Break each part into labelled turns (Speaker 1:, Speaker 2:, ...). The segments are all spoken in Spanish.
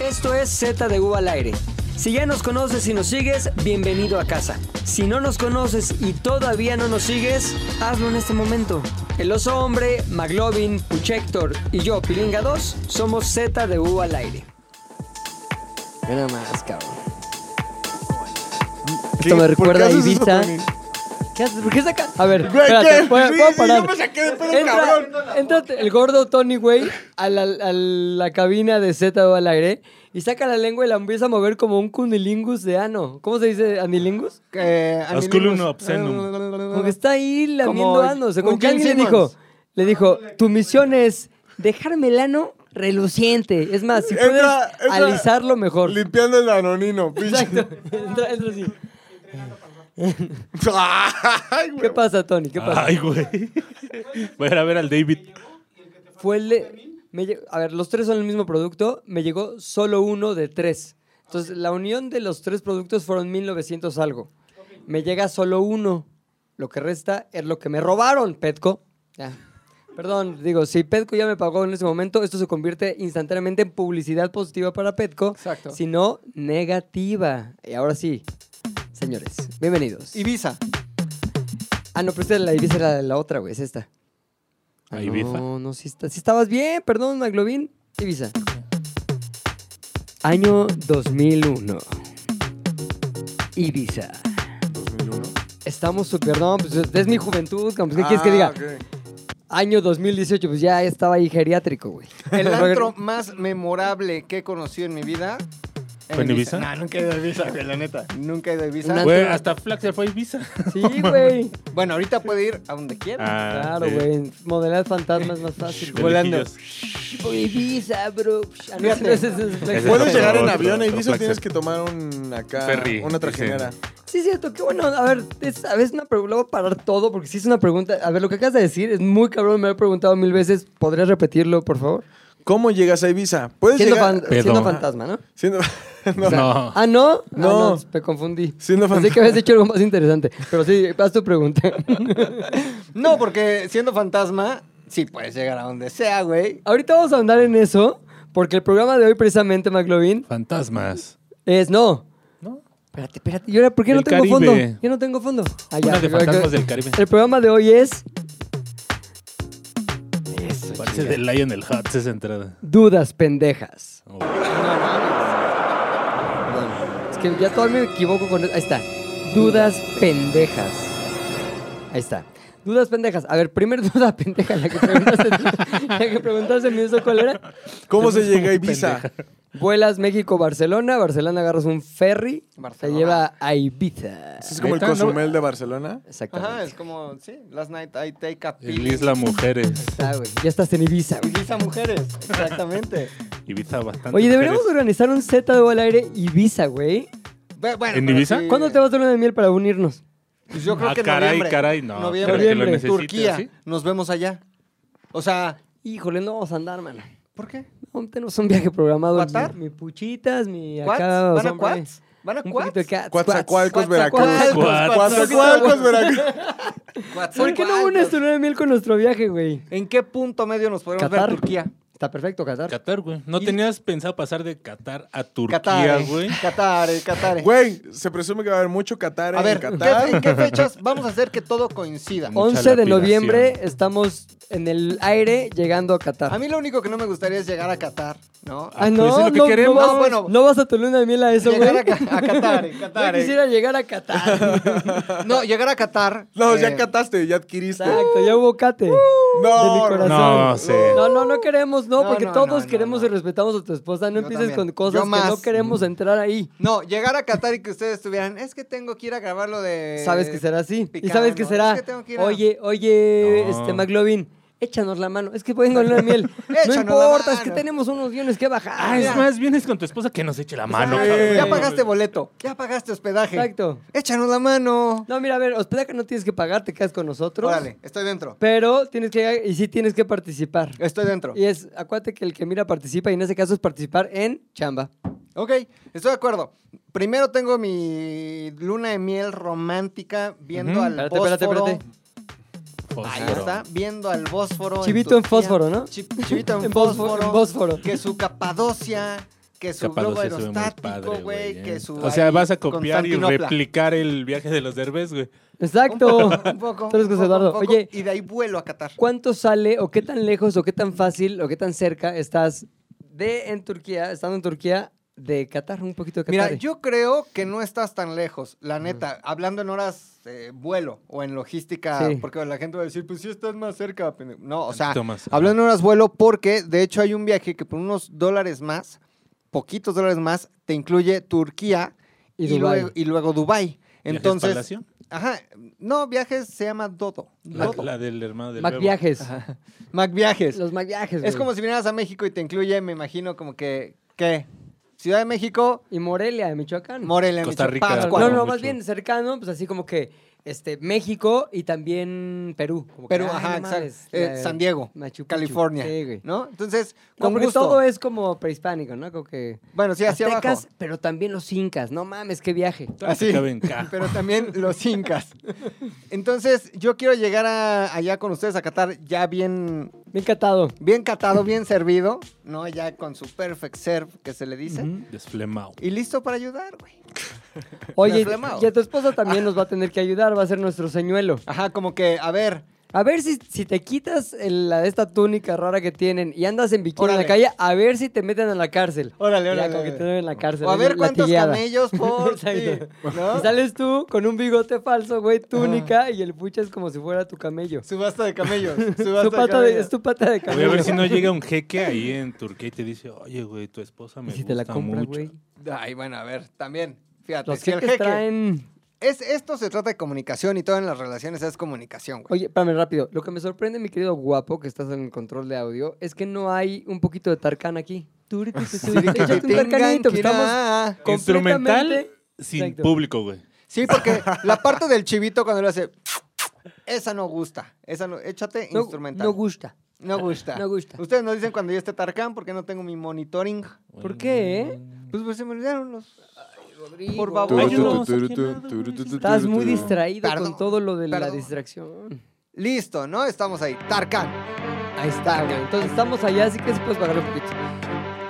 Speaker 1: Esto es Z de U al aire. Si ya nos conoces y nos sigues, bienvenido a casa. Si no nos conoces y todavía no nos sigues, hazlo en este momento. El oso hombre, Maglovin, Puchector y yo, Pilinga 2, somos Z de U al aire.
Speaker 2: Mira más, cabrón.
Speaker 1: Esto me recuerda a Ibiza.
Speaker 2: ¿Qué haces? ¿Por qué saca-
Speaker 1: A ver,
Speaker 3: Güey,
Speaker 1: espérate,
Speaker 3: ¿qué?
Speaker 1: voy a-
Speaker 3: Sí,
Speaker 1: voy a
Speaker 3: sí,
Speaker 1: parar.
Speaker 3: Yo me saqué de pedo, cabrón.
Speaker 1: Entra, entra el gordo Tony, güey, a la, a la cabina de Z o al aire y saca la lengua y la empieza a mover como un cunilingus de ano. ¿Cómo se dice? ¿Anilingus?
Speaker 2: Eh,
Speaker 3: Asculum
Speaker 2: animus-
Speaker 3: obscenum.
Speaker 1: Como que está ahí lamiendo
Speaker 2: Como-
Speaker 1: ano. O sea, como
Speaker 2: como
Speaker 1: que alguien
Speaker 2: Gene
Speaker 1: le dijo,
Speaker 2: Simmons.
Speaker 1: le dijo, tu misión es dejarme el ano reluciente. Es más, si
Speaker 3: Entra-
Speaker 1: puedes
Speaker 3: entra-
Speaker 1: alisarlo mejor.
Speaker 3: Limpiando el anonino, pinche.
Speaker 1: Exacto. Entra, entra así.
Speaker 3: Ay, güey.
Speaker 1: ¿Qué pasa, Tony? ¿Qué pasa?
Speaker 4: Ay, güey. Voy a ir a ver al David.
Speaker 1: Fue el de- me lle- a ver, los tres son el mismo producto. Me llegó solo uno de tres. Entonces, la unión de los tres productos fueron 1900 algo. Me llega solo uno. Lo que resta es lo que me robaron, Petco. Ya. Perdón, digo, si Petco ya me pagó en ese momento, esto se convierte instantáneamente en publicidad positiva para Petco.
Speaker 2: Exacto.
Speaker 1: Si no, negativa. Y ahora sí, señores, bienvenidos.
Speaker 2: Ibiza.
Speaker 1: Ah, no, pero esta era la Ibiza era la otra, güey, es esta. Ah,
Speaker 4: ¿A Ibiza?
Speaker 1: No, no, sí, está- sí estabas bien, perdón, Maglobin. Ibiza. Año 2001. Ibiza.
Speaker 3: 2001.
Speaker 1: Estamos súper, no, pues es mi juventud, cabrón, pues, ¿qué quieres
Speaker 3: Ah,
Speaker 1: que diga?
Speaker 3: ok.
Speaker 1: Año 2018, pues ya estaba ahí geriátrico, güey.
Speaker 2: El antro más memorable que he conocido en mi vida. era
Speaker 4: ¿Fue en Ibiza?
Speaker 2: Nah,
Speaker 3: nunca he ido a Ibiza, güey, la neta.
Speaker 2: nunca he ido a Ibiza.
Speaker 1: Una-
Speaker 4: Güey, hasta Flax se fue a Ibiza.
Speaker 1: Sí, güey.
Speaker 2: Bueno, ahorita puede ir a donde quiera.
Speaker 4: Ah,
Speaker 1: Claro,
Speaker 4: de-
Speaker 1: güey. Modelar fantasmas más fácil.
Speaker 4: de
Speaker 1: güey.
Speaker 4: Lejillos.
Speaker 1: Ibiza, bro. Ah, no,
Speaker 2: Fíjate.
Speaker 1: ese es- ese es-
Speaker 4: Ese es
Speaker 3: Puedes
Speaker 4: otro,
Speaker 3: llegar en
Speaker 4: otro,
Speaker 3: avión a
Speaker 4: otro
Speaker 3: Ibiza o
Speaker 4: flaxer.
Speaker 3: tienes que tomar un acá,
Speaker 4: Ferry,
Speaker 3: una trajinera.
Speaker 1: Sí, es cierto, qué bueno. A ver, es, a veces una pregunta, voy a parar todo porque sí es una pregunta. A ver, lo que acabas de decir es muy cabrón, me lo he preguntado mil veces. ¿Podrías repetirlo, por favor?
Speaker 3: ¿Cómo llegas a Ibiza? Puedes
Speaker 1: Siendo,
Speaker 3: llegar...
Speaker 1: fan-
Speaker 4: Pedo.
Speaker 1: siendo fantasma, ¿no?
Speaker 3: Siendo... no.
Speaker 1: O sea,
Speaker 4: No.
Speaker 1: Ah, ¿no? Ah,
Speaker 3: No.
Speaker 1: me confundí.
Speaker 3: Siendo
Speaker 1: Pensé que habías dicho algo más interesante, pero sí, haz tu pregunta.
Speaker 2: No, porque siendo fantasma, sí puedes llegar a donde sea, güey.
Speaker 1: Ahorita vamos a andar en eso, porque el programa de hoy precisamente, McLovin,
Speaker 4: Fantasmas.
Speaker 1: es no.
Speaker 4: ¿No?
Speaker 1: Espérate, espérate. ¿Y ahora por qué no
Speaker 4: El
Speaker 1: tengo
Speaker 4: Caribe.
Speaker 1: fondo? Yo no tengo fondo. Ah, ya,
Speaker 4: Una de
Speaker 1: porque-
Speaker 4: Fantasmas del Caribe.
Speaker 1: El programa de hoy es
Speaker 4: Parece de Lionel Hutz esa entrada.
Speaker 1: Dudas Pendejas.
Speaker 4: Oh,
Speaker 1: Es que ya todavía me equivoco con... Ahí está. Dudas pendejas. Ahí está. Dudas pendejas. A ver, primer duda pendeja, la que preguntaste, la que preguntaste mi eso, ¿cuál era?
Speaker 3: ¿Cómo se llega a Ibiza?
Speaker 1: Vuelas México-Barcelona. Barcelona agarras un ferry.
Speaker 2: Barcelona.
Speaker 1: Te lleva a Ibiza.
Speaker 3: ¿Es como el
Speaker 4: Neta, no-
Speaker 3: Cozumel de Barcelona?
Speaker 1: Exactamente.
Speaker 2: Ajá, es como, sí, last night I take a
Speaker 4: El
Speaker 2: pill.
Speaker 4: Isla Mujeres.
Speaker 1: Ah, güey, Ya estás en Ibiza, güey.
Speaker 2: Ibiza mujeres, exactamente.
Speaker 4: Ibiza bastante.
Speaker 1: Oye, deberíamos
Speaker 4: mujeres.
Speaker 1: organizar un Z de al aire Ibiza, güey.
Speaker 2: Bu- bueno,
Speaker 4: ¿En
Speaker 2: pero
Speaker 4: Ibiza?
Speaker 2: sí.
Speaker 1: ¿Cuándo te vas de luna de miel para unirnos?
Speaker 2: Pues yo creo
Speaker 4: Ah,
Speaker 2: que
Speaker 4: caray,
Speaker 2: noviembre.
Speaker 4: caray, no.
Speaker 2: Noviembre,
Speaker 1: pero que lo
Speaker 4: necesite,
Speaker 2: Turquía,
Speaker 4: ¿sí?
Speaker 2: nos vemos allá. O sea,
Speaker 1: Híjole, no vamos a andar, mano.
Speaker 2: ¿por qué?
Speaker 1: No, tenemos un viaje programado.
Speaker 2: ¿Cuatar?
Speaker 1: Mi, mi puchitas, mi
Speaker 2: ¿Cuats?
Speaker 1: acá.
Speaker 2: ¿Van a
Speaker 1: hombre.
Speaker 2: Cuats? ¿Van a
Speaker 1: Un poquito de
Speaker 2: Cuats?
Speaker 1: cats.
Speaker 3: Coatzacoalcos,
Speaker 2: Cuatzacoalcos,
Speaker 3: Veracruz.
Speaker 4: Cuatzacoalcos,
Speaker 3: Coatzacoalcos, Veracruz.
Speaker 2: Cuatzacoalcos.
Speaker 1: ¿Por qué no unes tu luna de miel con nuestro viaje, güey?
Speaker 2: ¿En qué punto medio nos podemos
Speaker 1: Qatar.
Speaker 2: ver Turquía?
Speaker 1: Está perfecto, Qatar.
Speaker 4: Qatar, güey. No
Speaker 2: Y-
Speaker 4: tenías pensado pasar de Qatar a Turquía,
Speaker 2: Qatar, eh.
Speaker 4: güey.
Speaker 2: Qatar,
Speaker 1: Eh.
Speaker 2: Qatar. eh.
Speaker 3: Güey, se presume que va a haber mucho Qatar
Speaker 2: A
Speaker 3: en
Speaker 2: ver, ¿qué-
Speaker 3: Qatar.
Speaker 2: ¿en qué fechas vamos a hacer que todo coincida?
Speaker 4: Mucha
Speaker 1: 11 de
Speaker 4: lapidación.
Speaker 1: noviembre estamos en el aire llegando a Qatar.
Speaker 2: A mí lo único que no me gustaría es llegar a Qatar, ¿no?
Speaker 1: Ah,
Speaker 4: pues es
Speaker 1: no,
Speaker 4: lo que
Speaker 1: no,
Speaker 4: queremos.
Speaker 1: no vas,
Speaker 2: No, bueno.
Speaker 1: no vas a tu luna de miel a eso, güey.
Speaker 2: llegar a, Ca- a Qatar,
Speaker 1: Yo
Speaker 2: Qatar. eh.
Speaker 1: quisiera llegar a Qatar.
Speaker 2: No, llegar a Qatar.
Speaker 3: No,
Speaker 2: eh,
Speaker 3: ya cataste, ya adquiriste.
Speaker 1: Exacto, ya hubo cate. de mi
Speaker 3: No,
Speaker 1: corazón.
Speaker 3: no.
Speaker 4: No, sí.
Speaker 1: No, no, no queremos, no,
Speaker 2: Uh, No,
Speaker 1: porque
Speaker 2: no,
Speaker 1: todos
Speaker 2: no, no,
Speaker 1: queremos
Speaker 2: no.
Speaker 1: y respetamos a tu esposa. No
Speaker 2: Yo
Speaker 1: empieces
Speaker 2: también.
Speaker 1: con
Speaker 2: Yo
Speaker 1: cosas que
Speaker 2: más.
Speaker 1: no queremos entrar ahí.
Speaker 2: No, llegar a Qatar y que ustedes estuvieran, es que tengo que ir a grabar lo de...
Speaker 1: Sabes que será así. y
Speaker 2: Picano.
Speaker 1: sabes que
Speaker 2: Eh, Es
Speaker 1: será.
Speaker 2: que tengo que ir a-
Speaker 1: Oye, oye,
Speaker 4: No.
Speaker 1: este McLovin, échanos la mano. Es que vengo a la miel. no
Speaker 2: Échanos la
Speaker 1: importa, es que
Speaker 2: mano.
Speaker 1: tenemos unos guiones que bajar.
Speaker 4: Ah, es
Speaker 2: Mira.
Speaker 4: más, vienes con tu esposa que nos eche la mano.
Speaker 2: Ah,
Speaker 4: cabrón.
Speaker 2: Ya pagaste boleto, ya pagaste hospedaje.
Speaker 1: Exacto.
Speaker 2: Échanos la mano.
Speaker 1: No, mira, a ver, hospedaje no tienes que pagar, te quedas con nosotros.
Speaker 2: Órale, estoy dentro.
Speaker 1: Pero tienes que y sí tienes que participar.
Speaker 2: Estoy dentro.
Speaker 1: Y es, acuérdate que el que mira participa y en ese caso es participar en chamba.
Speaker 2: Ok, estoy de acuerdo. Primero tengo mi luna de miel romántica viendo
Speaker 4: Ujú.
Speaker 2: al
Speaker 1: Espérate,
Speaker 2: Bósforo.
Speaker 1: espérate, espérate.
Speaker 4: Fósforo.
Speaker 2: Ahí está, viendo al Bósforo.
Speaker 1: Chivito en
Speaker 2: Turquía.
Speaker 1: fósforo, ¿no?
Speaker 2: Chi- chivito en,
Speaker 1: En bósforo,
Speaker 2: fósforo.
Speaker 1: en bósforo.
Speaker 2: Que su Capadocia, que su globo
Speaker 4: Capadocia se ve muy
Speaker 2: aerostático,
Speaker 4: padre,
Speaker 2: güey,
Speaker 4: ¿eh?
Speaker 2: que su...
Speaker 4: O sea,
Speaker 2: ahí,
Speaker 4: vas a copiar y
Speaker 2: Constantinopla.
Speaker 4: replicar el viaje de los derbés, güey.
Speaker 1: Exacto.
Speaker 2: Un poco,
Speaker 1: Tú eres José
Speaker 2: un poco, un
Speaker 1: Eduardo.
Speaker 2: poco,
Speaker 1: Oye,
Speaker 2: Y de ahí vuelo a Qatar.
Speaker 1: ¿Cuánto sale o qué tan lejos o qué tan fácil o qué tan cerca estás de en Turquía, estando en Turquía, de Qatar, un poquito de Qatar?
Speaker 2: Mira, yo creo que no estás tan lejos, la neta. Hablando en horas eh, vuelo o en logística,
Speaker 1: Sí.
Speaker 2: porque la gente va a decir, pues sí estás más cerca. pende-". No, o sea,
Speaker 4: Tantito más.
Speaker 2: hablando en horas vuelo porque, de hecho, hay un viaje que por unos dólares más, poquitos dólares más, te incluye Turquía
Speaker 1: Y
Speaker 2: y,
Speaker 1: Dubái.
Speaker 2: luego, y luego Dubái.
Speaker 4: ¿Viajes
Speaker 2: Entonces,
Speaker 4: Palacio?
Speaker 2: ajá, no, viajes se llama Dodo.
Speaker 4: La,
Speaker 2: Dodo.
Speaker 4: la del hermano del
Speaker 1: Mac
Speaker 4: Bebo.
Speaker 1: viajes.
Speaker 2: Mac Viajes.
Speaker 1: Los Mac viajes. güey.
Speaker 2: Es como si vinieras a México y te incluye, me imagino, como que, ¿qué? Ciudad de México,
Speaker 1: y Morelia de Michoacán.
Speaker 2: Morelia,
Speaker 4: Costa
Speaker 2: Michoacán,
Speaker 4: Rica.
Speaker 2: Pátzcuaro.
Speaker 1: no, no,
Speaker 4: Mucho.
Speaker 1: más bien cercano, pues así como que este México y también Perú. como que,
Speaker 2: Pero,
Speaker 1: ay,
Speaker 2: ajá,
Speaker 1: no
Speaker 2: exacto.
Speaker 1: mames,
Speaker 2: Eh,
Speaker 1: la-
Speaker 2: San Diego,
Speaker 1: Machu Picchu.
Speaker 2: California,
Speaker 1: Sí, güey.
Speaker 2: ¿no? Entonces,
Speaker 1: No,
Speaker 2: con
Speaker 1: porque
Speaker 2: gusto.
Speaker 1: todo es como prehispánico, ¿no? Como que
Speaker 2: Bueno, sí, hacia
Speaker 1: aztecas,
Speaker 2: abajo.
Speaker 1: pero también los incas. No mames, qué viaje.
Speaker 4: Todavía
Speaker 2: Así.
Speaker 4: te cabe en K.
Speaker 2: Pero también los incas. Entonces, yo quiero llegar a- allá con ustedes a Qatar ya bien,
Speaker 1: Bien catado.
Speaker 2: bien catado, bien servido, ¿no? Ya con su perfect serve, que se le dice.
Speaker 4: Ujú. Desflemao.
Speaker 2: Y listo para ayudar, güey.
Speaker 1: Oye,
Speaker 2: Desflemado.
Speaker 1: y a tu esposa también nos va a tener que ayudar, va a ser nuestro señuelo.
Speaker 2: Ajá, como que, a ver,
Speaker 1: A ver si, si te quitas el- la, esta túnica rara que tienen y andas en bikini en la
Speaker 2: Órale.
Speaker 1: calle, a ver si te meten a la cárcel.
Speaker 2: Órale,
Speaker 1: Ya,
Speaker 2: órale,
Speaker 1: como que
Speaker 2: órale.
Speaker 1: te meten en la cárcel.
Speaker 2: o a
Speaker 1: ahí
Speaker 2: ver cuántos
Speaker 1: latigueada.
Speaker 2: camellos por ti,
Speaker 1: Exacto.
Speaker 2: ¿no? Ah.
Speaker 1: Y sales tú con un bigote falso, güey, túnica, y el pucha es como si fuera tu camello.
Speaker 2: Subasta de camellos. Subasta
Speaker 1: Tu pata de,
Speaker 2: camellos.
Speaker 1: es tu pata de
Speaker 4: Voy a
Speaker 1: camello.
Speaker 4: ver si no llega un jeque ahí en Turquía y te dice, oye, güey, tu esposa
Speaker 1: Y
Speaker 4: me
Speaker 1: si
Speaker 4: gusta
Speaker 1: te la compras,
Speaker 4: mucho.
Speaker 1: güey.
Speaker 2: Ay, bueno, a ver, también. Fíjate,
Speaker 1: Los
Speaker 2: si el
Speaker 1: jeques
Speaker 2: jeque-
Speaker 1: traen...
Speaker 2: Es, esto se trata de comunicación y todo en las relaciones es comunicación, güey.
Speaker 1: Oye, espérame rápido. Lo que me sorprende, mi querido guapo, que estás en el control de audio, es que no hay un poquito de tarcán aquí. Tú,
Speaker 2: Ah,
Speaker 1: tú, tú, tú, tú, échate un
Speaker 2: tengan
Speaker 1: tarcanito, que
Speaker 2: ir
Speaker 1: estamos
Speaker 2: a-
Speaker 4: Instrumental
Speaker 1: completamente-
Speaker 4: sin
Speaker 1: Exacto.
Speaker 4: público, güey.
Speaker 2: Sí, porque la parte del chivito cuando lo hace... Esa no gusta. Esa no... Échate
Speaker 1: No,
Speaker 2: instrumental.
Speaker 1: no gusta.
Speaker 2: No gusta.
Speaker 1: No gusta.
Speaker 2: Ustedes nos dicen cuando yo esté Tarkan porque no tengo mi monitoring.
Speaker 1: ¿Por qué, eh?
Speaker 2: Pues, pues se me olvidaron los...
Speaker 1: Rodrigo.
Speaker 2: Por favor.
Speaker 4: Ay,
Speaker 3: Turu,
Speaker 4: yo
Speaker 3: turu,
Speaker 4: no,
Speaker 3: turu,
Speaker 4: saqué
Speaker 3: turu,
Speaker 4: nada,
Speaker 3: turu,
Speaker 4: güey.
Speaker 3: turu,
Speaker 1: Estás
Speaker 3: turu,
Speaker 1: muy
Speaker 3: turu.
Speaker 1: distraído
Speaker 2: Perdón,
Speaker 1: con todo lo de la
Speaker 2: perdón.
Speaker 1: distracción.
Speaker 2: Listo, ¿no? Estamos ahí. Tarkan.
Speaker 1: Ahí está, güey. Entonces estamos allá, así que sí puedes bajar un poquito.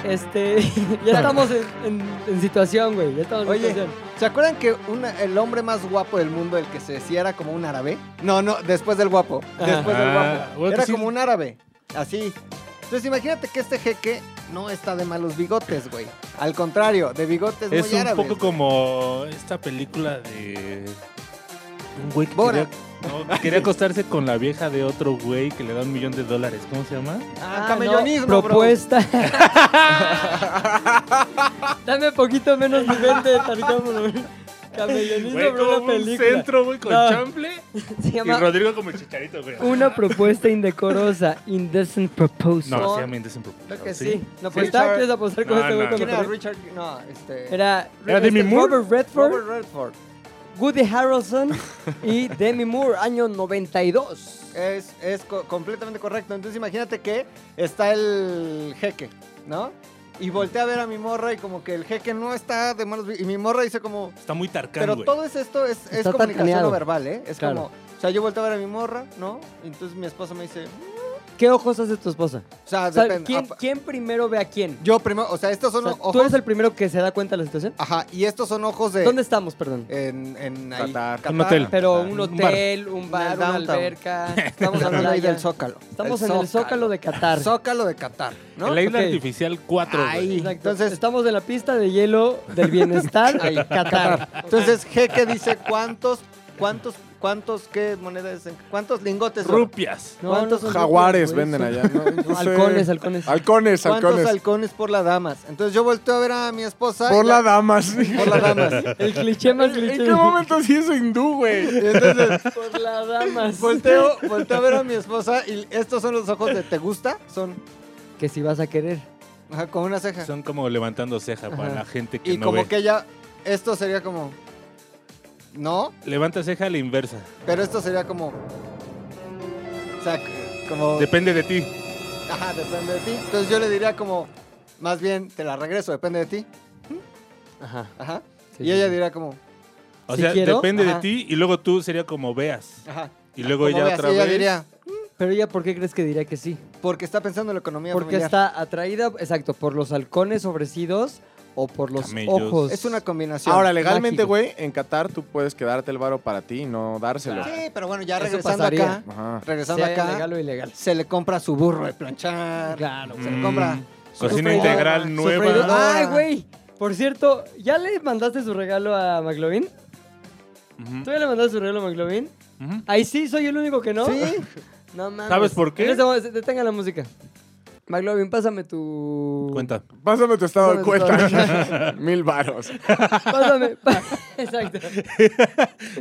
Speaker 1: Este, ya estamos en, en- en situación, güey. Ya estamos en
Speaker 2: Oye,
Speaker 1: situación.
Speaker 2: ¿se acuerdan que una- el hombre más guapo del mundo, el que se decía era como un árabe? No, no, después del guapo. Después del
Speaker 4: Ah,
Speaker 2: guapo.
Speaker 4: bueno,
Speaker 2: Era
Speaker 4: sí.
Speaker 2: como un árabe. Así. Entonces imagínate que este jeque no está de malos bigotes, güey. Al contrario, de bigotes
Speaker 4: Es
Speaker 2: muy
Speaker 4: un
Speaker 2: árabes.
Speaker 4: poco como esta película de un güey que
Speaker 2: Borat.
Speaker 4: quería, no, quería acostarse con la vieja de otro güey que le da un millón de dólares. ¿Cómo se llama?
Speaker 2: Ah,
Speaker 1: no,
Speaker 2: camellonismo, bro.
Speaker 1: propuesta. Dame poquito menos nivel de tarcámono, güey. Camellonismo,
Speaker 4: Güey,
Speaker 1: bro,
Speaker 4: como
Speaker 1: una
Speaker 4: un
Speaker 1: película.
Speaker 4: centro, güey, con
Speaker 1: No.
Speaker 4: chample
Speaker 1: Se
Speaker 4: y
Speaker 1: llama
Speaker 4: Rodrigo como el chicharito, güey.
Speaker 1: Una propuesta indecorosa, indecent proposal.
Speaker 4: No, se llama Indecent Proposal,
Speaker 2: Creo que
Speaker 1: Sí, no
Speaker 2: Sí,
Speaker 1: pues está,
Speaker 2: sabe.
Speaker 1: quieres apostar con
Speaker 4: No,
Speaker 1: este güey
Speaker 4: no,
Speaker 1: cuando
Speaker 2: ¿Quién era
Speaker 1: te-
Speaker 2: Richard? No, este.
Speaker 1: Era,
Speaker 4: ¿Era Demi
Speaker 1: este,
Speaker 4: Moore?
Speaker 1: Robert Redford,
Speaker 2: Robert Redford.
Speaker 1: Woody Harrelson y Demi Moore, año 92.
Speaker 2: Es, es co- completamente correcto. Entonces imagínate que está el jeque, ¿no? Y voltea a ver a mi morra y como que el jeque no está de malos bigotes. Y mi morra dice como...
Speaker 4: Está muy tarcán,
Speaker 2: Pero
Speaker 4: güey.
Speaker 2: todo es esto es, es
Speaker 1: Está
Speaker 2: comunicación
Speaker 1: tartaneado.
Speaker 2: no verbal, ¿eh? Es
Speaker 1: Claro.
Speaker 2: como... O sea, yo volteo a ver a mi morra, ¿no? Y entonces mi esposa me dice...
Speaker 1: ¿Qué ojos hace tu esposa?
Speaker 2: O sea,
Speaker 1: O sea,
Speaker 2: depende.
Speaker 1: ¿quién,
Speaker 2: Ah,
Speaker 1: quién primero ve a quién?
Speaker 2: Yo primero... O sea, estos son
Speaker 1: O sea,
Speaker 2: ojos...
Speaker 1: ¿Tú eres el primero que se da cuenta de la situación?
Speaker 2: Ajá, y estos son ojos de...
Speaker 1: ¿Dónde estamos, perdón?
Speaker 2: En, en ahí,
Speaker 3: Qatar.
Speaker 4: Un hotel.
Speaker 1: Pero
Speaker 4: Ah,
Speaker 1: un
Speaker 4: un
Speaker 1: hotel, un
Speaker 2: En
Speaker 1: bar,
Speaker 2: el
Speaker 1: una
Speaker 2: downtown.
Speaker 1: alberca. Estamos
Speaker 2: Estamos
Speaker 1: hablando
Speaker 2: hablando ahí del
Speaker 1: Zócalo.
Speaker 2: Zócalo.
Speaker 1: Estamos en el Zócalo de Qatar.
Speaker 2: Zócalo de Qatar, ¿no?
Speaker 4: En la isla
Speaker 1: Ok.
Speaker 4: artificial 4,
Speaker 2: Ahí.
Speaker 1: Exacto.
Speaker 2: Entonces-
Speaker 1: estamos en la pista de hielo del bienestar
Speaker 2: Ahí,
Speaker 1: Qatar.
Speaker 2: Entonces, Jeque dice cuántos, cuántos, cuántos, qué monedas, en- cuántos lingotes. de oro?
Speaker 4: Rupias.
Speaker 1: No,
Speaker 2: ¿Cuántos
Speaker 1: no son
Speaker 3: Jaguares
Speaker 1: rupias, güey,
Speaker 3: venden
Speaker 1: son-
Speaker 3: allá. ¿no? No sé.
Speaker 1: Halcones, halcones.
Speaker 3: Halcones,
Speaker 2: ¿Cuántos
Speaker 3: halcones.
Speaker 2: halcones por las damas? Entonces yo volteo a ver a mi esposa.
Speaker 3: Por
Speaker 2: y
Speaker 3: la
Speaker 2: ya-
Speaker 3: damas.
Speaker 2: Por las damas.
Speaker 1: El cliché más cliché.
Speaker 3: ¿En qué momento sí es hindú, güey?
Speaker 2: Y entonces
Speaker 1: Por la damas.
Speaker 2: volteo, volteo a ver a mi esposa y estos son los ojos de ¿te gusta? Son
Speaker 1: Que si vas a querer.
Speaker 2: ajá, con una ceja.
Speaker 4: Son como levantando ceja para
Speaker 1: Ajá.
Speaker 4: la gente que
Speaker 2: y
Speaker 4: no
Speaker 2: como
Speaker 4: ve.
Speaker 2: que ella, esto sería como, no,
Speaker 4: Levanta ceja a la inversa.
Speaker 2: pero esto sería como, o sea, como,
Speaker 4: Depende de ti.
Speaker 2: ajá, depende de ti. Entonces yo le diría como, más bien, te la regreso, depende de ti.
Speaker 1: Ajá.
Speaker 2: Ajá.
Speaker 1: Sí,
Speaker 2: y
Speaker 1: sí,
Speaker 2: ella
Speaker 1: sí.
Speaker 2: dirá como,
Speaker 4: O
Speaker 1: Si
Speaker 4: sea,
Speaker 1: quiero,
Speaker 4: depende
Speaker 2: ajá.
Speaker 4: de ti y luego tú sería como veas.
Speaker 2: ajá.
Speaker 4: Y luego
Speaker 2: Como
Speaker 4: ya
Speaker 2: veas,
Speaker 4: otra
Speaker 2: ella
Speaker 4: vez.
Speaker 2: diría,
Speaker 1: Pero ella, ¿por qué crees que diría que sí?
Speaker 2: Porque está pensando en la economía
Speaker 1: Porque
Speaker 2: familiar.
Speaker 1: está atraída, exacto, por los halcones ofrecidos o por los
Speaker 4: Camellos.
Speaker 1: ojos.
Speaker 2: Es una combinación.
Speaker 3: Ahora, legalmente,
Speaker 1: mágico.
Speaker 3: güey, en Qatar tú puedes quedarte el varo para ti y no dárselo.
Speaker 2: Sí, pero bueno, ya
Speaker 1: Eso
Speaker 2: regresando
Speaker 1: pasaría.
Speaker 2: acá,
Speaker 3: Ajá.
Speaker 2: regresando
Speaker 1: Sea
Speaker 2: acá,
Speaker 1: legal o ilegal.
Speaker 2: se le compra su burro de planchar.
Speaker 1: Claro,
Speaker 2: Se
Speaker 1: güey.
Speaker 2: le compra.
Speaker 4: Mm,
Speaker 2: su
Speaker 4: Cocina
Speaker 2: freidora,
Speaker 4: integral
Speaker 2: su
Speaker 1: Sofreído-
Speaker 4: nueva.
Speaker 2: freidora.
Speaker 1: Ay, güey. Por cierto, ¿ya le mandaste su regalo a McLovin?
Speaker 4: Ujú,
Speaker 1: ¿Tú ya le mandaste su regalo a McLovin?
Speaker 4: ujú.
Speaker 1: Ahí sí, soy el único que no.
Speaker 2: Sí.
Speaker 1: No mames.
Speaker 4: ¿Sabes por qué?
Speaker 1: En este momento, detenga la música. McLovin, pásame tu.
Speaker 4: Cuenta.
Speaker 3: Pásame tu estado de
Speaker 1: Pásame tu
Speaker 3: cuenta. Mil varos.
Speaker 1: Pásame. pa- Exacto.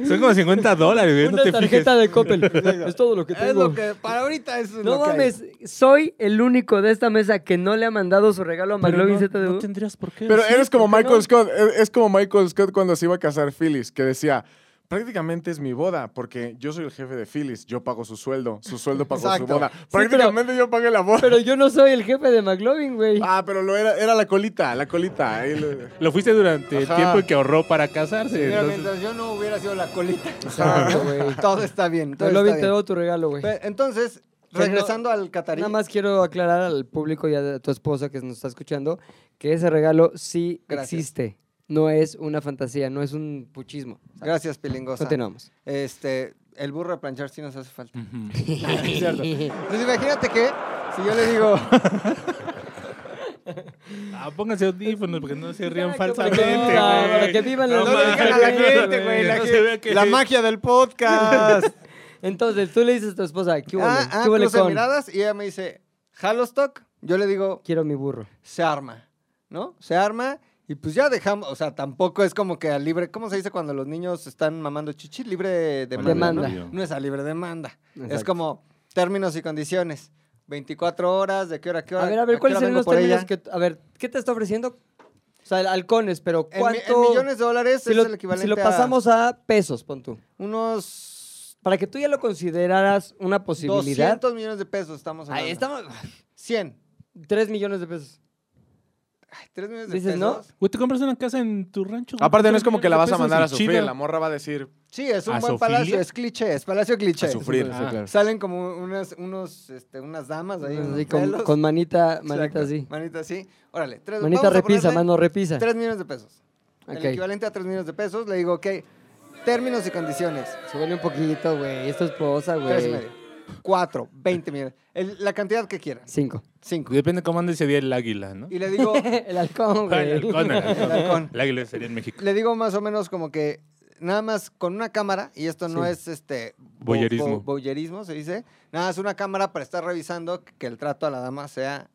Speaker 4: Son como 50 dólares, güey. No
Speaker 1: Una
Speaker 4: te fijes.
Speaker 1: tarjeta de Coppel. Es todo lo que tengo.
Speaker 2: Es lo que para ahorita es
Speaker 1: No
Speaker 2: lo que hay.
Speaker 1: mames, soy el único de esta mesa que no le ha mandado su regalo a McLovin ZDU.
Speaker 4: tendrías por qué.
Speaker 3: Pero eres como
Speaker 1: ¿por qué
Speaker 3: Michael
Speaker 1: no?
Speaker 3: Scott. Es es como Michael Scott cuando se iba a casar Phyllis, que decía. Prácticamente es mi boda, porque yo soy el jefe de Phyllis, yo pago su sueldo, su sueldo pagó su
Speaker 2: Exacto.
Speaker 3: boda. Prácticamente yo pagué la boda.
Speaker 1: Pero yo no soy el jefe de McLovin, güey.
Speaker 3: Ah, pero lo era, era la colita, la colita. ahí lo-
Speaker 4: Lo fuiste durante
Speaker 3: Ajá.
Speaker 4: el tiempo que ahorró para casarse.
Speaker 2: Mira,
Speaker 4: entonces-
Speaker 2: mientras yo no hubiera sido la colita.
Speaker 1: Exacto, güey.
Speaker 2: todo está bien. todo
Speaker 1: McLovin
Speaker 2: está
Speaker 1: te
Speaker 2: bien.
Speaker 1: doy tu regalo, güey.
Speaker 2: Pe- Entonces,
Speaker 1: Pero-
Speaker 2: regresando al catarí.
Speaker 1: Nada más quiero aclarar al público y a tu esposa que nos está escuchando que ese regalo sí
Speaker 2: Gracias.
Speaker 1: existe. No es una fantasía, no es un puchismo.
Speaker 2: Gracias, Pilingosa.
Speaker 1: Continuamos.
Speaker 2: Este, el burro de planchar sí nos hace falta.
Speaker 4: Ujú.
Speaker 2: Es cierto. Entonces, imagínate que si yo le digo,
Speaker 4: Ah, pónganse audífonos porque no se rían
Speaker 1: Exacto,
Speaker 4: falsamente,
Speaker 1: para
Speaker 4: güey.
Speaker 1: que- para que vivan
Speaker 2: no,
Speaker 1: los-
Speaker 4: No
Speaker 2: le
Speaker 4: mames,
Speaker 2: digan a la gente,
Speaker 4: que
Speaker 2: güey, la,
Speaker 4: no
Speaker 2: gente-
Speaker 4: se vea que-
Speaker 2: la magia del podcast.
Speaker 1: Entonces, tú le dices a tu esposa, ¿qué hubo?
Speaker 2: ah, ah,
Speaker 1: ¿Qué hubo
Speaker 2: cruza
Speaker 1: con?
Speaker 2: miradas y ella me dice, Halostock. Yo le digo,
Speaker 1: Quiero mi burro.
Speaker 2: se arma, ¿no? Se arma y pues ya dejamos, o sea, tampoco es como que a libre, ¿cómo se dice cuando los niños están mamando chichi? Libre demanda.
Speaker 1: Demanda.
Speaker 2: ¿no? No es a libre demanda. Es
Speaker 1: Exacto.
Speaker 2: como términos y condiciones. 24 horas, de qué hora, a qué hora.
Speaker 1: A ver, a ver,
Speaker 2: qué
Speaker 1: ¿cuáles
Speaker 2: hora
Speaker 1: serían
Speaker 2: vengo
Speaker 1: los
Speaker 2: por
Speaker 1: términos
Speaker 2: ella?
Speaker 1: que... A ver, ¿qué te está ofreciendo? O sea, halcones, pero
Speaker 2: En, mi-
Speaker 1: ¿cuánto...?
Speaker 2: en millones de dólares
Speaker 1: si
Speaker 2: es
Speaker 1: lo,
Speaker 2: el equivalente
Speaker 1: si lo
Speaker 2: a
Speaker 1: pasamos a pesos, pon tú.
Speaker 2: unos
Speaker 1: Para que tú ya lo consideraras una posibilidad.
Speaker 2: 200 millones de pesos estamos hablando.
Speaker 1: Ahí estamos.
Speaker 2: 100.
Speaker 1: 3 millones de pesos.
Speaker 2: 3 millones de
Speaker 1: Dices, ¿no?
Speaker 2: pesos.
Speaker 4: Güey, te compras una casa en tu rancho. güey,
Speaker 3: Aparte, no es
Speaker 4: tres
Speaker 3: como que la vas a
Speaker 4: millones de
Speaker 3: mandar a
Speaker 4: pesos y
Speaker 3: sufrir.
Speaker 4: chida.
Speaker 3: La morra va a decir
Speaker 2: Sí, es un
Speaker 4: ¿A
Speaker 2: buen
Speaker 4: Sofía?
Speaker 2: palacio, es cliché, es palacio cliché.
Speaker 3: a sufrir.
Speaker 4: Ah.
Speaker 3: claro.
Speaker 2: Salen como unas, unos, este, unas damas ahí.
Speaker 1: Así
Speaker 2: unos
Speaker 1: con,
Speaker 2: pelos.
Speaker 1: con manita,
Speaker 2: Exacto,
Speaker 1: manita así.
Speaker 2: Manita así. Órale, tres,
Speaker 1: Manita
Speaker 2: vamos a
Speaker 1: repisa,
Speaker 2: ponerle
Speaker 1: mano repisa.
Speaker 2: Tres millones de pesos.
Speaker 1: Ok.
Speaker 2: El equivalente a tres millones de pesos. Le digo, ok, términos y condiciones.
Speaker 1: Súbele un poquito, güey. Esto es posa,
Speaker 2: Tres y
Speaker 1: güey.
Speaker 2: medio. Cuatro, veinte millones. El- la cantidad que quieras.
Speaker 1: Cinco.
Speaker 2: Cinco.
Speaker 4: Depende cómo ande ese día el águila, ¿no?
Speaker 2: Y le digo,
Speaker 1: El halcón,
Speaker 4: Ah, el
Speaker 1: güey.
Speaker 4: halcón, el halcón.
Speaker 2: El halcón.
Speaker 4: El águila sería en México.
Speaker 2: le digo más o menos como que nada más con una cámara, y esto no
Speaker 1: Sí.
Speaker 2: es este bo-
Speaker 4: Voyerismo.
Speaker 2: bo- voyerismo, se dice. Nada más una cámara para estar revisando que el trato a la dama sea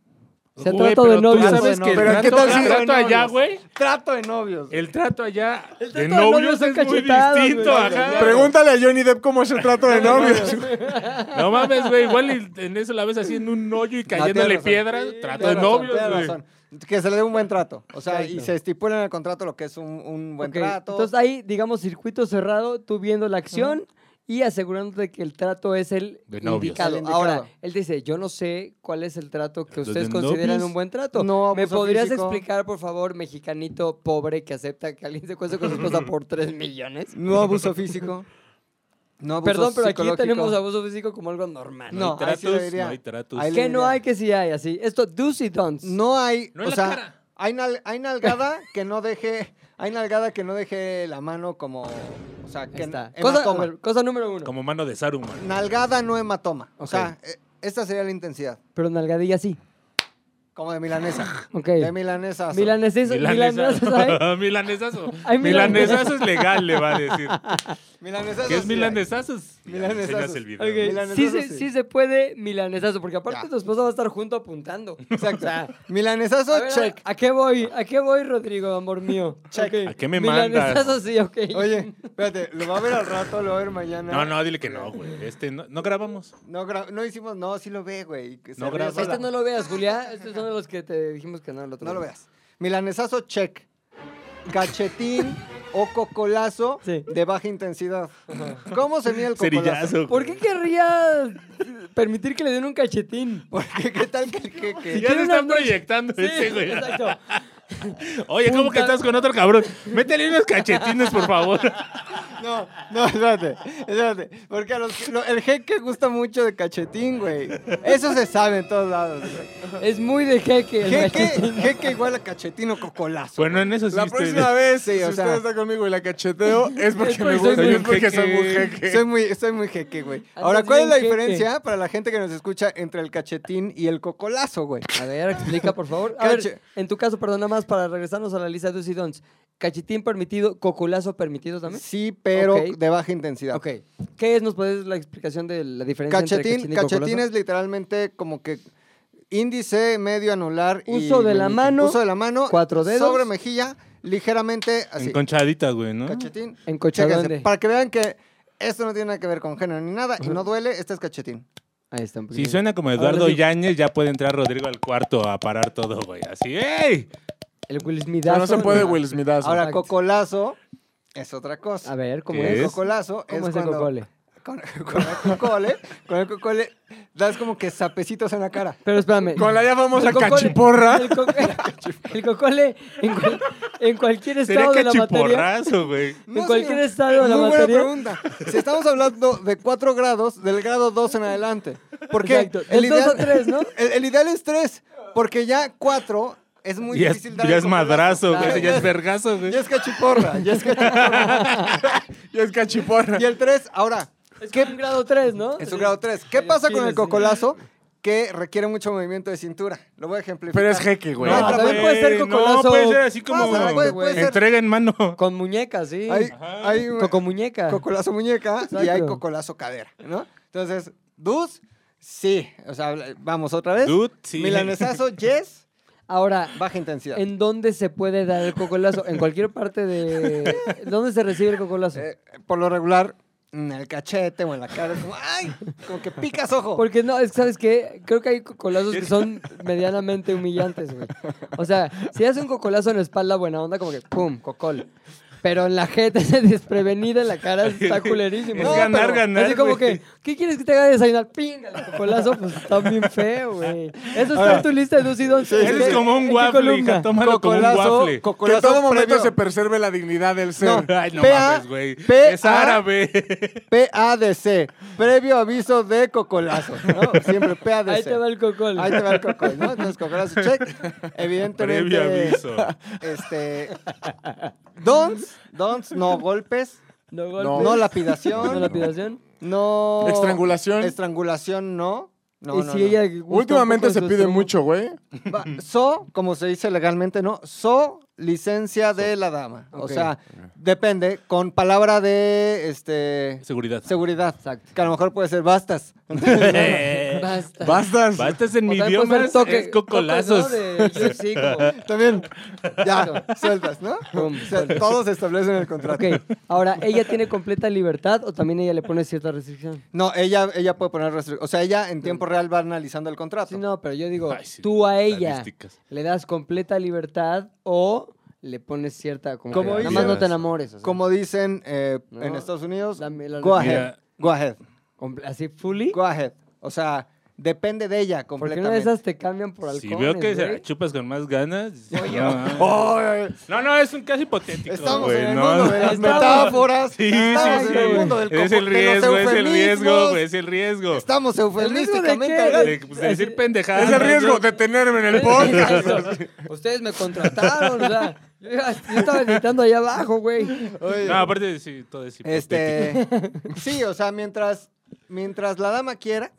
Speaker 1: Se
Speaker 4: Güey,
Speaker 1: trata
Speaker 4: pero
Speaker 1: de
Speaker 4: tú
Speaker 1: novios.
Speaker 4: sabes que el
Speaker 3: Pero ¿qué
Speaker 4: trato-
Speaker 3: tal
Speaker 4: el
Speaker 3: si-
Speaker 4: trato allá,
Speaker 2: novios?
Speaker 4: güey?
Speaker 2: trato de novios.
Speaker 4: El trato allá
Speaker 1: trato
Speaker 4: de
Speaker 1: de
Speaker 4: novios
Speaker 1: novios son
Speaker 4: es muy
Speaker 1: cachetadas, güey.
Speaker 4: distinto, ajá.
Speaker 3: Pregúntale a Johnny Depp cómo es el trato de novios. güey.
Speaker 4: No mames, güey, igual y en eso la ves así en un hoyo y cayéndole
Speaker 2: tienes razón.
Speaker 4: piedras.
Speaker 2: Sí,
Speaker 4: Trato de
Speaker 2: tienes razón,
Speaker 4: novios,
Speaker 2: tienes
Speaker 4: güey.
Speaker 2: razón. Que se le dé un buen trato. O sea, y
Speaker 1: Exacto.
Speaker 2: se estipula en el contrato lo que es un, un buen
Speaker 1: Ok,
Speaker 2: trato.
Speaker 1: Entonces ahí, digamos, circuito cerrado, tú viendo la acción y asegurándote que el trato es el
Speaker 4: De novios.
Speaker 1: indicado.
Speaker 2: El indicado.
Speaker 1: Ahora, él dice, yo no sé cuál es el trato que
Speaker 4: Entonces,
Speaker 1: ustedes
Speaker 4: ¿de
Speaker 1: consideran
Speaker 4: novios?
Speaker 1: un buen trato.
Speaker 2: No,
Speaker 1: ¿Me
Speaker 2: abuso
Speaker 1: podrías
Speaker 2: físico.
Speaker 1: explicar, por favor, mexicanito pobre que acepta que alguien se cueste con su esposa por 3 millones?
Speaker 2: No abuso físico. No abuso
Speaker 1: Perdón, pero aquí
Speaker 2: psicológico.
Speaker 1: tenemos abuso físico como algo normal.
Speaker 2: No,
Speaker 4: hay
Speaker 2: ahí sí
Speaker 4: tratos,
Speaker 2: lo diría.
Speaker 4: no hay tratos.
Speaker 2: Ahí le
Speaker 1: ¿Qué no
Speaker 2: diría.
Speaker 1: hay que sí hay así? Esto, do's y don'ts.
Speaker 2: No hay.
Speaker 4: No
Speaker 2: o
Speaker 4: en la
Speaker 2: sea,
Speaker 4: cara.
Speaker 2: Hay, nal- hay nalgada que no deje. Hay nalgada que no deje la mano como. O sea,
Speaker 1: Ahí
Speaker 2: que.
Speaker 1: está. Cosa,
Speaker 2: Hematoma.
Speaker 1: a ver, cosa número uno.
Speaker 4: Como mano de Saruman.
Speaker 2: Nalgada no hematoma. O sea, eh, esta sería la intensidad.
Speaker 1: Pero nalgadilla sí.
Speaker 2: Como de milanesa.
Speaker 1: Ok.
Speaker 2: De milanesa.
Speaker 1: Milaneses, milanesas, ¿sabes?
Speaker 4: Milanesazo. Milanesazo.
Speaker 1: Hay
Speaker 4: Milanesazo es legal, le va a decir.
Speaker 2: Milanesa.
Speaker 4: ¿Qué es milanesazos?
Speaker 2: Milanesazos.
Speaker 4: Ya, enseñas el video.
Speaker 1: Ok,
Speaker 2: Milanesazo,
Speaker 1: sí, se,
Speaker 2: sí.
Speaker 1: sí se puede milanesazo, porque aparte
Speaker 2: Ya.
Speaker 1: tu esposa va a estar junto apuntando.
Speaker 2: Exacto.
Speaker 1: O sea,
Speaker 2: Milanesazo,
Speaker 1: a ver,
Speaker 2: check.
Speaker 1: ¿A qué voy? ¿A qué voy, Rodrigo, amor mío?
Speaker 2: Check.
Speaker 1: Ok.
Speaker 4: ¿A qué me
Speaker 1: Milanesazo
Speaker 4: mandas?
Speaker 1: sí, ok.
Speaker 2: Oye, espérate, lo va a ver al rato, lo va a ver mañana.
Speaker 4: No, no, dile que no, güey. Este, no, no grabamos.
Speaker 2: No, gra- no hicimos, no, sí lo ve, güey. que se
Speaker 4: No
Speaker 2: ríe
Speaker 4: grabas.
Speaker 2: sola.
Speaker 1: este no lo veas, Julia. Este es uno de los que te dijimos que no el otro
Speaker 2: No lo
Speaker 1: día.
Speaker 2: veas. Milanesazo, check. Cachetín o cocolazo
Speaker 1: Sí.
Speaker 2: de baja intensidad. ¿Cómo se mide el cocolazo?
Speaker 4: Cerillazo.
Speaker 1: ¿Por qué querría permitir que le den un cachetín?
Speaker 2: Porque qué tal que el jeque?
Speaker 1: tiene
Speaker 4: Ya se está
Speaker 1: una-
Speaker 4: proyectando
Speaker 1: Sí,
Speaker 4: ese, güey.
Speaker 1: exacto.
Speaker 4: Oye, ¿cómo
Speaker 1: Punta-
Speaker 4: que estás con otro cabrón? Métele unos cachetines, por favor.
Speaker 2: No, no, espérate, espérate. Porque a los, lo- el jeque gusta mucho de cachetín, güey. Eso se sabe en todos lados, güey.
Speaker 1: Es muy de jeque el
Speaker 2: Jeque,
Speaker 1: machetín.
Speaker 2: jeque igual a cachetín o cocolazo.
Speaker 4: Bueno, en eso sí.
Speaker 3: La
Speaker 4: estoy-
Speaker 3: próxima vez,
Speaker 2: Sí,
Speaker 3: si
Speaker 2: o
Speaker 3: usted
Speaker 2: sea-
Speaker 3: está conmigo y la cacheteo, es porque me
Speaker 1: porque soy
Speaker 3: gusta,
Speaker 1: muy
Speaker 3: y es porque soy muy
Speaker 4: jeque.
Speaker 3: jeque.
Speaker 2: Soy muy, soy muy jeque, güey.
Speaker 1: Andas
Speaker 2: Ahora, ¿cuál es
Speaker 1: bien
Speaker 2: la
Speaker 1: jeque.
Speaker 2: diferencia para la gente que nos escucha entre el cachetín y el cocolazo, güey?
Speaker 1: A ver, explica, por favor. A ver,
Speaker 2: Cache-
Speaker 1: en tu caso, perdón, nada más para regresarnos a la lista de do's y don'ts. Cachetín permitido, coculazo permitido también.
Speaker 2: Sí, pero
Speaker 1: Ok.
Speaker 2: de baja intensidad.
Speaker 1: Ok. ¿Qué es? ¿Nos puedes la explicación de la diferencia
Speaker 2: Cachetín,
Speaker 1: entre cachetín y
Speaker 2: cachetín
Speaker 1: coculazo?
Speaker 2: es literalmente como que índice, medio anular y
Speaker 1: Uso de la
Speaker 2: meñique.
Speaker 1: mano,
Speaker 2: uso de la mano,
Speaker 1: cuatro dedos.
Speaker 2: sobre mejilla, ligeramente así.
Speaker 4: Enconchaditas, güey, ¿no?
Speaker 2: Cachetín.
Speaker 1: Encochadón
Speaker 2: Chéquense,
Speaker 1: de-
Speaker 2: Para que vean que esto no tiene nada que ver con género ni nada y no duele, este es cachetín.
Speaker 1: Ahí está. un
Speaker 4: Si
Speaker 1: poquito.
Speaker 4: suena como
Speaker 1: Ahora
Speaker 4: Eduardo
Speaker 1: sí.
Speaker 4: Yáñez, ya puede entrar Rodrigo al cuarto a parar todo, güey. Así, ¡ey!
Speaker 1: El Will Smith.
Speaker 3: Pero no se puede Will ah, Smithazo.
Speaker 2: Ahora,
Speaker 1: Exacto.
Speaker 2: cocolazo es otra cosa.
Speaker 1: A ver, ¿cómo
Speaker 4: ¿Qué
Speaker 1: es?
Speaker 4: es?
Speaker 2: Cocolazo es,
Speaker 1: ¿Cómo es, el
Speaker 2: cuando
Speaker 1: cocole?
Speaker 2: Con, con el cocole, con el cocole das como que sapecitos en la cara.
Speaker 1: Pero espérame.
Speaker 3: Con la ya famosa
Speaker 1: El cocole-
Speaker 3: cachiporra.
Speaker 1: El, co- el cocole en, cual- en cualquier
Speaker 4: Sería
Speaker 1: estado de la materia.
Speaker 4: cachiporrazo, güey.
Speaker 1: En cualquier estado de la
Speaker 2: Muy
Speaker 1: materia.
Speaker 2: buena pregunta. Si estamos hablando de 4 grados, del grado 2 en adelante. Porque
Speaker 1: Exacto. Del dos a tres, ¿no?
Speaker 2: El, el ideal es 3, porque ya 4 es muy
Speaker 4: Y es-
Speaker 2: difícil dar
Speaker 4: ya
Speaker 2: el
Speaker 4: es
Speaker 2: cocolazo.
Speaker 4: madrazo, güey.
Speaker 2: Claro,
Speaker 4: ese Ya es vergazo, güey.
Speaker 2: Ya es cachiporra, ya es cachiporra.
Speaker 3: Y es cachiporra.
Speaker 2: y el 3, ahora,
Speaker 1: Es que un grado 3, ¿no?
Speaker 2: es un grado 3. ¿Qué pasa con
Speaker 1: Chile,
Speaker 2: el
Speaker 1: sí.
Speaker 2: cocolazo? Que requiere mucho movimiento de cintura. Lo voy a ejemplificar.
Speaker 3: Pero es jeque, güey.
Speaker 1: No, también
Speaker 4: güey,
Speaker 1: puede ser
Speaker 4: No,
Speaker 1: cocolazo.
Speaker 4: puede ser así como
Speaker 2: Pásala, güey, puede ser.
Speaker 4: entrega en mano.
Speaker 1: Con muñecas, sí.
Speaker 2: Hay,
Speaker 4: Ajá.
Speaker 2: hay un-
Speaker 1: Coco muñeca.
Speaker 2: Cocolazo muñeca y hay
Speaker 1: Exacto.
Speaker 2: cocolazo cadera, ¿no? Entonces, dus, sí. O sea, habla- vamos otra vez.
Speaker 4: Dude, sí.
Speaker 2: Milanesazo, yes,
Speaker 1: Ahora,
Speaker 2: baja intensidad.
Speaker 1: ¿en dónde se puede dar el cocolazo? En cualquier parte de. ¿Dónde se recibe el cocolazo?
Speaker 2: Eh, por lo regular, en el cachete o en la cara, es como, ¡ay! Como que picas ojo.
Speaker 1: Porque no, es que, ¿sabes qué? Creo que hay cocolazos que son medianamente humillantes, güey. O sea, si haces un cocolazo en la espalda, buena onda, como que ¡pum! cocol. Pero en la gente desprevenida en la cara está culerísimo.
Speaker 4: Es
Speaker 1: güey.
Speaker 4: ganar,
Speaker 1: Pero
Speaker 4: ganar,
Speaker 1: Así como
Speaker 4: güey.
Speaker 1: que, ¿qué quieres que te haga desayunar? ¡Ping! El cocolazo, pues está bien feo, güey. Eso está
Speaker 2: Ahora,
Speaker 1: en tu lista de dos y dos.
Speaker 4: Eres como un waffle, hija, tómalo como un waffle.
Speaker 3: Que en
Speaker 2: Este, cocolazo
Speaker 3: todo momento
Speaker 2: previo.
Speaker 3: se preserve la dignidad del ser.
Speaker 2: No.
Speaker 4: Ay, no
Speaker 2: PA,
Speaker 4: mames, güey.
Speaker 2: PA.
Speaker 4: Es árabe.
Speaker 2: PADC, previo aviso de cocolazo, ¿no? Siempre PADC.
Speaker 1: Ahí te va el cocol.
Speaker 2: Ahí te va el cocol, ¿no? Entonces, cocolazo, check. Evidentemente.
Speaker 4: Previo aviso.
Speaker 2: Este. Dons, dons, no golpes,
Speaker 1: No,
Speaker 3: No.
Speaker 1: golpes.
Speaker 2: no
Speaker 1: No
Speaker 2: lapidación,
Speaker 1: lapidación.
Speaker 2: no.
Speaker 3: Estrangulación.
Speaker 2: Estrangulación, no. No,
Speaker 1: y
Speaker 2: no,
Speaker 1: si
Speaker 2: no.
Speaker 1: ella gusta un
Speaker 3: Últimamente
Speaker 1: poco de
Speaker 3: se
Speaker 1: su
Speaker 3: pide
Speaker 1: estómago.
Speaker 3: mucho, güey.
Speaker 2: Va- So, como se dice legalmente, ¿no? So, licencia de la dama. O
Speaker 1: Ok.
Speaker 2: sea, depende, con palabra de este
Speaker 4: Seguridad.
Speaker 2: seguridad. Que a lo mejor puede ser bastas.
Speaker 1: Basta.
Speaker 3: Bastas.
Speaker 4: Bastas en
Speaker 1: O
Speaker 4: mi
Speaker 1: también puede
Speaker 2: pues,
Speaker 4: idioma
Speaker 1: ser toque-
Speaker 4: es cocolazos.
Speaker 1: toques, ¿no? De UFC, como-
Speaker 2: También, ya, sueltas, ¿no?
Speaker 1: Pum,
Speaker 2: O sea,
Speaker 1: sueltas.
Speaker 2: todos establecen el contrato.
Speaker 1: Ok, ahora, ¿ella tiene completa libertad o también ella le pone cierta restricción?
Speaker 2: No, ella, ella puede poner restric- O sea, ella en tiempo real va analizando el contrato.
Speaker 1: Sí, no, pero yo digo,
Speaker 4: Ay, sí,
Speaker 1: tú a ella
Speaker 4: estadísticas.
Speaker 1: le das completa libertad o le pones cierta... Como
Speaker 2: Como
Speaker 1: que nada
Speaker 2: dice-
Speaker 1: más no te enamores. o sea,
Speaker 2: Como dicen eh,
Speaker 1: No,
Speaker 2: en Estados Unidos,
Speaker 1: dame la-
Speaker 2: go ahead,
Speaker 4: Mira.
Speaker 2: go ahead,
Speaker 1: comple- así, fully.
Speaker 2: go ahead. O sea, depende de ella
Speaker 1: Porque
Speaker 2: completamente.
Speaker 1: una de esas te cambian por alcohol.
Speaker 4: Si veo que se la chupas con más ganas. no, mames.
Speaker 2: ¡Ay!
Speaker 4: no, no, es un caso hipotético.
Speaker 2: Estamos
Speaker 4: güey,
Speaker 2: en el
Speaker 4: no,
Speaker 2: mundo
Speaker 4: no.
Speaker 2: de las
Speaker 1: Estamos-
Speaker 2: metáforas.
Speaker 4: Sí,
Speaker 2: estamos
Speaker 4: sí,
Speaker 2: en el
Speaker 4: sí.
Speaker 2: mundo del
Speaker 4: es
Speaker 2: coco-
Speaker 4: el
Speaker 2: de los
Speaker 4: riesgo, es el riesgo,
Speaker 2: eufemismos.
Speaker 4: güey, es el riesgo.
Speaker 2: Estamos
Speaker 1: ¿El
Speaker 2: eufemísticamente.
Speaker 1: riesgo
Speaker 2: hablando.
Speaker 1: de
Speaker 4: De, pues, de decir pendejadas.
Speaker 3: Es el riesgo
Speaker 4: güey.
Speaker 3: de tenerme en el podcast.
Speaker 1: Ustedes me contrataron, o sea, yo, yo estaba gritando allá abajo, güey.
Speaker 2: Oye,
Speaker 4: No, aparte, sí, todo es hipotético.
Speaker 2: este, sí, o sea, mientras, mientras la dama quiera,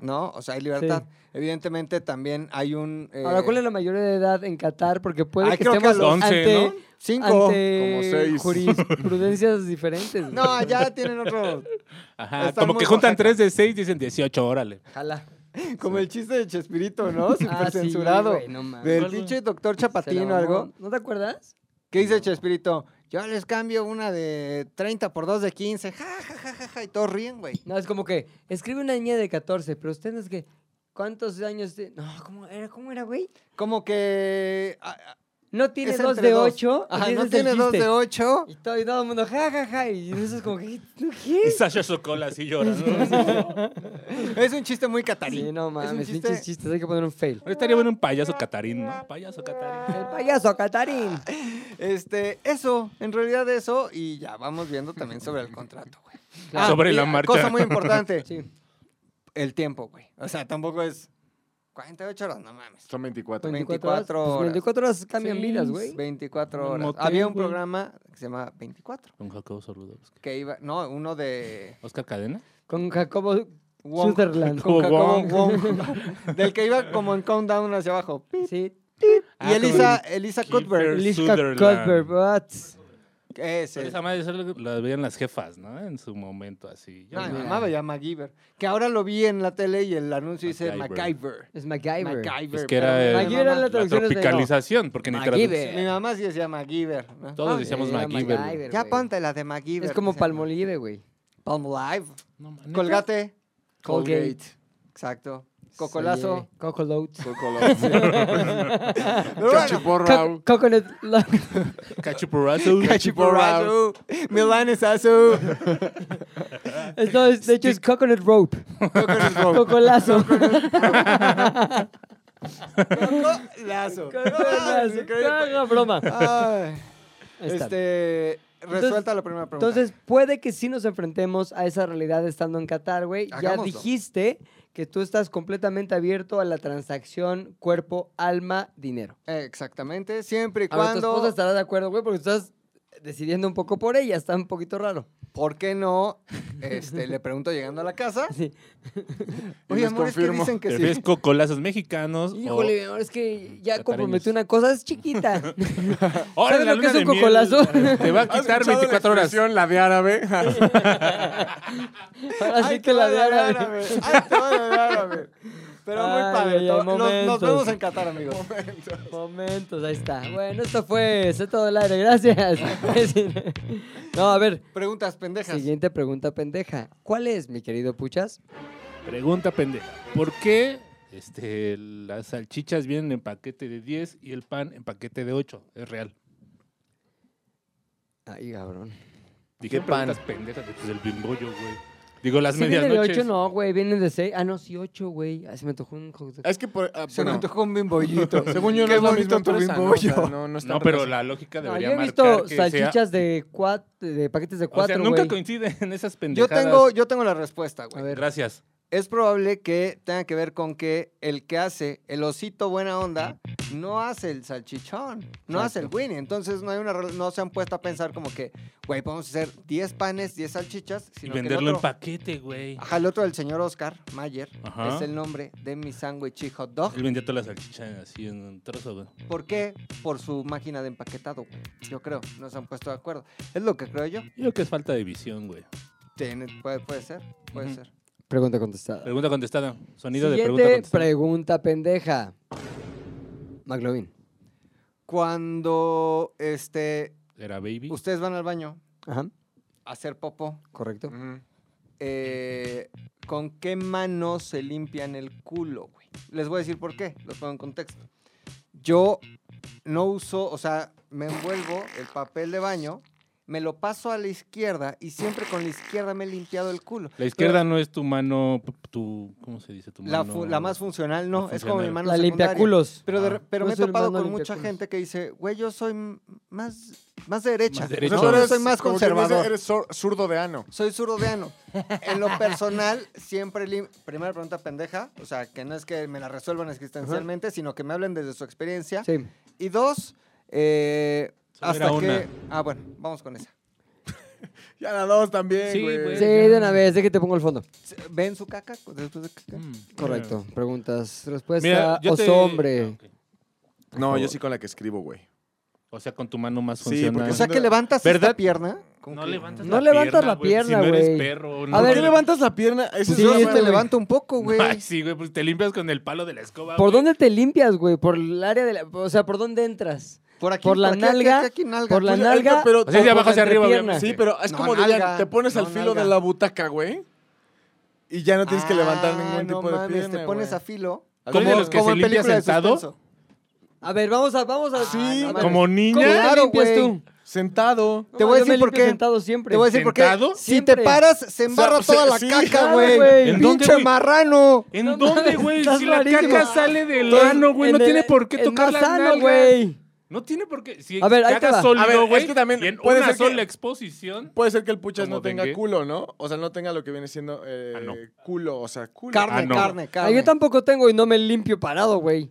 Speaker 2: ¿no? O sea, hay libertad. Evidentemente también hay un... eh,
Speaker 1: Ahora, ¿cuál es la mayoría de edad en Qatar? Porque puede
Speaker 2: Ay,
Speaker 1: que
Speaker 2: creo que
Speaker 1: estemos
Speaker 2: a los
Speaker 4: once,
Speaker 1: ante,
Speaker 4: ¿no?
Speaker 2: Cinco.
Speaker 3: Como
Speaker 1: ante
Speaker 3: seis.
Speaker 1: jurisprudencias diferentes. güey.
Speaker 2: No, ya tienen otro...
Speaker 4: Ajá,
Speaker 2: Está
Speaker 4: como
Speaker 2: muy
Speaker 4: que juntan
Speaker 2: Oaxaca.
Speaker 4: 3 de 6 dicen 18, órale.
Speaker 1: Ojalá.
Speaker 2: Como el chiste de Chespirito, ¿no? Súper
Speaker 1: Ah, sí,
Speaker 2: censurado.
Speaker 1: güey, no mames.
Speaker 2: del
Speaker 4: ¿Cuál, güey?
Speaker 2: pinche doctor
Speaker 1: Se la
Speaker 2: Chapatín o
Speaker 1: mamó.
Speaker 2: algo.
Speaker 1: ¿No te acuerdas?
Speaker 2: ¿Qué dice Chespirito? Yo les cambio una de 30 por 2 de 15. Ja, ja, ja, ja, ja. Y todos ríen, güey.
Speaker 1: No, es como que escribe una niña de 14, pero usted no es que. ¿Cuántos años? de- No, ¿cómo era, ¿cómo era, güey?
Speaker 2: Como que... ah, ah,
Speaker 1: No tiene
Speaker 2: es
Speaker 1: dos
Speaker 2: entre
Speaker 1: de ocho.
Speaker 2: Ajá,
Speaker 1: ese
Speaker 2: no
Speaker 1: es el
Speaker 2: tiene dos
Speaker 1: chiste.
Speaker 2: de 8.
Speaker 1: Y todo, y todo el mundo, ja, ja, ja. Y eso es como que, ¿tú qué?
Speaker 4: Y Sasha Sokola así llorando. ¿no?
Speaker 2: Es un chiste muy catarí.
Speaker 1: Sí, no mames,
Speaker 2: chiste-
Speaker 1: pinches chistes, hay que poner un fail.
Speaker 4: Ahorita estaría bueno un payaso catarín, ¿no? Payaso catarín.
Speaker 1: El payaso Catarín.
Speaker 2: Este, eso, en realidad eso, y ya vamos viendo también sobre el contrato, güey.
Speaker 4: Claro. Sobre la
Speaker 2: y, ah,
Speaker 4: marcha.
Speaker 2: Cosa muy importante,
Speaker 1: Sí.
Speaker 2: el tiempo, güey. O sea, tampoco es 48 horas, no mames.
Speaker 3: Son 24.
Speaker 1: 24 horas.
Speaker 2: 24
Speaker 1: pues,
Speaker 2: horas.
Speaker 1: 24 horas cambian
Speaker 4: Sí,
Speaker 1: vidas, güey.
Speaker 2: 24
Speaker 4: Un
Speaker 2: horas.
Speaker 4: motel,
Speaker 2: Había un
Speaker 4: güey.
Speaker 2: programa que se llamaba 24,
Speaker 4: Con Jacobo Sorludowski.
Speaker 2: que iba, no, uno de
Speaker 4: ¿Oscar Cadena?
Speaker 1: Con Jacobo
Speaker 2: Wong,
Speaker 1: Sutherland.
Speaker 2: con Jacobo
Speaker 4: Wong.
Speaker 2: Wong, del que iba como en countdown hacia abajo.
Speaker 1: Sí.
Speaker 4: Ah,
Speaker 2: y Elisa,
Speaker 4: con
Speaker 2: Elisa
Speaker 4: Kiefer.
Speaker 2: Cuthbert.
Speaker 1: Lishka
Speaker 4: Sutherland.
Speaker 1: Cuthbert. but-
Speaker 2: Ese.
Speaker 4: Esa madre solo la veían las jefas, ¿no? En su momento, así.
Speaker 2: No, mi
Speaker 1: Ah.
Speaker 2: mamá veía MacGyver. Que ahora lo vi en la tele y el anuncio dice
Speaker 4: MacGyver.
Speaker 2: MacGyver.
Speaker 1: Es MacGyver.
Speaker 2: MacGyver.
Speaker 4: Es que
Speaker 2: pero
Speaker 4: era,
Speaker 2: mi
Speaker 4: eh,
Speaker 1: MacGyver era
Speaker 2: mamá-
Speaker 1: la
Speaker 4: La
Speaker 1: traducción es de-
Speaker 4: tropicalización, porque ni traducción.
Speaker 1: MacGyver.
Speaker 2: Mi mamá sí decía MacGyver. ¿no?
Speaker 4: Todos
Speaker 2: Ah,
Speaker 4: decíamos
Speaker 1: Era
Speaker 4: MacGyver. güey.
Speaker 1: MacGyver,
Speaker 2: Ya
Speaker 1: güey.
Speaker 2: ponte la de MacGyver.
Speaker 1: Es como
Speaker 2: O sea,
Speaker 1: Palmolive, güey.
Speaker 2: Palmolive.
Speaker 4: No, man,
Speaker 2: Colgate.
Speaker 1: Colgate.
Speaker 2: Exacto. Cocolazo.
Speaker 1: Sí, Cocoloat.
Speaker 2: Pero bueno,
Speaker 3: Cachiporrao.
Speaker 1: Co- Coconut. lo-
Speaker 4: neta. Cachiporrazo.
Speaker 2: Cachiporrazo. Milanesazo.
Speaker 1: Es- no, es- de hecho, es Coconut Rope.
Speaker 2: Coconut rope.
Speaker 1: Cocolazo.
Speaker 2: Cocolazo.
Speaker 1: Cocolazo.
Speaker 2: Increíble.
Speaker 1: No, no, broma.
Speaker 2: Ay,
Speaker 1: Ahí está.
Speaker 2: Este.
Speaker 1: Entonces-
Speaker 2: Resuelta la primera pregunta.
Speaker 1: Entonces, puede que sí nos enfrentemos a esa realidad estando en Qatar, güey. Ya
Speaker 2: Hagámoslo.
Speaker 1: dijiste que tú estás completamente abierto a la transacción cuerpo, alma, dinero.
Speaker 2: Exactamente. Siempre y
Speaker 1: Ahora, tu esposa
Speaker 2: cuando.
Speaker 1: estará de acuerdo, güey, porque estás decidiendo un poco por ella. Está un poquito raro.
Speaker 2: ¿Por qué no? Este, le pregunto llegando a la casa.
Speaker 1: Sí.
Speaker 3: Y
Speaker 2: Oye,
Speaker 3: les
Speaker 2: amor, es que
Speaker 3: confirmo.
Speaker 2: dicen que
Speaker 4: ¿Prefieres
Speaker 2: sí.
Speaker 4: cocolazos mexicanos?
Speaker 1: Híjole, mi amor, es que ya
Speaker 4: Catareños.
Speaker 1: comprometí una cosa, es chiquita.
Speaker 4: O... Ahora
Speaker 1: ¿sabes
Speaker 4: en Oh, la
Speaker 1: lo que es un
Speaker 4: luna de miel,
Speaker 1: cocolazo?
Speaker 4: Te va a
Speaker 3: ¿Has
Speaker 4: quitar
Speaker 3: escuchado
Speaker 4: 24
Speaker 3: la
Speaker 4: horas.
Speaker 3: expresión, la de árabe.
Speaker 1: Ahora sí que la de árabe.
Speaker 2: árabe. Ay, te voy a la de árabe. Pero muy
Speaker 1: Ay,
Speaker 2: padre.
Speaker 1: ay, ay,
Speaker 2: to- nos- nos,
Speaker 1: momentos.
Speaker 2: vemos en Qatar, amigos.
Speaker 1: Momentos, ahí está. Bueno, esto fue Sé todo el aire, gracias. no, a ver,
Speaker 2: Preguntas pendejas.
Speaker 1: siguiente pregunta pendeja. ¿Cuál es, mi querido Puchas?
Speaker 4: Pregunta pendeja. ¿Por qué este, las salchichas vienen en paquete de 10 y el pan en paquete de 8? Es real.
Speaker 1: Ay, cabrón.
Speaker 4: Dije
Speaker 3: ¿Qué pan?
Speaker 4: preguntas pendejas después del bimbollo, güey. Digo, las
Speaker 1: ¿Sí
Speaker 4: medias
Speaker 1: viene de
Speaker 4: noches.
Speaker 1: 8? No, güey, vienen de 6. Ah, no, sí, 8, güey. Ah, se me antojó un hot dog.
Speaker 3: Es que por, ah,
Speaker 2: Se me
Speaker 3: bueno,
Speaker 2: antojó un bimbollito.
Speaker 3: según yo no
Speaker 2: Qué
Speaker 3: es la
Speaker 2: bonito
Speaker 3: misma
Speaker 2: tu
Speaker 3: empresa, ¿no? O sea,
Speaker 2: bimbollo.
Speaker 3: no, no están
Speaker 4: No, pero
Speaker 3: relacionados.
Speaker 4: la lógica
Speaker 1: No, yo
Speaker 4: debería
Speaker 1: he
Speaker 4: marcar
Speaker 1: visto
Speaker 4: que sea...
Speaker 1: salchichas de, cuat- de paquetes de
Speaker 4: O
Speaker 1: 4,
Speaker 4: sea,
Speaker 1: güey.
Speaker 4: nunca coinciden esas
Speaker 2: Yo
Speaker 4: pendejadas.
Speaker 2: tengo, yo tengo la respuesta,
Speaker 1: A
Speaker 2: güey.
Speaker 1: ver.
Speaker 4: Gracias.
Speaker 2: Es probable que tenga que ver con que el que hace el osito buena onda no hace el salchichón, no hace el Winnie. Entonces no hay una rel- no se han puesto a pensar como que, güey, podemos hacer 10 panes, 10 salchichas,
Speaker 4: Y
Speaker 2: sino que el
Speaker 4: venderlo en
Speaker 2: otro-
Speaker 4: paquete, güey.
Speaker 2: Ajá, el otro del señor Oscar Mayer
Speaker 4: Ajá.
Speaker 2: es el nombre de mi sándwich y hot dog.
Speaker 4: Él vendía toda la salchicha así en un trozo, güey.
Speaker 2: ¿Por qué? Por su máquina de empaquetado, güey. Yo creo, no se han puesto de acuerdo. Es lo que creo yo.
Speaker 4: Yo creo que es falta de visión, güey.
Speaker 2: Tiene- puede, puede ser, puede
Speaker 4: Ujú.
Speaker 2: ser.
Speaker 1: Pregunta contestada.
Speaker 4: Pregunta contestada.
Speaker 1: Siguiente
Speaker 4: Sonido de pregunta contestada.
Speaker 1: pregunta pendeja. McLovin.
Speaker 2: Cuando este,
Speaker 4: Era baby.
Speaker 2: ustedes van al baño
Speaker 1: Ajá,
Speaker 2: a hacer popo,
Speaker 1: correcto.
Speaker 3: Ujú.
Speaker 2: eh, ¿con qué manos se limpian el culo, güey? Les voy a decir por qué, los pongo en contexto. Yo no uso, o sea, me envuelvo el papel de baño, me lo paso a la izquierda y siempre con la izquierda me he limpiado el culo.
Speaker 4: La izquierda no es tu mano, tu, ¿cómo se dice? Tu
Speaker 2: La,
Speaker 4: mano-
Speaker 2: fu- la más funcional, no,
Speaker 4: la
Speaker 2: es como mi
Speaker 4: funcional.
Speaker 1: La
Speaker 2: mano secundaria.
Speaker 1: limpiaculos.
Speaker 2: Pero, de re-
Speaker 4: Ah.
Speaker 2: pero
Speaker 1: Yo
Speaker 2: me he
Speaker 1: soy el
Speaker 2: topado
Speaker 1: mando
Speaker 2: con mucha
Speaker 1: limpiaculos.
Speaker 2: gente que dice, güey, yo soy m- más, más derecha.
Speaker 4: Más
Speaker 2: No,
Speaker 4: derecha.
Speaker 2: yo
Speaker 4: eres-
Speaker 2: soy más
Speaker 3: como quien dice,
Speaker 2: conservador.
Speaker 3: Eres zor- zurdo de ano.
Speaker 2: Soy zurdodeano. En lo personal, siempre... lim- Primera pregunta pendeja, o sea, que no es que me la resuelvan existencialmente, sino que me hablen desde su experiencia.
Speaker 1: Sí.
Speaker 2: Y dos, eh,
Speaker 4: Solo
Speaker 2: hasta
Speaker 4: era
Speaker 2: que...
Speaker 4: una.
Speaker 2: Ah, bueno, vamos con esa.
Speaker 3: Ya la dos también,
Speaker 4: Sí,
Speaker 3: güey.
Speaker 4: güey.
Speaker 1: Sí, de una vez, de que te pongo el fondo.
Speaker 2: ¿Ven su caca después de caca?
Speaker 4: Mm,
Speaker 1: Correcto. Preguntas,
Speaker 4: mira.
Speaker 1: respuesta
Speaker 4: yo
Speaker 1: o
Speaker 4: te-
Speaker 1: hombre.
Speaker 4: Ah, ok.
Speaker 3: No, yo sí con la que escribo, güey.
Speaker 4: O sea, con tu mano más
Speaker 3: Sí,
Speaker 4: funcional.
Speaker 3: porque-
Speaker 2: O sea, que levantas esta
Speaker 4: ¿Verdad?
Speaker 2: pierna. como
Speaker 4: no
Speaker 2: que-
Speaker 4: levantas
Speaker 1: No
Speaker 4: la
Speaker 1: levantas la
Speaker 4: güey,
Speaker 1: pierna,
Speaker 4: Si no
Speaker 1: güey.
Speaker 4: eres perro. No
Speaker 1: A ver,
Speaker 3: ¿Por qué levantas la pierna? Ese
Speaker 2: Pues
Speaker 3: es
Speaker 1: Sí, este
Speaker 2: yo
Speaker 3: otro
Speaker 2: sí
Speaker 1: bueno,
Speaker 2: te
Speaker 3: pedo, güey.
Speaker 2: levanto un poco, güey.
Speaker 4: Ay, sí, güey, pues te limpias con el palo de la escoba.
Speaker 1: ¿Por
Speaker 4: güey.
Speaker 1: dónde te limpias, güey? ¿Por el área de la... O sea, ¿por dónde entras?
Speaker 2: Por aquí,
Speaker 1: por la
Speaker 2: aquí, aquí,
Speaker 1: nalga,
Speaker 2: aquí, aquí, nalga.
Speaker 1: por la
Speaker 3: Pues,
Speaker 1: nalga,
Speaker 3: pero-
Speaker 4: O sea, es
Speaker 1: por
Speaker 4: de abajo
Speaker 1: la
Speaker 4: hacia arriba,
Speaker 1: entrepierna.
Speaker 4: obviamente.
Speaker 3: Sí, pero es
Speaker 2: No,
Speaker 3: como dirían,
Speaker 2: nalga.
Speaker 3: te pones al
Speaker 2: No,
Speaker 3: filo
Speaker 2: nalga.
Speaker 3: de la butaca, güey. Y ya no tienes que levantar
Speaker 2: Ah,
Speaker 3: ningún
Speaker 2: no
Speaker 3: tipo de
Speaker 2: mames,
Speaker 3: pierna,
Speaker 2: Te pones
Speaker 3: güey.
Speaker 2: a filo.
Speaker 4: ¿Tú eres de los que se
Speaker 2: en
Speaker 4: limpia
Speaker 2: película de
Speaker 4: sentado?
Speaker 2: suspenso.
Speaker 1: A ver, vamos a... Vamos a
Speaker 2: Sí,
Speaker 1: Ah, no mames.
Speaker 4: como
Speaker 1: ¿Cómo
Speaker 4: niña.
Speaker 1: te
Speaker 2: Claro,
Speaker 1: limpias
Speaker 2: güey.
Speaker 1: tú?
Speaker 3: Sentado.
Speaker 1: No,
Speaker 2: Te voy a
Speaker 1: yo me
Speaker 2: decir por
Speaker 1: limpio
Speaker 2: qué.
Speaker 1: sentado siempre.
Speaker 2: Te voy a decir por qué.
Speaker 4: ¿Sentado?
Speaker 2: Si te
Speaker 1: Siempre.
Speaker 2: paras, se embarra
Speaker 3: O sea,
Speaker 2: toda la
Speaker 3: sí,
Speaker 2: caca,
Speaker 3: claro,
Speaker 1: güey.
Speaker 2: güey.
Speaker 4: ¿En dónde,
Speaker 2: Pinche
Speaker 4: güey?
Speaker 2: marrano.
Speaker 4: ¿En
Speaker 1: No
Speaker 4: dónde,
Speaker 1: mames,
Speaker 4: güey?
Speaker 1: estás
Speaker 4: Si la
Speaker 1: rarísimo.
Speaker 4: caca sale del
Speaker 1: Entonces,
Speaker 4: ano, güey,
Speaker 1: en el-
Speaker 4: no tiene por qué
Speaker 1: el más
Speaker 4: tocar la
Speaker 1: sano,
Speaker 4: nalga.
Speaker 1: güey.
Speaker 4: No tiene por qué. Si
Speaker 1: A ver, ahí te
Speaker 4: cagas
Speaker 1: va.
Speaker 4: sólido,
Speaker 3: A ver, es
Speaker 4: güey,
Speaker 3: que también
Speaker 4: y en
Speaker 3: puede
Speaker 4: una
Speaker 3: ser que-
Speaker 4: sola exposición.
Speaker 3: Puede ser que el puchas
Speaker 4: Como
Speaker 3: no tenga
Speaker 4: dengue.
Speaker 3: culo, ¿no? O sea, no tenga lo que viene siendo eh,
Speaker 4: Ah, no.
Speaker 3: culo, o sea, culo.
Speaker 2: Carne,
Speaker 4: Ah, no.
Speaker 2: carne,
Speaker 1: Ah,
Speaker 2: carne.
Speaker 1: yo tampoco tengo y no me limpio parado, güey.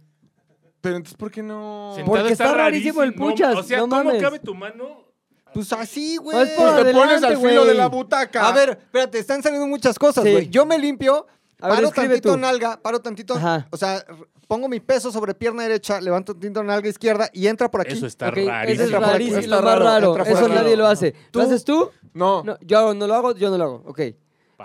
Speaker 3: Pero entonces, ¿por qué no? Pues
Speaker 4: sentado
Speaker 1: Porque está rarísimo el puchas,
Speaker 4: O sea,
Speaker 1: no
Speaker 4: ¿cómo
Speaker 1: mames.
Speaker 4: cabe tu mano?
Speaker 2: Pues así, güey.
Speaker 1: No, es por
Speaker 3: Pues te
Speaker 1: Adelante,
Speaker 3: pones al filo
Speaker 1: güey.
Speaker 3: de la butaca.
Speaker 2: A ver, espérate, están saliendo muchas cosas,
Speaker 1: Sí.
Speaker 2: güey. Yo me limpio,
Speaker 1: A ver,
Speaker 2: paro
Speaker 1: escribe
Speaker 2: tantito
Speaker 1: tú.
Speaker 2: nalga, paro tantito.
Speaker 1: Ajá.
Speaker 2: O sea, r- pongo mi peso sobre pierna derecha, levanto tantito nalga izquierda y entra por aquí.
Speaker 4: Eso está
Speaker 1: Ok,
Speaker 4: rarísimo.
Speaker 1: Eso es
Speaker 2: Entra por aquí.
Speaker 1: rarísimo,
Speaker 2: Está
Speaker 1: lo más
Speaker 2: raro,
Speaker 1: raro.
Speaker 2: entra por
Speaker 1: Eso
Speaker 2: aquí.
Speaker 1: nadie lo hace.
Speaker 2: ¿Tú?
Speaker 1: ¿Lo haces tú?
Speaker 3: No.
Speaker 1: No, yo no lo hago, yo no lo hago. Ok.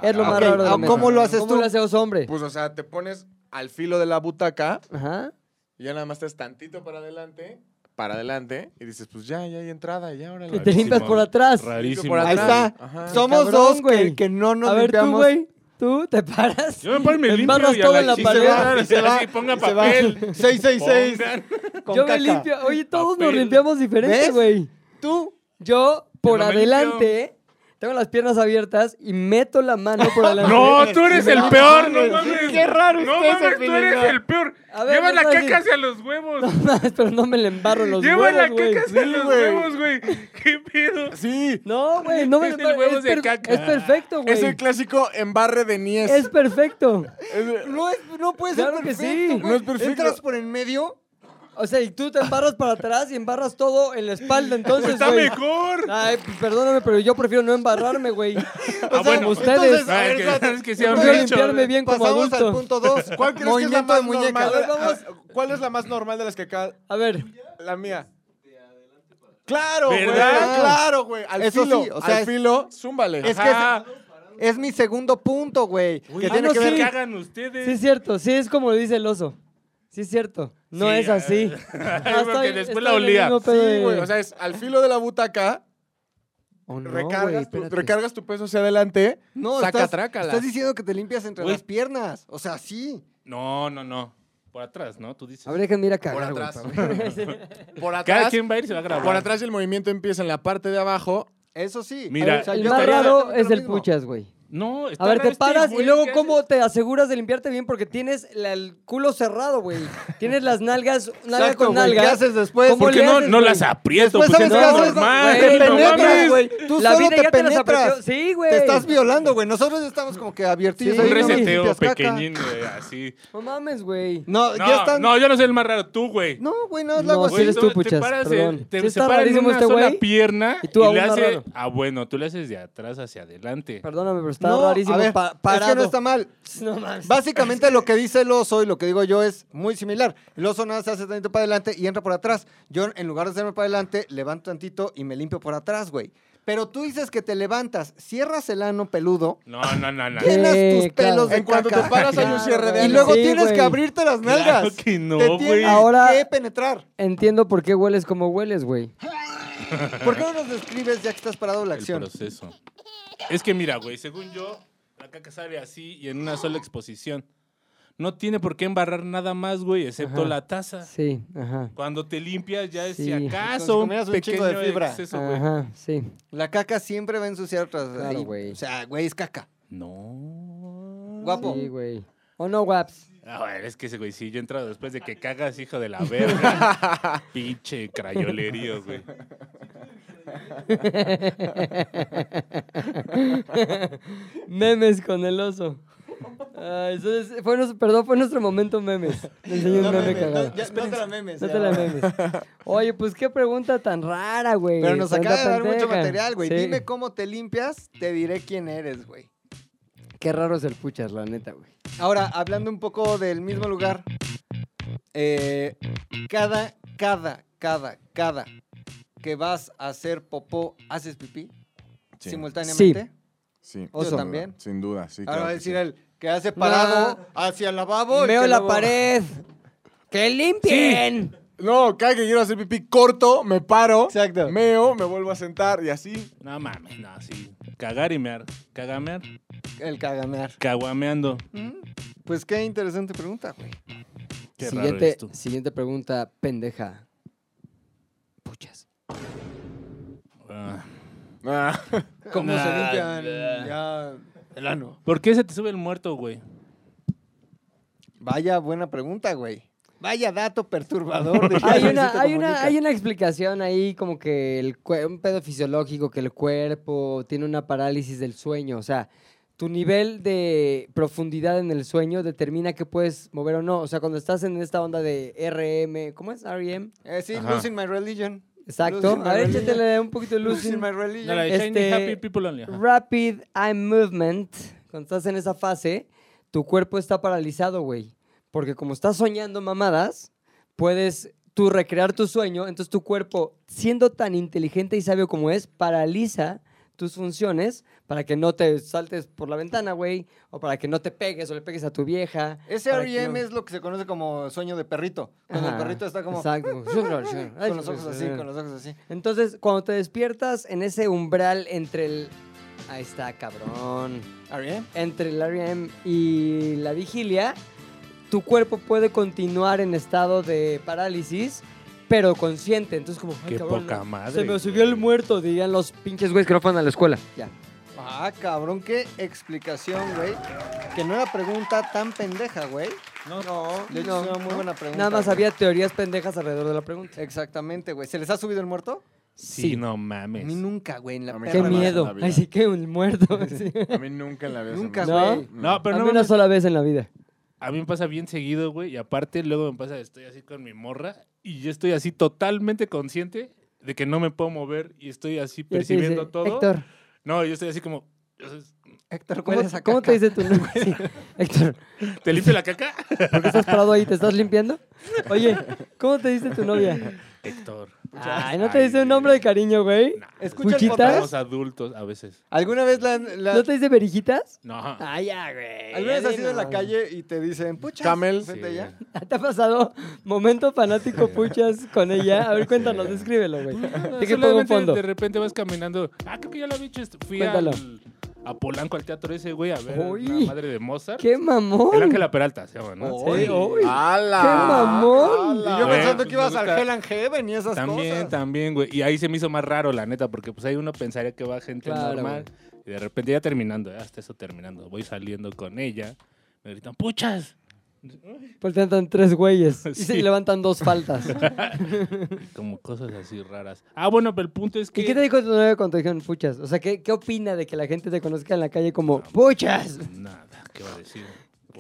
Speaker 1: Es lo más
Speaker 2: Ok,
Speaker 1: raro de
Speaker 2: ah,
Speaker 1: la mesa.
Speaker 2: ¿cómo lo haces
Speaker 1: ¿Cómo
Speaker 2: tú?
Speaker 1: lo hace oso hombre?
Speaker 3: Pues, o sea, te pones al filo de la butaca
Speaker 1: Ajá.
Speaker 3: y ya nada más estás tantito para adelante, para adelante, y dices, pues ya, ya hay entrada, ya, ahora
Speaker 1: Y te limpias por atrás.
Speaker 4: Rarísimo.
Speaker 3: Por
Speaker 2: Ahí
Speaker 3: atrás.
Speaker 2: está.
Speaker 3: Ajá.
Speaker 2: Somos
Speaker 1: Cabrón,
Speaker 2: dos, güey,
Speaker 1: güey.
Speaker 2: que, no nos
Speaker 1: a ver, tú,
Speaker 2: limpiamos.
Speaker 1: güey. Tú te paras.
Speaker 4: Yo me paro y me
Speaker 1: embarras
Speaker 4: limpio y a
Speaker 1: todo
Speaker 4: la,
Speaker 1: en la
Speaker 4: chi-
Speaker 1: pared.
Speaker 4: y se va, y ponga
Speaker 2: se va.
Speaker 4: papel.
Speaker 2: 666.
Speaker 4: Pongan.
Speaker 2: con
Speaker 1: yo
Speaker 2: caca.
Speaker 1: me limpio. Oye, todos nos
Speaker 4: Papel.
Speaker 1: limpiamos diferente,
Speaker 2: ¿Ves?
Speaker 1: güey.
Speaker 2: Tú,
Speaker 1: Yo, por
Speaker 4: no me
Speaker 1: adelante, tengo las piernas abiertas y meto la mano por adelante.
Speaker 4: No, tú eres el peor, no mames.
Speaker 2: Qué raro
Speaker 4: No
Speaker 2: usted,
Speaker 4: mames, tú
Speaker 2: Felina.
Speaker 4: eres el peor.
Speaker 1: A ver,
Speaker 4: Lleva
Speaker 1: no
Speaker 4: la
Speaker 1: estás
Speaker 4: caca
Speaker 1: bien.
Speaker 4: hacia los huevos.
Speaker 1: No mames, pero no me le embarro los
Speaker 4: Lleva
Speaker 1: huevos,
Speaker 4: la
Speaker 1: güey.
Speaker 4: caca hacia
Speaker 2: Sí,
Speaker 4: los
Speaker 2: güey.
Speaker 4: huevos, güey. ¿Qué pedo?
Speaker 3: Sí.
Speaker 1: No, güey, no me
Speaker 4: Es
Speaker 1: le
Speaker 4: el huevo
Speaker 1: es,
Speaker 4: de
Speaker 1: per-
Speaker 4: caca.
Speaker 1: es perfecto, güey.
Speaker 3: Es el clásico embarre de niés.
Speaker 1: Es perfecto.
Speaker 2: no, es, no puede ser
Speaker 1: Claro que
Speaker 2: perfecto,
Speaker 1: sí.
Speaker 2: güey.
Speaker 3: No es perfecto.
Speaker 2: Entras por en medio.
Speaker 1: O sea, y tú te embarras para atrás y embarras todo en la espalda, entonces,
Speaker 4: Está
Speaker 1: güey.
Speaker 4: mejor.
Speaker 1: Ay, pues, perdóname, pero yo prefiero no embarrarme, güey.
Speaker 4: Ah, bueno,
Speaker 1: ustedes-
Speaker 2: entonces, a
Speaker 4: Ah,
Speaker 2: ver,
Speaker 4: que-
Speaker 2: espérate.
Speaker 4: es que sí habrá
Speaker 1: Prefiero
Speaker 4: hecho.
Speaker 1: limpiarme bien como
Speaker 2: Pasamos
Speaker 1: adulto.
Speaker 2: al punto 2.
Speaker 3: ¿Cuál crees
Speaker 2: Movimiento
Speaker 3: que es la más
Speaker 2: de muñeca.
Speaker 3: normal? Ah,
Speaker 1: A ver, vamos.
Speaker 3: ¿Cuál es la más normal de las que acá?
Speaker 1: A ver,
Speaker 3: La mía. Claro, güey.
Speaker 4: ¿Verdad?
Speaker 3: Claro, güey. Al
Speaker 2: Eso
Speaker 3: filo.
Speaker 2: sí, o sea,
Speaker 3: al
Speaker 2: es-
Speaker 3: filo, zúmbale.
Speaker 2: Es que
Speaker 4: Ajá.
Speaker 2: es, es mi segundo punto, güey. Que
Speaker 4: Ah,
Speaker 2: tiene
Speaker 1: no,
Speaker 2: que ver
Speaker 1: sí.
Speaker 4: que hagan ustedes.
Speaker 1: sí es cierto, sí es como lo dice el oso. Sí es cierto, no
Speaker 4: Sí,
Speaker 1: es así.
Speaker 2: eh,
Speaker 4: ah,
Speaker 1: Ah,
Speaker 4: porque
Speaker 1: estoy-
Speaker 4: después
Speaker 1: estoy
Speaker 4: la
Speaker 1: en el
Speaker 4: olía.
Speaker 1: mismo pedo
Speaker 3: Sí,
Speaker 1: de-
Speaker 3: güey. O sea, es al filo de la butaca,
Speaker 1: Oh, no, güey,
Speaker 3: recargas, tu,
Speaker 1: espérate.
Speaker 3: recargas tu peso hacia adelante,
Speaker 2: No,
Speaker 3: saca,
Speaker 2: estás,
Speaker 3: trácala.
Speaker 2: estás diciendo que te limpias entre
Speaker 4: Güey.
Speaker 2: las piernas. O sea, sí.
Speaker 4: No, no, no. Por atrás, ¿no? Tú dices.
Speaker 1: A ver, déjame ir a
Speaker 3: por
Speaker 1: cagar, güey,
Speaker 3: atrás.
Speaker 1: para ver.
Speaker 3: por
Speaker 4: Cada
Speaker 3: atrás.
Speaker 4: quien va a ir y se va a grabar.
Speaker 3: Por atrás el movimiento empieza en la parte de abajo.
Speaker 2: Eso sí.
Speaker 4: Mira,
Speaker 2: O sea,
Speaker 1: el
Speaker 2: yo
Speaker 1: más
Speaker 2: estaría-
Speaker 1: raro
Speaker 2: estaría
Speaker 1: es el
Speaker 2: mismo.
Speaker 1: puchas, güey.
Speaker 4: No, está
Speaker 1: A ver,
Speaker 4: raro
Speaker 1: te
Speaker 4: este
Speaker 1: paras y
Speaker 4: güey,
Speaker 1: luego
Speaker 4: ¿qué
Speaker 1: cómo
Speaker 4: haces?
Speaker 1: te aseguras de limpiarte bien porque tienes la- el culo cerrado, güey. Tienes las nalgas, nalga
Speaker 2: Exacto,
Speaker 1: con
Speaker 2: güey.
Speaker 1: nalga.
Speaker 2: ¿Qué haces después?
Speaker 1: ¿Cómo
Speaker 4: ¿Por
Speaker 1: le
Speaker 4: qué no,
Speaker 1: haces,
Speaker 4: no
Speaker 1: güey?
Speaker 4: las aprieto?
Speaker 2: Después, ¿sabes
Speaker 4: Pues es
Speaker 1: no,
Speaker 2: qué haces?
Speaker 4: normal.
Speaker 2: Te
Speaker 1: güey,
Speaker 4: no
Speaker 1: penetras,
Speaker 2: penetras,
Speaker 4: mames.
Speaker 2: güey. Tú
Speaker 1: La
Speaker 2: solo
Speaker 1: vida
Speaker 2: te
Speaker 1: ya te las
Speaker 2: penetras.
Speaker 1: aprendió. Sí, güey.
Speaker 2: Te estás violando, güey. Nosotros estamos como que advertidos.
Speaker 1: Sí,
Speaker 2: ahí,
Speaker 4: Un
Speaker 1: no me
Speaker 4: reseteo
Speaker 2: limpias caca.
Speaker 4: pequeñín, güey, así.
Speaker 1: No mames, güey.
Speaker 2: No,
Speaker 4: No,
Speaker 2: ya están.
Speaker 4: no, yo no soy el más raro, tú, güey.
Speaker 2: No, güey, no es
Speaker 1: No,
Speaker 2: la agua
Speaker 1: sí
Speaker 4: Güey,
Speaker 2: así.
Speaker 1: eres
Speaker 4: no,
Speaker 1: tú,
Speaker 4: te
Speaker 1: Puchas,
Speaker 4: paras
Speaker 1: perdón.
Speaker 4: en- te
Speaker 1: Sí está
Speaker 4: separan en
Speaker 1: rarísimo
Speaker 4: una
Speaker 1: este
Speaker 4: sola
Speaker 1: güey,
Speaker 4: pierna
Speaker 1: y tú
Speaker 4: y
Speaker 1: aún
Speaker 4: le
Speaker 1: más
Speaker 4: hace-
Speaker 1: raro.
Speaker 4: Ah, bueno, tú le haces de atrás hacia adelante.
Speaker 1: Perdóname, pero está
Speaker 2: No,
Speaker 1: rarísimo.
Speaker 2: a ver,
Speaker 1: pa-
Speaker 2: es que
Speaker 1: parado.
Speaker 2: no está mal.
Speaker 1: No mames.
Speaker 2: Básicamente lo que dice el oso y lo que digo yo es muy similar. El oso nada más se hace tantito para adelante y entra por atrás. Yo, en lugar de hacerme para adelante, levanto tantito y me limpio por atrás, güey. Pero tú dices que te levantas, cierras el ano peludo,
Speaker 4: No, no, no, no.
Speaker 1: ¿Qué?
Speaker 2: llenas tus
Speaker 1: claro.
Speaker 2: pelos de
Speaker 3: En cuanto
Speaker 2: caca,
Speaker 3: te paras hay un
Speaker 1: Claro,
Speaker 3: cierre de
Speaker 1: güey.
Speaker 2: y
Speaker 3: ano.
Speaker 2: luego
Speaker 1: Sí,
Speaker 2: tienes
Speaker 1: güey.
Speaker 2: que abrirte las
Speaker 4: Claro
Speaker 2: nalgas.
Speaker 4: que no,
Speaker 2: Te tienes
Speaker 4: güey.
Speaker 1: Ahora-
Speaker 2: que penetrar.
Speaker 1: Entiendo por qué hueles como hueles, güey.
Speaker 2: ¿Por qué no nos describes ya que estás parado la
Speaker 4: El
Speaker 2: acción?
Speaker 4: proceso. Es que mira, güey, según yo, la caca sale así y en una sola exposición. No tiene por qué embarrar nada más, güey, excepto
Speaker 1: Ajá.
Speaker 4: la taza.
Speaker 1: Sí, ajá.
Speaker 4: Cuando te limpias ya es
Speaker 1: Sí.
Speaker 4: si acaso
Speaker 2: Como si
Speaker 4: un
Speaker 2: comieras
Speaker 4: pequeño
Speaker 2: un chingo de fibra.
Speaker 4: exceso, güey.
Speaker 1: Ajá, sí.
Speaker 2: La caca siempre va a ensuciar otras.
Speaker 1: Claro,
Speaker 2: ahí.
Speaker 1: güey.
Speaker 2: O sea, güey, es caca.
Speaker 4: No.
Speaker 2: Guapo.
Speaker 1: Sí, güey. ¿O no, Waps?
Speaker 4: A ver, es que ese güey, sí, yo he entrado después de que cagas, hijo de la verga. Pinche crayolerío, güey.
Speaker 1: memes con el oso. Ay, entonces, fue nuestro, perdón, fue nuestro momento memes. Le enseñé un
Speaker 2: No
Speaker 1: meme
Speaker 2: memes, no-
Speaker 1: cagado.
Speaker 2: ya- no te la memes.
Speaker 1: No
Speaker 2: ya.
Speaker 1: te la memes. Oye, pues qué pregunta tan rara, güey.
Speaker 2: Pero
Speaker 3: pues,
Speaker 2: nos
Speaker 1: Pregunta
Speaker 2: acaba de dar mucho
Speaker 1: pendeja.
Speaker 2: material, güey.
Speaker 1: Sí.
Speaker 2: Dime cómo te limpias, te diré quién eres, güey.
Speaker 1: Qué raro es el puchas, la neta, güey.
Speaker 2: Ahora, hablando un poco del mismo lugar, eh, cada, cada, cada, cada que vas a hacer popó, ¿haces pipí
Speaker 3: Sí.
Speaker 2: simultáneamente?
Speaker 3: Sí.
Speaker 2: Oso.
Speaker 3: Sin duda,
Speaker 2: también.
Speaker 3: Sin duda, sí.
Speaker 2: Ahora
Speaker 3: claro
Speaker 2: va a
Speaker 3: que
Speaker 2: decir
Speaker 3: sí.
Speaker 2: él, que hace parado hacia el lavabo. y
Speaker 1: Veo
Speaker 2: que
Speaker 1: la
Speaker 2: luego-
Speaker 1: pared. ¡Que limpien!
Speaker 3: No, cada que quiero hacer pipí corto, me paro,
Speaker 2: Exacto.
Speaker 3: meo, me vuelvo a sentar y así.
Speaker 4: No mames, no, sí. Cagar y mear. Cagamear.
Speaker 2: El cagamear.
Speaker 4: Caguameando.
Speaker 2: Mm, Pues qué interesante pregunta, güey.
Speaker 4: Qué raro
Speaker 1: siguiente,
Speaker 4: eres tú.
Speaker 1: siguiente pregunta, pendeja. Puchas.
Speaker 4: Ah.
Speaker 3: Ah,
Speaker 2: ¿Cómo se
Speaker 4: Nah,
Speaker 2: limpian
Speaker 4: nah.
Speaker 2: ya el ano?
Speaker 4: ¿Por qué se te sube el muerto, güey?
Speaker 2: Vaya buena pregunta, güey. Vaya dato perturbador. de
Speaker 1: Hay
Speaker 2: cómo
Speaker 1: una,
Speaker 2: se
Speaker 1: hay, una,
Speaker 2: comunica.
Speaker 1: hay una explicación ahí como que el, cue- un pedo fisiológico, que el cuerpo tiene una parálisis del sueño. O sea, tu nivel de profundidad en el sueño determina que puedes mover o no. O sea, cuando estás en esta onda de RM, ¿cómo es? E REM.
Speaker 2: Eh, sí,
Speaker 3: Ajá.
Speaker 2: Losing My Religion.
Speaker 1: Exacto.
Speaker 2: Losing My
Speaker 1: A ver,
Speaker 2: Religion.
Speaker 1: échatele un poquito de luz.
Speaker 2: Losing My Religion.
Speaker 4: No, la de Shiny
Speaker 1: Este-
Speaker 4: Happy People Only. ajá.
Speaker 1: Rapid Eye Movement. Cuando estás en esa fase, tu cuerpo está paralizado, güey. Porque como estás soñando mamadas, puedes tú recrear tu sueño. Entonces tu cuerpo, siendo tan inteligente y sabio como es, paraliza tus funciones para que no te saltes por la ventana, güey. O para que no te pegues o le pegues a tu vieja.
Speaker 2: Ese
Speaker 1: para que
Speaker 2: R.E.M.
Speaker 1: no-
Speaker 2: es lo que se conoce como sueño de perrito. Cuando el
Speaker 1: Ajá,
Speaker 2: perrito está como
Speaker 1: Exacto.
Speaker 2: con los ojos así, con los ojos así.
Speaker 1: Entonces, cuando te despiertas en ese umbral entre el... Ahí está, cabrón.
Speaker 2: ¿R.E.M.?
Speaker 1: entre el REM y la vigilia, tu cuerpo puede continuar en estado de parálisis, pero consciente. Entonces, como, "Ay,
Speaker 4: Qué
Speaker 1: cabrón,
Speaker 4: poca
Speaker 1: no,
Speaker 4: madre,
Speaker 1: Se me
Speaker 4: güey.
Speaker 1: subió el muerto, dirían los pinches güeyes que no fueron a la escuela. Ya.
Speaker 2: Ah, cabrón, qué explicación, güey. Que no era pregunta tan pendeja, güey.
Speaker 4: No.
Speaker 2: De hecho,
Speaker 1: No,
Speaker 2: es una muy
Speaker 1: no.
Speaker 2: buena pregunta.
Speaker 1: Nada más
Speaker 2: güey.
Speaker 1: había teorías pendejas alrededor de la pregunta.
Speaker 2: Exactamente, güey. ¿Se les ha subido el muerto?
Speaker 4: Sí, no mames.
Speaker 2: A mí nunca, güey, en la
Speaker 3: A mí
Speaker 2: perra
Speaker 1: Qué
Speaker 3: jamás en la
Speaker 2: vida.
Speaker 1: miedo.
Speaker 3: vida.
Speaker 1: Ay, sí, que un muerto. sí.
Speaker 3: A mí nunca en la vida. se me
Speaker 2: Nunca,
Speaker 3: hizo.
Speaker 1: ¿No?
Speaker 2: güey.
Speaker 4: No, pero
Speaker 1: a
Speaker 4: no
Speaker 1: mí una
Speaker 4: mames.
Speaker 1: sola vez en la vida.
Speaker 4: A mí me pasa bien seguido, güey. Y aparte, luego me pasa, estoy así con mi morra y yo estoy así totalmente consciente de que no me puedo mover y estoy
Speaker 1: Y
Speaker 4: así
Speaker 1: él te
Speaker 4: percibiendo
Speaker 1: dice,
Speaker 4: todo.
Speaker 1: Héctor,
Speaker 4: No, yo estoy así como. yo soy-
Speaker 2: Héctor,
Speaker 1: ¿cómo,
Speaker 2: hueles a
Speaker 1: cómo
Speaker 2: caca.
Speaker 1: te dice tu nombre? Sí. Héctor,
Speaker 4: ¿Te limpio la caca?
Speaker 1: ¿por qué estás parado ahí? ¿Te estás limpiando? Oye, ¿cómo te dice tu novia?
Speaker 4: Héctor.
Speaker 1: Ay, ¿no te dice un nombre de cariño, güey?
Speaker 4: Nah,
Speaker 2: Escucha el
Speaker 1: ¿Puchitas?
Speaker 2: podcast.
Speaker 4: Los adultos a veces.
Speaker 2: ¿Alguna vez la, la-
Speaker 1: ¿No te dice verijitas?
Speaker 4: No.
Speaker 1: Ay, ya, güey.
Speaker 2: ¿Alguna vez
Speaker 1: ya
Speaker 2: has ido en la
Speaker 1: dinos.
Speaker 2: calle y te dicen, pucha,
Speaker 3: Camel.
Speaker 2: vente
Speaker 4: Sí.
Speaker 2: ya?
Speaker 1: ¿Te ha pasado momento fanático puchas con ella? A ver, cuéntanos, descríbelo, güey. Te que pongo un
Speaker 4: Pues, Ah, Solamente
Speaker 1: fondo.
Speaker 4: De repente vas caminando. Ah, creo que ya lo había hecho. esto. Fui
Speaker 1: Cuéntalo.
Speaker 4: al- a Polanco, al teatro ese, güey, a ver
Speaker 1: Uy.
Speaker 4: la madre de Mozart.
Speaker 1: ¡Qué
Speaker 4: El
Speaker 1: mamón!
Speaker 4: Ángela Peralta se llama, ¿no?
Speaker 1: Sí,
Speaker 2: Oy.
Speaker 1: uy.
Speaker 3: ¡Hala!
Speaker 1: ¡Qué mamón!
Speaker 2: Y yo
Speaker 4: Güey,
Speaker 2: pensando
Speaker 4: pues
Speaker 2: que
Speaker 4: me
Speaker 2: ibas al
Speaker 4: gusta-
Speaker 2: Hell and Heaven y esas
Speaker 4: También,
Speaker 2: cosas.
Speaker 4: también, güey. Y ahí se me hizo más raro, la neta, porque pues ahí uno pensaría que va gente
Speaker 1: Claro,
Speaker 4: normal. Y de repente ya terminando, eh, hasta eso terminando. Voy saliendo con ella. Me gritan, puchas.
Speaker 1: Voltean Pues tres güeyes y se
Speaker 4: Sí.
Speaker 1: levantan dos faltas.
Speaker 4: Como cosas así raras. Ah, bueno, pero el punto es que...
Speaker 1: ¿Y qué te dijo tu novia cuando te dijeron puchas? O sea, ¿qué, ¿qué opina de que la gente te conozca en la calle como puchas?
Speaker 4: Nada, ¿qué va a decir?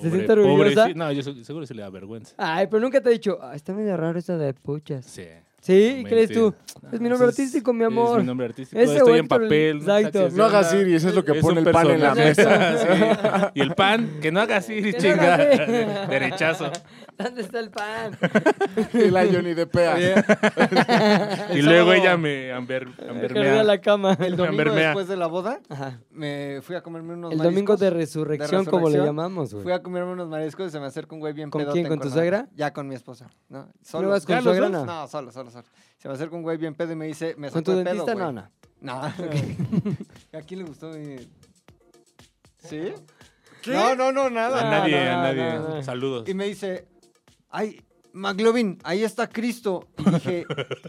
Speaker 1: ¿Se siente orgullosa?
Speaker 4: sí. No, yo se- seguro se le da vergüenza.
Speaker 1: Ay, pero nunca te he dicho, "Ah, está medio raro esto de puchas.
Speaker 4: Sí.
Speaker 1: ¿Sí? ¿Y qué eres
Speaker 4: Exactamente.
Speaker 1: tú? Es mi nombre
Speaker 4: Ese es-
Speaker 1: artístico, mi
Speaker 4: Es
Speaker 1: amor.
Speaker 4: mi nombre artístico.
Speaker 1: Ese
Speaker 4: Estoy en
Speaker 1: güey, pero-
Speaker 4: papel. no sé
Speaker 1: exacto.
Speaker 4: qué se
Speaker 3: No hagas
Speaker 4: llama.
Speaker 3: iris, es lo que
Speaker 4: Es
Speaker 3: pone
Speaker 4: un
Speaker 3: el pan en la
Speaker 4: personaje.
Speaker 3: mesa.
Speaker 4: Sí. Y el pan, que no hagas iris,
Speaker 1: Que no haga
Speaker 4: chinga.
Speaker 1: así.
Speaker 4: Derechazo.
Speaker 1: ¿Dónde está el pan?
Speaker 3: Y la Johnny de Pea.
Speaker 4: Y
Speaker 2: El
Speaker 4: luego
Speaker 2: sábado-
Speaker 4: ella me amber,
Speaker 1: Corrí a
Speaker 4: ambermea.
Speaker 1: la cama.
Speaker 2: El domingo
Speaker 4: Bermea.
Speaker 2: después de la boda,
Speaker 1: Ajá.
Speaker 2: me fui a comerme unos
Speaker 1: El domingo
Speaker 2: mariscos.
Speaker 1: de resurrección, como le
Speaker 2: resurrección.
Speaker 1: llamamos,
Speaker 2: Fui
Speaker 1: güey.
Speaker 2: a comerme unos mariscos y se me acerca un güey bien
Speaker 1: ¿Con
Speaker 2: pedote.
Speaker 1: quién?
Speaker 2: en
Speaker 1: ¿Con tu
Speaker 2: Cuernavaca.
Speaker 1: suegra?
Speaker 2: Ya con mi esposa. ¿no?
Speaker 1: ¿No
Speaker 2: Solo.
Speaker 1: vas con
Speaker 2: ¿Ya
Speaker 1: tu
Speaker 2: los
Speaker 1: suegra,
Speaker 2: dos?
Speaker 1: no?
Speaker 2: No, solo, solo, solo. Se me acerca un güey bien pedo y me dice, me
Speaker 1: ¿Con
Speaker 2: sacó
Speaker 1: tu
Speaker 2: de pedo,
Speaker 1: dentista?
Speaker 2: güey.
Speaker 1: no, no.
Speaker 2: No, ¿A quién le gustó mi... ¿Sí? No, no, no, nada.
Speaker 4: A
Speaker 1: No,
Speaker 4: nadie,
Speaker 1: no,
Speaker 4: a
Speaker 1: no,
Speaker 4: nadie.
Speaker 1: no, no.
Speaker 4: Saludos.
Speaker 2: Y me dice, ay, McLovin, ahí está Cristo. Y dije,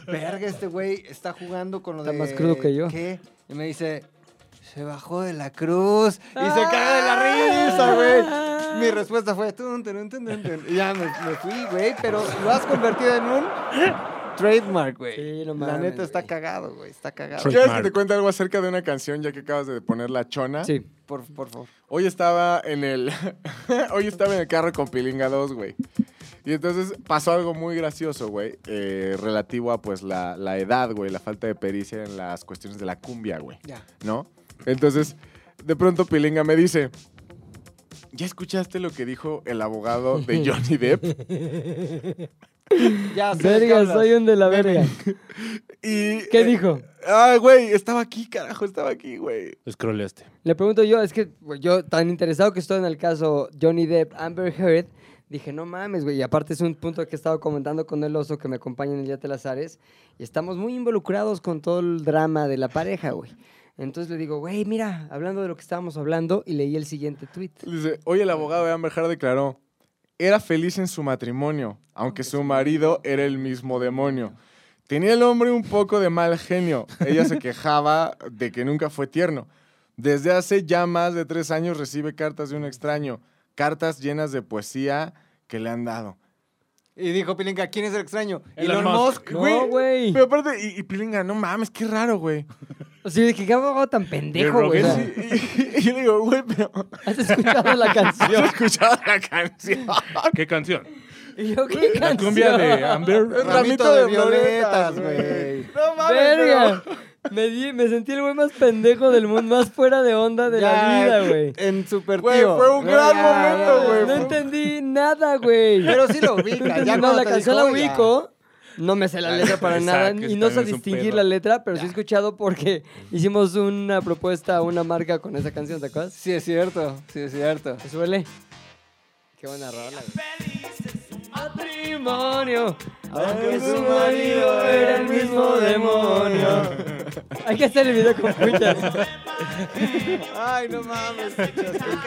Speaker 2: verga, este güey está jugando con lo
Speaker 1: Está
Speaker 2: de...
Speaker 1: más crudo que yo.
Speaker 2: ¿Qué? Y me dice, se bajó de la cruz. Y se
Speaker 1: Ah.
Speaker 2: caga de la risa, güey. Mi respuesta fue, tun, tun, tun, tun, tun. Y ya me, me fui, güey, pero lo has convertido en un trademark, güey.
Speaker 1: Sí, no
Speaker 2: la
Speaker 1: mames,
Speaker 2: neta está
Speaker 1: güey.
Speaker 2: cagado, güey, está cagado.
Speaker 4: Tra-
Speaker 3: ¿Quieres que
Speaker 4: Mark.
Speaker 3: te cuente algo acerca de una canción ya que acabas de poner la chona?
Speaker 2: ¿Ah?
Speaker 1: Sí.
Speaker 2: Por, por favor.
Speaker 3: Hoy estaba en el. Hoy estaba en el carro con Pilinga 2, güey. Y entonces pasó algo muy gracioso, güey. eh, relativo a pues la, la edad, güey. La falta de pericia en las cuestiones de la cumbia, güey.
Speaker 2: Ya.
Speaker 3: ¿No? Entonces, de pronto Pilinga me dice. ¿Ya escuchaste lo que dijo el abogado de Johnny Depp?
Speaker 2: Ya, sé de qué
Speaker 1: Verga,
Speaker 2: Ah, hablas.
Speaker 1: soy un de la verga.
Speaker 3: Y,
Speaker 1: ¿Qué
Speaker 3: eh,
Speaker 1: dijo?
Speaker 3: Ah, güey, estaba aquí, carajo, estaba aquí, güey.
Speaker 4: Scrolleaste.
Speaker 1: Le pregunto yo, es que güey, yo tan interesado que estoy en el caso Johnny Depp, Amber Heard, dije, no mames, güey. Y aparte es un punto que he estado comentando con el oso que me acompaña en el Yate Lazares. Y estamos muy involucrados con todo el drama de la pareja, güey. Entonces le digo, güey, mira, hablando de lo que estábamos hablando, y leí el siguiente tweet.
Speaker 3: Dice, hoy el abogado de Amber Heard declaró, era feliz en su matrimonio, aunque su marido era el mismo demonio. Tenía el hombre un poco de mal genio. Ella se quejaba de que nunca fue tierno. Desde hace ya más de tres años recibe cartas de un extraño, cartas llenas de poesía que le han dado.
Speaker 2: Y dijo Pilinga, ¿quién es el extraño?
Speaker 4: Elon
Speaker 2: Elon, Musk.
Speaker 4: Musk.
Speaker 1: No, güey.
Speaker 3: Pero aparte, y, y Pilinga, no mames, qué raro, güey.
Speaker 1: O sea, de que qué abogado tan pendejo, güey.
Speaker 4: Rogué,
Speaker 1: Pues, O sea,
Speaker 3: Sí, y, y yo le digo, güey, pero
Speaker 1: ¿Has escuchado la
Speaker 3: yo he
Speaker 1: canción?
Speaker 3: escuchado la canción.
Speaker 1: Ah.
Speaker 4: ¿Qué canción?
Speaker 1: Y yo, ¿qué canción?
Speaker 4: La cumbia de Amber.
Speaker 3: Ramito de violetas,
Speaker 2: güey.
Speaker 3: No mames,
Speaker 1: Verga. Me, di- me sentí el güey más pendejo del mundo, más fuera de onda de la
Speaker 2: Ya,
Speaker 1: vida, güey.
Speaker 2: En Super
Speaker 3: Güey,
Speaker 2: Tío.
Speaker 3: fue un
Speaker 2: No,
Speaker 3: gran
Speaker 2: ya,
Speaker 3: momento,
Speaker 2: ya,
Speaker 3: güey.
Speaker 2: ya.
Speaker 1: No entendí nada, güey.
Speaker 2: Pero sí lo
Speaker 1: No
Speaker 2: ubica.
Speaker 1: entendí
Speaker 2: Ya
Speaker 1: nada,
Speaker 2: no
Speaker 1: la canción la ubico. No me sé la
Speaker 4: Ah,
Speaker 1: letra para
Speaker 4: exacto,
Speaker 1: nada
Speaker 4: que
Speaker 1: y no sé
Speaker 4: también es un
Speaker 1: distinguir
Speaker 4: pedo.
Speaker 1: la letra, pero sí he escuchado porque hicimos una propuesta a una marca con esa canción, ¿te acuerdas?
Speaker 2: Sí, es cierto. Sí, es cierto.
Speaker 1: ¿Te suele? Qué buena rola. Matrimonio, aunque su marido era el mismo demonio. Hay que hacer el video con puchas.
Speaker 2: Ay, no mames.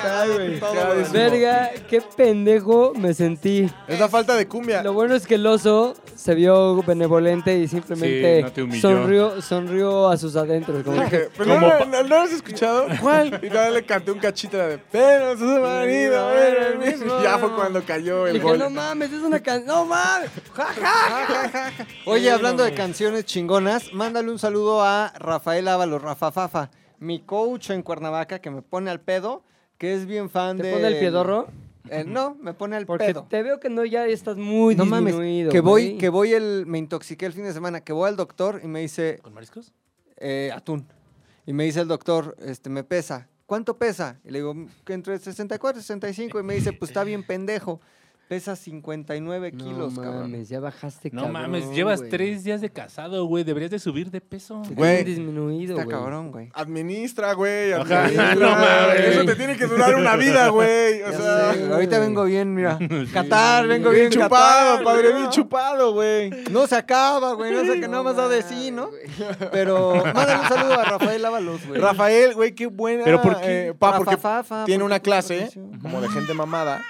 Speaker 1: Ay, güey.
Speaker 3: Cada vez-
Speaker 1: Verga, qué pendejo me sentí.
Speaker 3: Es la falta de cumbia.
Speaker 1: Lo bueno es que el oso se vio benevolente y
Speaker 4: Sí,
Speaker 1: simplemente
Speaker 4: no te humilló.
Speaker 1: sonrió, sonrió a sus adentros. Como que,
Speaker 3: Dije, pero
Speaker 4: Como
Speaker 3: no,
Speaker 4: pa-
Speaker 3: no, no lo has escuchado? ¿Cuál? Y todavía le canté un cachito de Pero su marido era el mismo. Y Ya fue cuando cayó el
Speaker 1: dije,
Speaker 3: gol.
Speaker 1: no mames, es una canción. No mames. Ja, ja.
Speaker 2: Oye, hablando de canciones chingonas, mándale un saludo a Rafael Ábalos, Rafa Fafa, mi coach en Cuernavaca que me pone al pedo, que es bien fan
Speaker 1: ¿Te
Speaker 2: de.
Speaker 1: pone el piedorro?
Speaker 2: Eh, no, me pone al
Speaker 1: Porque
Speaker 2: pedo.
Speaker 1: te veo que no ya estás muy
Speaker 2: No mames,
Speaker 1: disminuido.
Speaker 2: que voy,
Speaker 1: güey.
Speaker 2: que voy el, me intoxiqué el fin de semana, que voy al doctor y me dice,
Speaker 4: ¿Con mariscos?
Speaker 2: eh, atún. Y me dice el doctor, este, me pesa. ¿Cuánto pesa? Y le digo, que entre 64 y 65. Y me dice, pues está bien pendejo. Pesa 59
Speaker 1: No
Speaker 2: kilos,
Speaker 1: mames,
Speaker 2: cabrón.
Speaker 1: ya bajaste,
Speaker 4: No
Speaker 1: cabrón,
Speaker 4: mames, llevas
Speaker 1: güey.
Speaker 4: tres días de casado, güey. Deberías de subir de peso.
Speaker 1: Te
Speaker 3: Güey.
Speaker 1: tienes disminuido,
Speaker 2: Está
Speaker 1: güey.
Speaker 2: cabrón, güey.
Speaker 3: Administra, güey.
Speaker 4: Ajá.
Speaker 3: Administra.
Speaker 4: No mames.
Speaker 3: Eso te tiene que durar una vida, güey. O
Speaker 2: Ya
Speaker 3: sea,
Speaker 2: sé, güey. Ah, ahorita vengo bien, mira. Qatar, vengo
Speaker 3: bien
Speaker 2: bien
Speaker 3: chupado,
Speaker 2: Qatar,
Speaker 3: padre,
Speaker 2: güey.
Speaker 3: bien chupado, güey.
Speaker 2: No se acaba, güey. No sé qué nada más da de sí, ¿no? Pero mándale un saludo a Rafael Ábalos, güey.
Speaker 3: Rafael, güey, qué buena.
Speaker 4: ¿Pero por qué?
Speaker 3: eh, pa,
Speaker 2: Rafa
Speaker 3: porque
Speaker 2: Fafa,
Speaker 3: tiene
Speaker 2: ¿por
Speaker 3: una
Speaker 2: qué?
Speaker 3: clase
Speaker 2: Ujú.
Speaker 3: como de gente mamada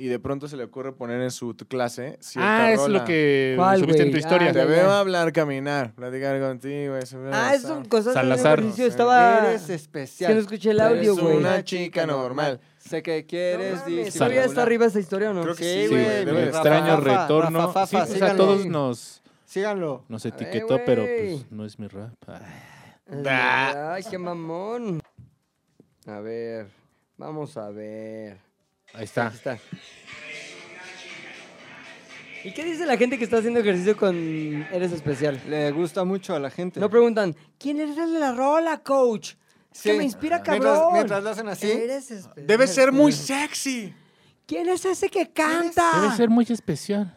Speaker 3: y de pronto se le ocurre poner en su t- clase cierta
Speaker 4: Ah, es
Speaker 3: rola.
Speaker 4: lo que
Speaker 1: ¿Cuál,
Speaker 4: subiste en tu
Speaker 1: güey?
Speaker 4: historia.
Speaker 1: Ah,
Speaker 3: Te
Speaker 1: ya,
Speaker 3: veo
Speaker 1: ya.
Speaker 3: hablar, caminar, platicar contigo. Es una
Speaker 1: Ah, es un cosa
Speaker 4: Salazar.
Speaker 1: ejercicio.
Speaker 3: No sé.
Speaker 1: Estaba.
Speaker 2: Eres especial.
Speaker 1: que no escuché el audio,
Speaker 3: Eres
Speaker 1: güey.
Speaker 3: una chica normal.
Speaker 2: Sé que
Speaker 1: No
Speaker 2: quieres
Speaker 1: mames,
Speaker 4: Salazar.
Speaker 1: todavía
Speaker 2: disimular.
Speaker 1: está arriba esta historia o no?
Speaker 3: Creo que
Speaker 2: Sí,
Speaker 3: sí,
Speaker 2: güey.
Speaker 3: güey. Debe
Speaker 2: mi
Speaker 3: de
Speaker 4: El
Speaker 3: Rafa,
Speaker 4: extraño
Speaker 2: Fafa,
Speaker 4: retorno.
Speaker 2: Rafa
Speaker 4: sí,
Speaker 2: Fafa,
Speaker 4: pues a
Speaker 2: síganlo.
Speaker 4: todos nos,
Speaker 2: Síganlo.
Speaker 4: nos
Speaker 1: ver,
Speaker 4: etiquetó, pero
Speaker 1: güey.
Speaker 4: pues no es mi rap. Ay.
Speaker 1: Ay, qué mamón. A ver, vamos a ver.
Speaker 4: Ahí está.
Speaker 1: Aquí está. ¿Y qué dice la gente que está haciendo ejercicio con Eres Especial?
Speaker 2: Le gusta mucho a la gente.
Speaker 1: No preguntan, ¿quién eres el de la rola, coach? Es que
Speaker 2: Sí.
Speaker 1: me inspira,
Speaker 2: Mientras-
Speaker 1: cabrón.
Speaker 2: mientras lo hacen así.
Speaker 1: Eres especial.
Speaker 3: Debe ser muy sexy.
Speaker 1: ¿Quién es ese que canta?
Speaker 4: Debe ser muy especial.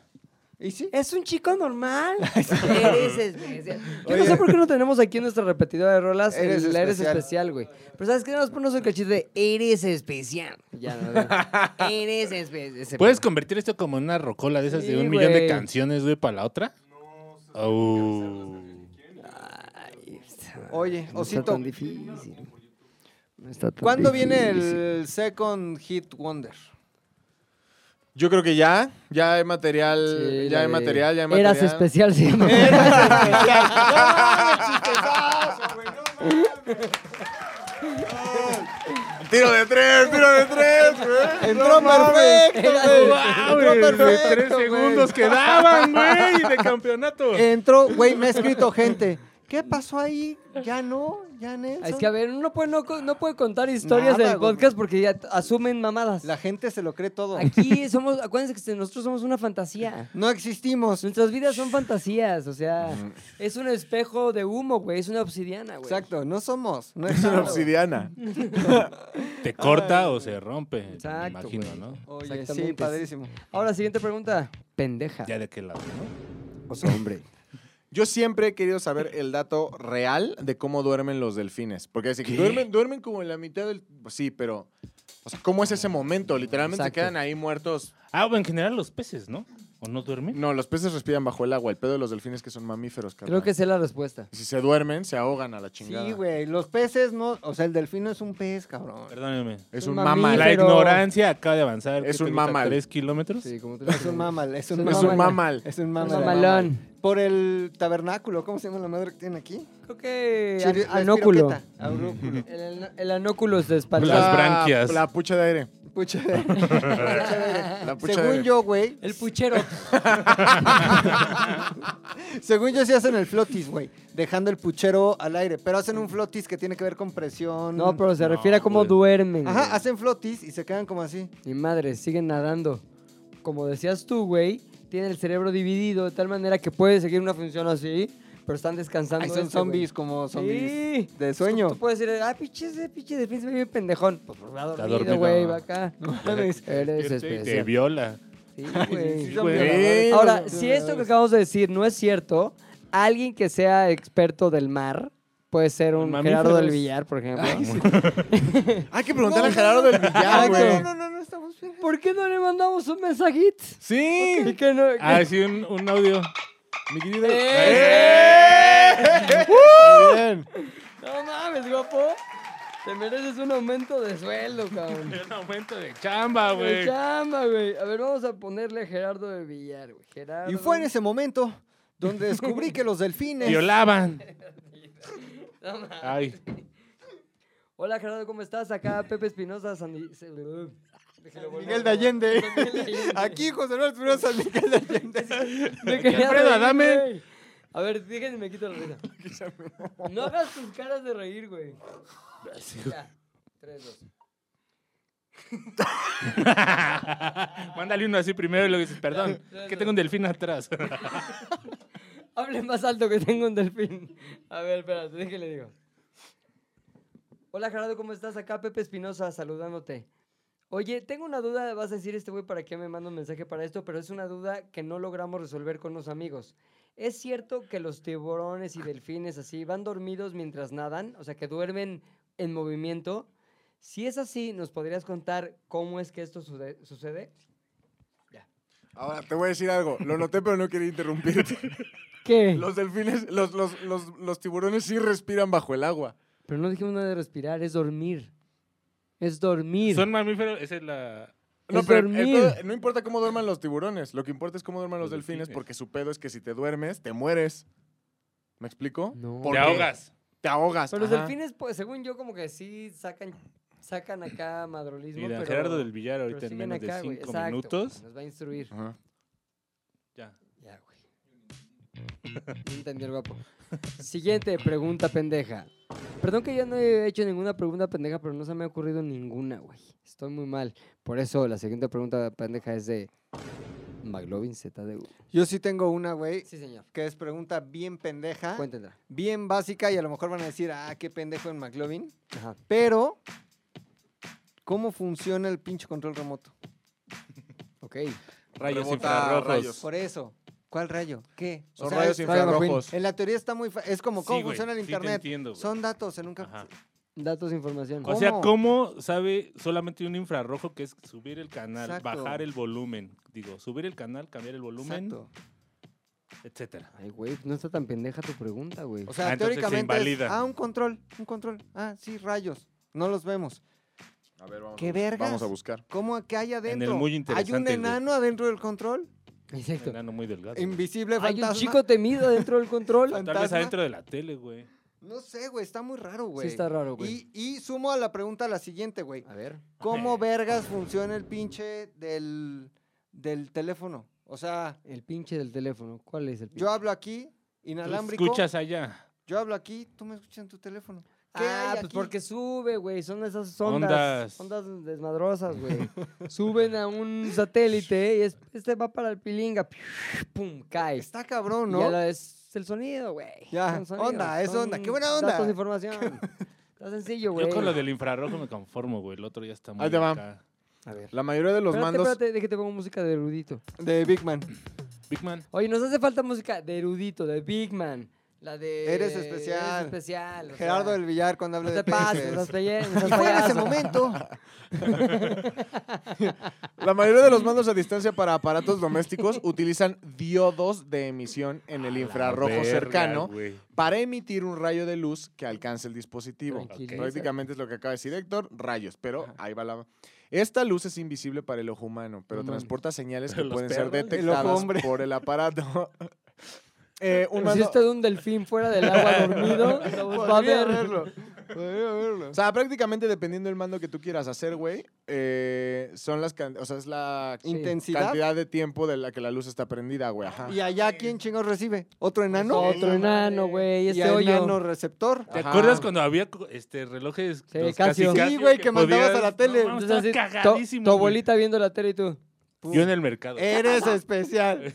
Speaker 2: ¿Y sí?
Speaker 1: ¿Es un chico normal? Eres especial. Yo no sé por qué no tenemos aquí en nuestra repetidora de rolas el
Speaker 2: Eres
Speaker 1: eres, eres
Speaker 2: especial.
Speaker 1: especial, güey. Pero ¿sabes qué? Nos ponemos el cachito de eres especial. Ya, no, no. Eres especial.
Speaker 4: ¿Puedes convertir esto como en una rocola de esas
Speaker 1: Sí,
Speaker 4: de un millón de
Speaker 1: güey.
Speaker 4: canciones, güey, para la otra? Oh. No.
Speaker 2: Oye,
Speaker 1: No está
Speaker 2: Osito,
Speaker 1: tan difícil. No está tan
Speaker 2: ¿cuándo
Speaker 1: difícil.
Speaker 2: viene el Second Hit Wonder?
Speaker 3: Yo creo que ya, ya hay material,
Speaker 1: Sí,
Speaker 3: ya
Speaker 1: la de-
Speaker 3: hay material, ya hay material.
Speaker 1: Eras especial, sí.
Speaker 3: Tiro de tres, tiro de tres, güey.
Speaker 2: Entró perfecto, güey. Entró perfecto, güey.
Speaker 4: quedaban, güey, de campeonato.
Speaker 2: Entró, güey, me ha escrito gente. ¿Qué pasó ahí? Ya no, ya Nelson.
Speaker 1: Es que, a ver, uno puede no, co- no puede contar historias
Speaker 2: Nada,
Speaker 1: del
Speaker 2: güey.
Speaker 1: podcast porque ya t- asumen mamadas.
Speaker 2: La gente se lo cree todo.
Speaker 1: Aquí somos, acuérdense que este, nosotros somos una fantasía.
Speaker 2: No existimos.
Speaker 1: Nuestras vidas son fantasías, o sea, es un espejo de humo, güey, es una obsidiana, güey.
Speaker 2: Exacto, no somos. No
Speaker 3: Es una
Speaker 2: existimos.
Speaker 3: obsidiana.
Speaker 4: Te corta o se rompe, me
Speaker 1: Exacto,
Speaker 4: imagino,
Speaker 1: güey.
Speaker 4: ¿no?
Speaker 2: Oye, sí,
Speaker 1: Exactamente.
Speaker 2: padrísimo.
Speaker 1: Ahora, siguiente pregunta. Pendeja.
Speaker 4: Ya de qué lado, ¿no?
Speaker 3: hombre. Yo siempre he querido saber el dato real de cómo duermen los delfines. Porque dicen que duermen, duermen como en la mitad del. pues Sí, pero. O sea, ¿cómo es ese momento? Literalmente se
Speaker 1: Exacto.
Speaker 3: quedan ahí muertos.
Speaker 4: Ah, bueno, en general los peces, ¿no? ¿O no duermen?
Speaker 3: No, los peces respiran bajo el agua. El pedo de los delfines que son mamíferos,
Speaker 1: Creo que sé la respuesta.
Speaker 3: Si se duermen, se ahogan a la chingada.
Speaker 2: Sí, güey, los peces no, o sea, el delfino es un pez, cabrón.
Speaker 4: Perdónenme.
Speaker 3: Es
Speaker 1: Son
Speaker 3: un mamal.
Speaker 4: La
Speaker 1: Pero-
Speaker 4: ignorancia acaba de avanzar. ¿qué
Speaker 3: Ah, Es
Speaker 4: te
Speaker 3: un
Speaker 4: gusta,
Speaker 3: mamal.
Speaker 4: ¿Tres kilómetros?
Speaker 1: Sí, como te lo
Speaker 2: Es un mamal, es un
Speaker 1: Es
Speaker 3: Es
Speaker 2: mamal.
Speaker 3: un mamal.
Speaker 2: Es un
Speaker 1: Un
Speaker 2: mamal.
Speaker 1: mamalón.
Speaker 2: Por el tabernáculo, ¿cómo se llama la madre que tiene aquí?
Speaker 1: Creo que
Speaker 2: Sí,
Speaker 1: an-
Speaker 2: la
Speaker 1: anóculo.
Speaker 2: espiroqueta. Anóculo.
Speaker 1: El, an- el anóculo se espanta.
Speaker 4: Las branquias.
Speaker 3: La pucha de aire.
Speaker 2: Puchedere. Puchedere.
Speaker 3: La puchedere.
Speaker 2: Según yo, güey.
Speaker 1: El puchero.
Speaker 2: Según yo, sí hacen el flotis, güey. Dejando el puchero al aire. Pero hacen un flotis que tiene que ver con presión.
Speaker 1: No, pero se refiere a cómo
Speaker 4: güey.
Speaker 1: duermen.
Speaker 2: Ajá,
Speaker 1: güey.
Speaker 2: hacen flotis y se quedan como así.
Speaker 1: Mi madre, siguen nadando. Como decías tú, güey, tienen el cerebro dividido de tal manera que puede seguir una función así, pero están descansando.
Speaker 2: Ahí son
Speaker 1: este, güey.
Speaker 2: zombies, como zombies
Speaker 1: Sí.
Speaker 2: de sueño.
Speaker 1: Tú puedes decir, ah, pinche ese pinche defensa bien pendejón. Pues pues, va dormido,
Speaker 4: dormido.
Speaker 1: güey, va acá.
Speaker 2: mames.
Speaker 1: Eres
Speaker 4: Despierta y
Speaker 1: especial.
Speaker 4: Te viola.
Speaker 1: Sí,
Speaker 2: este, Sí,
Speaker 1: güey.
Speaker 2: son
Speaker 4: güey.
Speaker 2: violadores.
Speaker 1: Ahora,
Speaker 2: Son
Speaker 1: si esto que
Speaker 2: violadores.
Speaker 1: acabamos de decir no es cierto, alguien que sea experto del mar puede ser un
Speaker 4: Mamíferos.
Speaker 1: Gerardo del Villar, por ejemplo.
Speaker 3: Hay que preguntarle a Gerardo del Villar,
Speaker 1: Exacto.
Speaker 3: güey.
Speaker 2: No, no, no, no, estamos bien.
Speaker 1: ¿Por qué no le mandamos un mensajito? Y
Speaker 3: Sí.
Speaker 1: que no-
Speaker 4: Ah, sí, un, un audio. Mi querido.
Speaker 2: Eh, Bien.
Speaker 1: No mames, guapo. Te mereces un aumento de sueldo, cabrón.
Speaker 4: Un aumento de chamba,
Speaker 1: De
Speaker 4: güey.
Speaker 1: chamba, güey. A ver, vamos a ponerle a Gerardo del Villar, güey. Gerardo.
Speaker 2: Y fue en ese momento donde descubrí que los delfines.
Speaker 4: Violaban.
Speaker 1: No mames.
Speaker 4: Ay.
Speaker 1: Hola, Gerardo, ¿cómo estás? Acá Pepe Espinosa, San...
Speaker 2: Miguel
Speaker 1: Miguel
Speaker 2: de Allende. Aquí José Luis Bruno San Miguel de Allende.
Speaker 4: Alfredo, dame.
Speaker 1: A ver, déjenme me quito la risa. No hagas tus caras de reír, güey. Ya. Tres, dos.
Speaker 4: Mándale uno así primero y luego dices, perdón,
Speaker 1: Ya, ya,
Speaker 4: que
Speaker 1: ya.
Speaker 4: tengo un delfín atrás.
Speaker 1: Hable más alto que tengo un delfín. A ver, espérate, déjale digo. Hola Gerardo, ¿cómo estás? Acá Pepe Espinosa saludándote. Oye, tengo una duda, vas a decir este güey para qué me manda un mensaje para esto, pero es una duda que no logramos resolver con los amigos. ¿Es cierto que los tiburones y delfines así van dormidos mientras nadan? O sea, que duermen en movimiento. Si es así, ¿nos podrías contar cómo es que esto sude- sucede?
Speaker 3: Ahora, te voy a decir algo. Lo noté, pero no quería interrumpirte.
Speaker 1: ¿Qué?
Speaker 3: Los delfines, los, los, los, los tiburones sí respiran bajo el agua.
Speaker 1: Pero no dijimos nada de respirar, es dormir. Es dormir.
Speaker 4: Son mamíferos, esa es la...
Speaker 3: No,
Speaker 1: Es
Speaker 3: pero el- el
Speaker 1: dormir.
Speaker 3: pedo- no importa cómo duerman los tiburones. Lo que importa es cómo duerman los
Speaker 4: Los
Speaker 3: delfines,
Speaker 4: delfines.
Speaker 3: porque su pedo es que si te duermes, te mueres. ¿Me explico?
Speaker 1: No.
Speaker 3: ¿Por
Speaker 4: Te
Speaker 3: qué?
Speaker 4: ahogas.
Speaker 3: Te ahogas.
Speaker 1: Pero los
Speaker 3: ajá.
Speaker 1: delfines, pues, según yo, como que sí sacan, sacan acá madrolismo.
Speaker 4: Mira,
Speaker 1: pero,
Speaker 4: Gerardo del Villar
Speaker 1: pero
Speaker 4: ahorita en
Speaker 1: siguen
Speaker 4: menos de
Speaker 1: acá, güey.
Speaker 4: 5
Speaker 1: Exacto,
Speaker 4: minutos.
Speaker 1: güey, Nos va a instruir.
Speaker 3: Ajá.
Speaker 4: Ya.
Speaker 1: Ya, güey. No entendí el guapo. Siguiente pregunta pendeja. Perdón que ya no he hecho ninguna pregunta pendeja, pero no se me ha ocurrido ninguna, güey. Estoy muy mal. Por eso la siguiente pregunta pendeja es de McLovin ZDU.
Speaker 2: Yo sí tengo una, güey,
Speaker 1: Sí, señor.
Speaker 2: que es pregunta bien pendeja,
Speaker 1: Cuéntenla.
Speaker 2: bien básica y a lo mejor van a decir, ah, qué pendejo en McLovin.
Speaker 1: Ajá.
Speaker 2: Pero, ¿cómo funciona el pinche control remoto?
Speaker 1: Ok.
Speaker 4: Rayos
Speaker 3: Rebota
Speaker 4: infrarrojos.
Speaker 3: rayos.
Speaker 2: Por eso. ¿cuál rayo? ¿Qué? O
Speaker 3: Son
Speaker 2: sea,
Speaker 3: rayos
Speaker 2: es-
Speaker 1: Rayo McQueen.
Speaker 3: infrarrojos.
Speaker 2: en la teoría está muy... fa- Es como,
Speaker 4: Sí,
Speaker 2: ¿cómo
Speaker 4: güey,
Speaker 2: funciona el
Speaker 4: sí te
Speaker 2: internet?
Speaker 4: entiendo, güey.
Speaker 2: Son datos, en nunca...
Speaker 4: Ajá.
Speaker 1: Datos e información.
Speaker 4: O sea,
Speaker 2: ¿Cómo?
Speaker 4: ¿cómo sabe solamente un infrarrojo que es subir el canal,
Speaker 2: Exacto.
Speaker 4: bajar el volumen? Digo, subir el canal, cambiar el volumen,
Speaker 2: Exacto.
Speaker 4: etcétera.
Speaker 1: Ay, güey, no está tan pendeja tu pregunta, güey.
Speaker 2: O sea,
Speaker 4: Ah, entonces se
Speaker 2: teóricamente es,
Speaker 4: invalida.
Speaker 2: ah, un control, un control. Ah, sí, rayos. No los vemos.
Speaker 3: A ver, vamos,
Speaker 2: ¿Qué
Speaker 3: a, bus-
Speaker 2: vergas?
Speaker 3: vamos a buscar.
Speaker 2: ¿Cómo que hay adentro?
Speaker 4: muy
Speaker 2: ¿Hay un
Speaker 4: interesante, güey.
Speaker 2: enano adentro del control?
Speaker 4: Un
Speaker 1: Exacto.
Speaker 4: enano muy delgado. güey.
Speaker 2: Invisible
Speaker 1: Hay
Speaker 2: fantasma.
Speaker 1: un chico temido dentro del control.
Speaker 2: Fan-
Speaker 4: Tal vez
Speaker 2: fantasma.
Speaker 4: adentro de la tele, güey.
Speaker 2: No sé, güey, está muy raro,
Speaker 1: sí
Speaker 2: güey.
Speaker 1: está raro, güey.
Speaker 2: Y, y sumo a la pregunta la siguiente, güey.
Speaker 1: A ver.
Speaker 2: ¿Cómo vergas funciona el pinche del, del teléfono? O sea,
Speaker 1: El pinche del teléfono. ¿Cuál es el pinche?
Speaker 2: yo hablo aquí,
Speaker 4: Tú
Speaker 2: inalámbrico.
Speaker 4: escuchas allá.
Speaker 2: Yo hablo aquí, tú me escuchas en tu teléfono. ¿Qué
Speaker 1: ah,
Speaker 2: hay
Speaker 1: pues
Speaker 2: aquí?
Speaker 1: porque sube, güey. Son esas ondas. Ondas,
Speaker 4: Ondas.
Speaker 1: desmadrosas, güey. Suben a un satélite y es- este va para el pilinga. piu, Pum, cae.
Speaker 2: Está cabrón,
Speaker 1: Y
Speaker 2: ¿no?
Speaker 1: ya la- es el sonido, güey.
Speaker 2: Ya,
Speaker 1: Son sonidos,
Speaker 2: onda, es
Speaker 1: son
Speaker 2: onda. ¡Qué buena onda!
Speaker 1: Datos de información. Está sencillo, güey.
Speaker 4: Yo con lo del infrarrojo me conformo, güey. El otro ya está muy
Speaker 3: Ahí te va.
Speaker 4: acá.
Speaker 1: A ver.
Speaker 3: La mayoría de los
Speaker 1: espérate,
Speaker 3: mandos.
Speaker 1: espérate, déjate pongo música de erudito.
Speaker 2: De Big Man.
Speaker 4: Big Man.
Speaker 1: Oye, nos hace falta música de erudito, de Big Man. La de.
Speaker 2: Eres especial.
Speaker 1: Eres especial. o
Speaker 2: Gerardo
Speaker 1: sea,
Speaker 2: del Villar cuando habla
Speaker 1: No
Speaker 2: de
Speaker 1: te pases,
Speaker 2: peces.
Speaker 1: nos pelle-
Speaker 2: Y
Speaker 1: nos
Speaker 2: fue en ese
Speaker 1: payaso.
Speaker 2: momento.
Speaker 3: La mayoría de los mandos a distancia para aparatos domésticos utilizan diodos de emisión en el infrarrojo
Speaker 4: Verga,
Speaker 3: cercano
Speaker 4: güey.
Speaker 3: para emitir un rayo de luz que alcance el dispositivo.
Speaker 1: Tranquilízate.
Speaker 3: Prácticamente es lo que acaba de decir Héctor, rayos, pero ahí va la... Esta luz es invisible para el ojo humano, pero
Speaker 1: No mames.
Speaker 3: transporta señales
Speaker 4: Mm. Pero
Speaker 3: que
Speaker 4: los
Speaker 3: pueden ser
Speaker 4: perros, el ojo
Speaker 3: detectadas
Speaker 2: hombre.
Speaker 3: por el aparato. Eh, un
Speaker 1: Si
Speaker 3: mando-
Speaker 1: esto de un delfín fuera del agua dormido, lo va a
Speaker 2: Podría
Speaker 1: ver.
Speaker 2: verlo. Podría verlo.
Speaker 3: O sea, prácticamente dependiendo del mando que tú quieras hacer, güey, eh, son las can- o sea, es la
Speaker 1: Sí.
Speaker 2: Intensidad.
Speaker 3: cantidad de tiempo de la que la luz está prendida, güey. Ajá.
Speaker 2: ¿Y allá quién chingados recibe? ¿Otro enano?
Speaker 1: Pues Otro enano, güey.
Speaker 2: Y
Speaker 1: Este
Speaker 2: a
Speaker 1: hoyo. Ah,
Speaker 2: enano receptor.
Speaker 4: ¿Te
Speaker 3: Ajá.
Speaker 4: acuerdas cuando había co- este relojes
Speaker 1: Sí,
Speaker 4: los
Speaker 1: Casio.
Speaker 4: Casio
Speaker 2: Sí, güey, que mandabas
Speaker 4: podías-
Speaker 2: a la tele.
Speaker 4: No, mames,
Speaker 1: Entonces,
Speaker 4: estaba
Speaker 1: así, to-
Speaker 4: cagadísimo,
Speaker 1: tu
Speaker 4: güey.
Speaker 1: abuelita viendo la tele y tú.
Speaker 4: Yo en el mercado.
Speaker 2: Eres especial.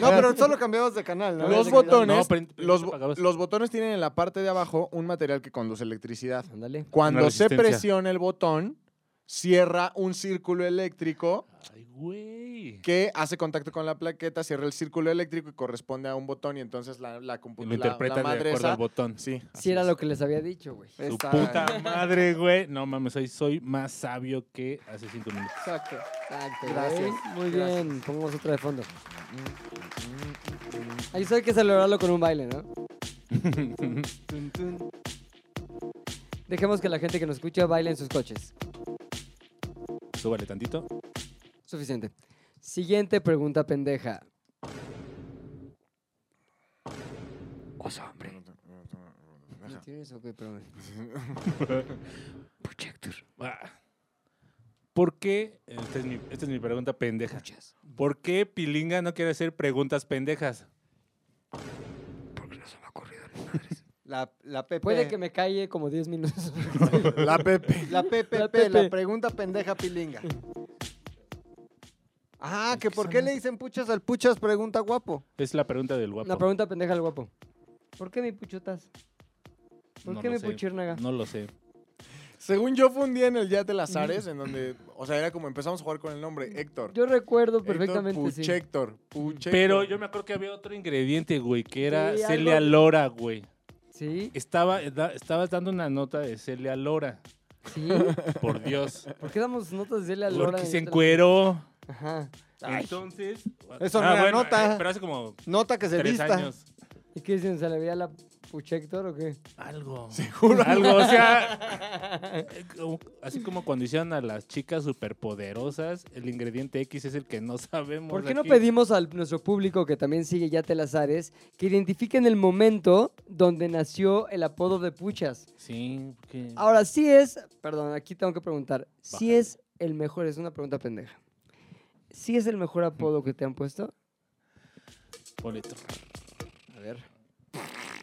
Speaker 2: No, pero solo cambiamos de canal, ¿no?
Speaker 3: Los
Speaker 2: Ese canal.
Speaker 4: No,
Speaker 3: botones,
Speaker 4: pero en-
Speaker 3: los, bo-
Speaker 4: apagabas.
Speaker 3: los botones tienen en la parte de abajo un material que conduce electricidad.
Speaker 1: pues, Ándale.
Speaker 3: Cuando
Speaker 4: Una
Speaker 3: se
Speaker 4: resistencia.
Speaker 3: presiona el botón, cierra un círculo eléctrico
Speaker 4: Ay, güey.
Speaker 3: que hace contacto con la plaqueta, cierra el círculo eléctrico y corresponde a un botón y entonces la, la, compu-
Speaker 4: Y Lo
Speaker 3: la- la
Speaker 4: interpretas de
Speaker 3: madre
Speaker 4: acuerdo
Speaker 3: esa-
Speaker 4: al botón.
Speaker 3: Sí.
Speaker 1: Sí, era lo que les había dicho, güey.
Speaker 4: Su
Speaker 2: Esa-
Speaker 4: puta madre, güey. No mames, hoy soy más sabio que hace cinco minutos.
Speaker 2: Exacto.
Speaker 1: Exacto.
Speaker 2: Gracias,
Speaker 1: güey. Muy
Speaker 2: gracias.
Speaker 1: bien. Pongamos otra de fondo. Ahí hay que celebrarlo con un baile, ¿no?
Speaker 2: Tun, tun.
Speaker 1: Dejemos que la gente que nos escucha baile en sus coches.
Speaker 4: Súbale tantito.
Speaker 1: Suficiente. Siguiente pregunta pendeja. Oso, hombre. ¿No tienes? Ok, perdón. Projector.
Speaker 4: Ah. ¿Por qué? Esta es, mi, esta es mi pregunta pendeja. ¿Por qué Pilinga no quiere hacer preguntas pendejas?
Speaker 2: La, la PP.
Speaker 4: Eh.
Speaker 1: Puede que me calle como 10 minutos.
Speaker 3: La Pepe.
Speaker 2: La PPP,
Speaker 1: La
Speaker 2: la,
Speaker 1: PP.
Speaker 2: pregunta pendeja pilinga. Ah, que por qué le dicen puchas al puchas, pregunta guapo.
Speaker 4: Es la pregunta del guapo.
Speaker 1: Una pregunta pendeja al guapo. ¿Por qué mi puchotas? ¿Por
Speaker 4: No
Speaker 1: qué
Speaker 4: lo
Speaker 1: mi
Speaker 4: sé.
Speaker 1: puchirnaga?
Speaker 4: No lo sé.
Speaker 3: Según yo fue un día en el Yate Las Ares, en donde, o sea, era como empezamos a jugar con el nombre, Héctor.
Speaker 1: Yo recuerdo perfectamente,
Speaker 3: Héctor
Speaker 1: sí.
Speaker 3: Puchector. Puchector.
Speaker 4: Pero yo me acuerdo que había otro ingrediente, güey, que era
Speaker 1: Sí, algo-
Speaker 4: Celia Lora, güey.
Speaker 1: Sí,
Speaker 4: Estaba, da- estabas dando una nota de Celia Lora.
Speaker 1: sí.
Speaker 4: Por Dios.
Speaker 1: ¿Por qué damos notas de él a la hora?
Speaker 4: Porque
Speaker 1: de
Speaker 4: se
Speaker 1: nuestra-
Speaker 4: encueró.
Speaker 1: Ajá.
Speaker 4: Entonces.
Speaker 2: Eso no era nota.
Speaker 4: eh, Pero hace como
Speaker 2: Nota que se
Speaker 4: tres
Speaker 2: vista.
Speaker 4: años.
Speaker 1: ¿Y qué dicen? ¿Se le veía la puchector o qué?
Speaker 4: Algo. Seguro. Algo, o sea. eh, como- Así como cuando hicieron a las chicas superpoderosas, el ingrediente X es el que no sabemos.
Speaker 1: ¿Por qué no
Speaker 4: aquí.
Speaker 1: pedimos a nuestro público que también sigue ya Telazares que identifiquen el momento donde nació el apodo de Puchas?
Speaker 4: Sí, porque.
Speaker 1: Ahora, sí es, perdón, aquí tengo que preguntar, si
Speaker 4: Bájale.
Speaker 1: es el mejor, es una pregunta pendeja, si es el mejor apodo que te han puesto?
Speaker 4: Boleto.
Speaker 1: A ver.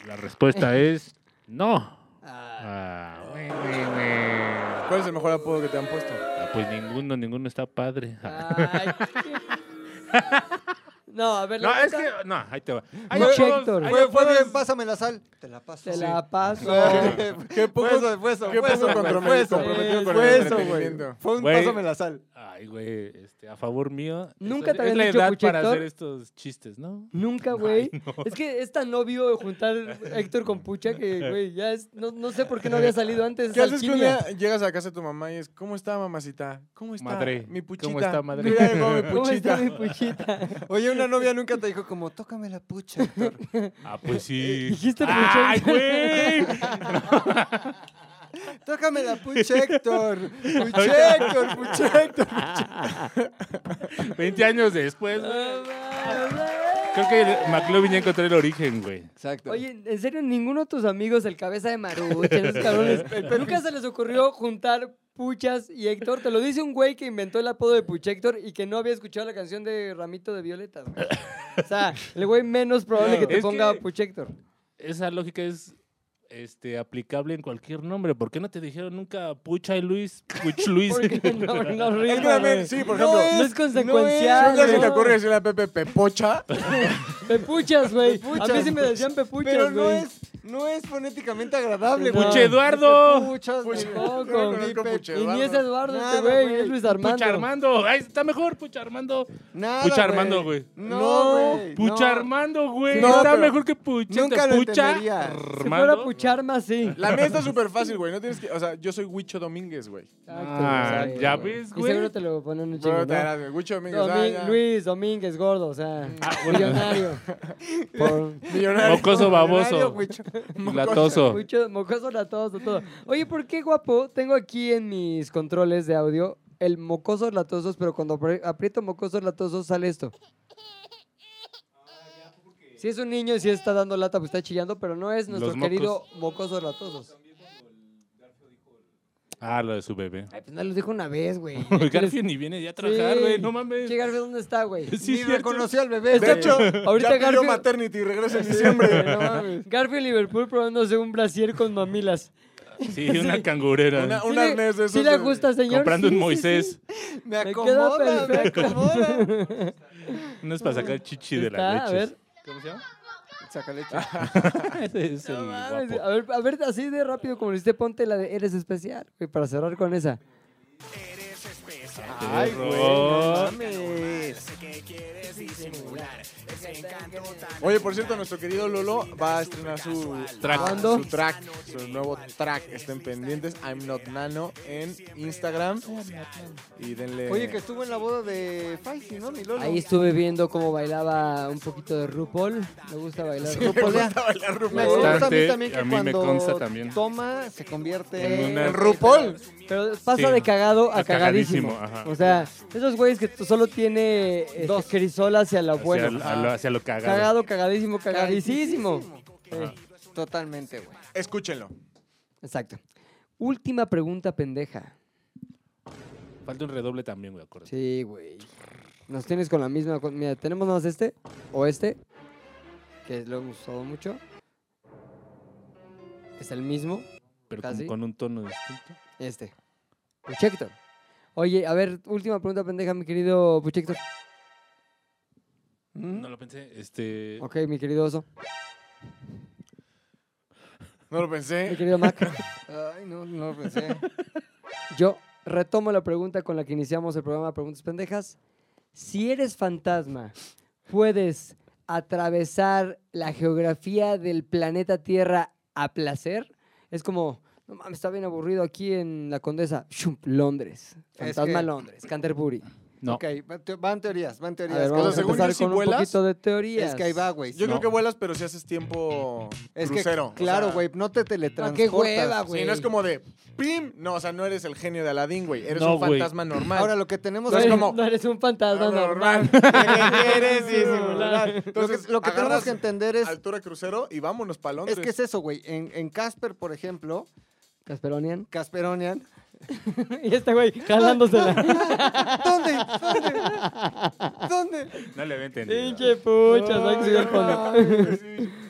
Speaker 4: La respuesta es. No.
Speaker 1: Ah,
Speaker 4: Ah, güey.
Speaker 3: ¿Cuál es el mejor apodo que te han puesto?
Speaker 4: Ah, pues ninguno, ninguno está padre.
Speaker 1: ay, qué- no, a ver,
Speaker 4: No,
Speaker 1: la
Speaker 4: es
Speaker 1: neta,
Speaker 4: que. No, ahí te va.
Speaker 1: Ay,
Speaker 4: Hay
Speaker 1: Héctor.
Speaker 4: apodos- hay
Speaker 2: Fue, fue
Speaker 4: apodos-
Speaker 2: bien, pásame la sal. Te la paso.
Speaker 1: te la paso.
Speaker 2: ¿Qué poco, fue eso, fue eso,
Speaker 3: qué
Speaker 2: fue
Speaker 3: poco
Speaker 2: eso, güey,
Speaker 3: comprometido-
Speaker 2: fue eso,
Speaker 3: comprometido con
Speaker 2: fue
Speaker 3: el
Speaker 2: eso, güey.
Speaker 3: entretenimiento.
Speaker 2: Fue un
Speaker 4: Güey.
Speaker 2: pásame la sal.
Speaker 4: Ay, güey, este, a favor mío.
Speaker 1: Nunca
Speaker 4: es-
Speaker 1: te
Speaker 4: es
Speaker 1: habían
Speaker 4: la
Speaker 1: dicho
Speaker 4: edad para
Speaker 1: Puchector.
Speaker 4: hacer estos chistes, ¿no?
Speaker 1: Nunca, güey. Es que es tan obvio juntar Héctor con Pucha que, güey, ya es. No, no sé por qué no había salido antes.
Speaker 3: ¿Qué
Speaker 1: esa
Speaker 3: haces que un
Speaker 1: alquimia.
Speaker 3: día llegas a casa de tu mamá y es, ¿cómo está mamacita? ¿Cómo está
Speaker 4: Madre,
Speaker 3: mi
Speaker 4: ¿cómo
Speaker 3: puchita?
Speaker 4: está, madre?
Speaker 3: Mira, llegó mi
Speaker 1: ¿Cómo está
Speaker 3: puchita.
Speaker 1: mi puchita?
Speaker 2: Oye, una novia nunca te dijo como, tócame la pucha, Héctor.
Speaker 4: Ah, pues sí.
Speaker 1: Dijiste
Speaker 4: ¡Ay,
Speaker 1: Puchector.
Speaker 4: güey!
Speaker 2: Tócame la pucha, Héctor. Pucha, Héctor, pucha, Héctor.
Speaker 4: 20 años después, güey. Creo que McLovin ya encontró el origen, güey.
Speaker 2: Exacto.
Speaker 1: Oye, en serio, ninguno de tus amigos, el cabeza de Marucha, esos cabrones, nunca se les ocurrió juntar Puchas y Héctor. Te lo dice un güey que inventó el apodo de Puchector y que no había escuchado la canción de Ramito de Violetas. güey. O sea, el güey menos probable que te
Speaker 4: Es
Speaker 1: ponga
Speaker 4: que-
Speaker 1: Puchector.
Speaker 4: Esa lógica es este, aplicable en cualquier nombre. ¿Por qué no te dijeron nunca Pucha y Luis? Puch Luis.
Speaker 1: Porque no, no rima,
Speaker 3: Es que también,
Speaker 1: güey.
Speaker 3: sí, por
Speaker 1: No
Speaker 3: ejemplo.
Speaker 1: es, consecuencial.
Speaker 3: Nunca se te
Speaker 1: ¿no?
Speaker 3: ocurre decirle a Pepe Pepocha.
Speaker 1: Pepuchas, güey. A mí
Speaker 2: Pepuchas.
Speaker 1: sí me decían pepuchas,
Speaker 2: Pero no
Speaker 1: güey.
Speaker 2: es, no es fonéticamente agradable,
Speaker 1: No.
Speaker 2: güey.
Speaker 4: Puche Eduardo.
Speaker 2: Puchas, güey.
Speaker 1: Puche- Tampoco.
Speaker 3: Pues, Yo no conozco a Puche
Speaker 1: Y ni es
Speaker 3: Eduardo.
Speaker 1: Eduardo este
Speaker 2: Nada,
Speaker 1: güey,
Speaker 2: güey.
Speaker 1: es Luis Armando.
Speaker 4: Pucha Armando. Ay, está mejor, Pucha Armando.
Speaker 2: Nada,
Speaker 4: Pucha Armando, güey.
Speaker 2: No, güey.
Speaker 4: Pucha
Speaker 2: no.
Speaker 4: Armando, güey.
Speaker 3: No,
Speaker 4: está
Speaker 3: pero
Speaker 4: mejor que Puchita.
Speaker 2: Nunca lo
Speaker 4: Pucha
Speaker 2: entendería. Si
Speaker 1: Si fuera
Speaker 4: Armando.
Speaker 1: Pucharma, sí.
Speaker 3: La mía está súper fácil, güey. No tienes que. O sea, yo soy Huicho Domínguez, güey.
Speaker 4: Ah,
Speaker 1: Exacto,
Speaker 4: ya
Speaker 1: güey.
Speaker 4: ves,
Speaker 1: Y
Speaker 4: güey.
Speaker 1: seguro te lo ponen un chingo,
Speaker 3: Pero te
Speaker 1: ¿no?
Speaker 3: harás, güey. Huicho Domínguez. ah,
Speaker 1: Domi-
Speaker 3: ya.
Speaker 1: Luis Domínguez Gordo, o sea,
Speaker 4: Ah,
Speaker 1: millonario. Por-
Speaker 3: Millonario.
Speaker 4: Mocoso
Speaker 2: Millonario,
Speaker 4: baboso.
Speaker 2: güey.
Speaker 4: y Latoso.
Speaker 1: Mucho mocoso latoso, todo. Oye, ¿por qué guapo? Tengo aquí en mis controles de audio el mocoso latosos, pero cuando apri- aprieto mocosos latosos sale esto. Si es un niño y si está dando lata, pues está chillando, pero no es
Speaker 4: Los
Speaker 1: nuestro
Speaker 4: mocos.
Speaker 1: querido mocoso latosos.
Speaker 4: Ah, lo de su bebé.
Speaker 1: Ay, pues no lo dijo una vez, güey.
Speaker 4: Garfield ni viene ya a trabajar,
Speaker 1: Sí.
Speaker 4: güey. No mames.
Speaker 1: Che, Garfield, ¿dónde está, güey?
Speaker 4: Sí,
Speaker 2: Ni
Speaker 4: cierto.
Speaker 2: reconoció al bebé.
Speaker 3: De
Speaker 2: güey.
Speaker 3: hecho,
Speaker 1: Ahorita
Speaker 3: ahorita ya pidió
Speaker 1: Garfield-
Speaker 3: maternity, regresa en diciembre.
Speaker 1: No mames. Garfield Liverpool probándose un brasier con mamilas.
Speaker 4: Sí, una cangurera.
Speaker 3: Una-
Speaker 1: ¿Sí
Speaker 3: un
Speaker 1: le-
Speaker 3: arnés de esos.
Speaker 1: ¿Sí le
Speaker 3: de-
Speaker 1: gusta, señor?
Speaker 4: Comprando
Speaker 1: Sí,
Speaker 4: un
Speaker 1: sí,
Speaker 4: Moisés.
Speaker 1: sí.
Speaker 2: Me
Speaker 1: queda
Speaker 2: acomoda, me
Speaker 1: perfecto.
Speaker 2: acomoda.
Speaker 4: No es para sacar chichi de
Speaker 1: Está,
Speaker 4: la
Speaker 1: a
Speaker 4: leche.
Speaker 1: ver.
Speaker 4: ¿Cómo se llama?
Speaker 2: Saca leche.
Speaker 4: Ese es el
Speaker 1: No mames,
Speaker 4: guapo.
Speaker 1: A ver, a ver, así de rápido como lo hiciste, ponte la de Eres Especial, güey, para cerrar con esa.
Speaker 2: Ay, güey. No
Speaker 4: Terror.
Speaker 2: mames.
Speaker 3: Oye, por cierto, nuestro querido Lolo va a estrenar su
Speaker 4: Track.
Speaker 1: ¿Cuándo?
Speaker 3: su track, su nuevo track. Estén pendientes. I'm not nano en Instagram y denle.
Speaker 2: Oye, que estuvo en la boda de Faisy, ¿no? Mi Lolo.
Speaker 1: Ahí estuve viendo cómo bailaba un poquito de RuPaul. Me gusta bailar
Speaker 2: Sí,
Speaker 1: RuPaul.
Speaker 2: me gusta Me consta a mí
Speaker 4: Bastante,
Speaker 2: también que
Speaker 4: a mí me
Speaker 2: cuando
Speaker 4: consta también.
Speaker 2: toma, se convierte
Speaker 4: En una-
Speaker 3: en RuPaul.
Speaker 1: Pero pasa
Speaker 4: Sí.
Speaker 1: de cagado a,
Speaker 4: A
Speaker 1: cagadísimo.
Speaker 4: cagadísimo, ajá.
Speaker 1: O sea, esos güeyes que t- solo tiene este, crisol hacia lo
Speaker 4: Hacia,
Speaker 1: bueno. ah.
Speaker 4: lo- a lo- hacia lo cagado.
Speaker 1: Cagado, cagadísimo, cagadísimo.
Speaker 2: Totalmente, güey.
Speaker 3: Escúchenlo.
Speaker 1: Exacto. Última pregunta pendeja.
Speaker 4: Falta un redoble también, güey, acuérdate.
Speaker 1: Sí, güey. Nos tienes con la misma. co- Mira, tenemos nada más este o este, que lo hemos usado mucho. Es el mismo,
Speaker 4: Pero como
Speaker 1: casi.
Speaker 4: con un tono distinto.
Speaker 1: este. Puchector. Oye, a ver, última pregunta pendeja, mi querido Puchector.
Speaker 4: No lo pensé. Este.
Speaker 1: ¿Mm? Ok, mi querido oso.
Speaker 3: No lo
Speaker 1: Mi
Speaker 3: pensé.
Speaker 1: querido Mac.
Speaker 2: Ay, no, no lo pensé.
Speaker 1: Yo retomo la pregunta con la que iniciamos el programa Preguntas Pendejas. Si eres fantasma, ¿puedes atravesar la geografía del planeta Tierra a placer? Es como, no mames, está bien aburrido aquí en la Condesa. Shum, Londres.
Speaker 2: Es
Speaker 1: Fantasma
Speaker 2: que-
Speaker 1: Londres, Canterbury.
Speaker 4: No.
Speaker 2: Ok, va- te- van teorías, van
Speaker 1: A
Speaker 2: teorías.
Speaker 1: ver,
Speaker 3: o
Speaker 1: vamos
Speaker 3: sea,
Speaker 1: a
Speaker 3: según yo,
Speaker 1: empezar
Speaker 3: si
Speaker 1: con un
Speaker 3: vuelas,
Speaker 1: poquito de teorías.
Speaker 2: Es que ahí va, güey.
Speaker 3: Yo
Speaker 2: No.
Speaker 3: creo que vuelas, pero si haces tiempo
Speaker 2: Es que,
Speaker 3: crucero. o
Speaker 2: claro,
Speaker 3: sea,
Speaker 2: güey, no te
Speaker 1: No,
Speaker 2: teletransportas.
Speaker 1: qué hueva,
Speaker 2: Ah,
Speaker 3: Sí,
Speaker 1: güey.
Speaker 3: no es como de ¡pim! No, o sea, no eres el genio de Aladdin, güey. Eres
Speaker 4: No,
Speaker 3: un
Speaker 4: güey.
Speaker 3: fantasma normal.
Speaker 2: Ahora lo que tenemos
Speaker 1: No
Speaker 2: es
Speaker 1: eres,
Speaker 2: como...
Speaker 3: como-
Speaker 1: no eres un fantasma normal.
Speaker 3: quieres disimular?
Speaker 2: Lo que,
Speaker 3: Entonces,
Speaker 2: lo que tenemos
Speaker 3: agarras
Speaker 2: que entender es,
Speaker 3: altura crucero y vámonos para
Speaker 2: es
Speaker 3: Londres.
Speaker 2: que es eso, güey. En, en Casper, por ejemplo,
Speaker 1: Casperonian.
Speaker 2: Casperonian,
Speaker 1: y este güey jalándosela.
Speaker 2: ¿dónde? ¿Dónde? ¿Dónde?
Speaker 4: No le había entendido.
Speaker 1: Pinche pucha, no hay que subir el fondo.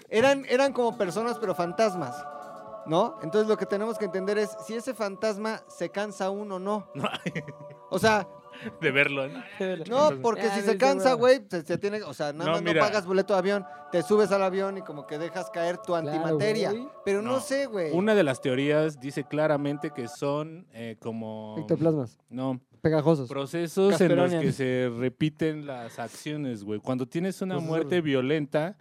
Speaker 2: Eran, eran como personas, pero fantasmas, ¿no? Entonces lo que tenemos que entender es si ese fantasma se cansa uno o no. O sea,
Speaker 4: De verlo. ¿no?
Speaker 2: No, porque
Speaker 1: Ah,
Speaker 2: si
Speaker 1: no
Speaker 2: se
Speaker 1: es
Speaker 2: cansa,
Speaker 1: seguro.
Speaker 2: güey, se, se tiene, o sea, nada
Speaker 4: No,
Speaker 2: más
Speaker 4: mira.
Speaker 2: no pagas boleto de avión, te subes al avión y como que dejas caer tu
Speaker 1: Claro,
Speaker 2: antimateria.
Speaker 1: güey.
Speaker 2: Pero no,
Speaker 4: No.
Speaker 2: sé, güey.
Speaker 4: Una de las teorías dice claramente que son eh, como.
Speaker 1: Ectoplasmas,
Speaker 4: No,
Speaker 1: pegajosos.
Speaker 4: procesos en los
Speaker 1: Casperonian.
Speaker 4: que se repiten las acciones, güey. Cuando tienes una
Speaker 1: Procesos,
Speaker 4: muerte
Speaker 1: güey.
Speaker 4: violenta,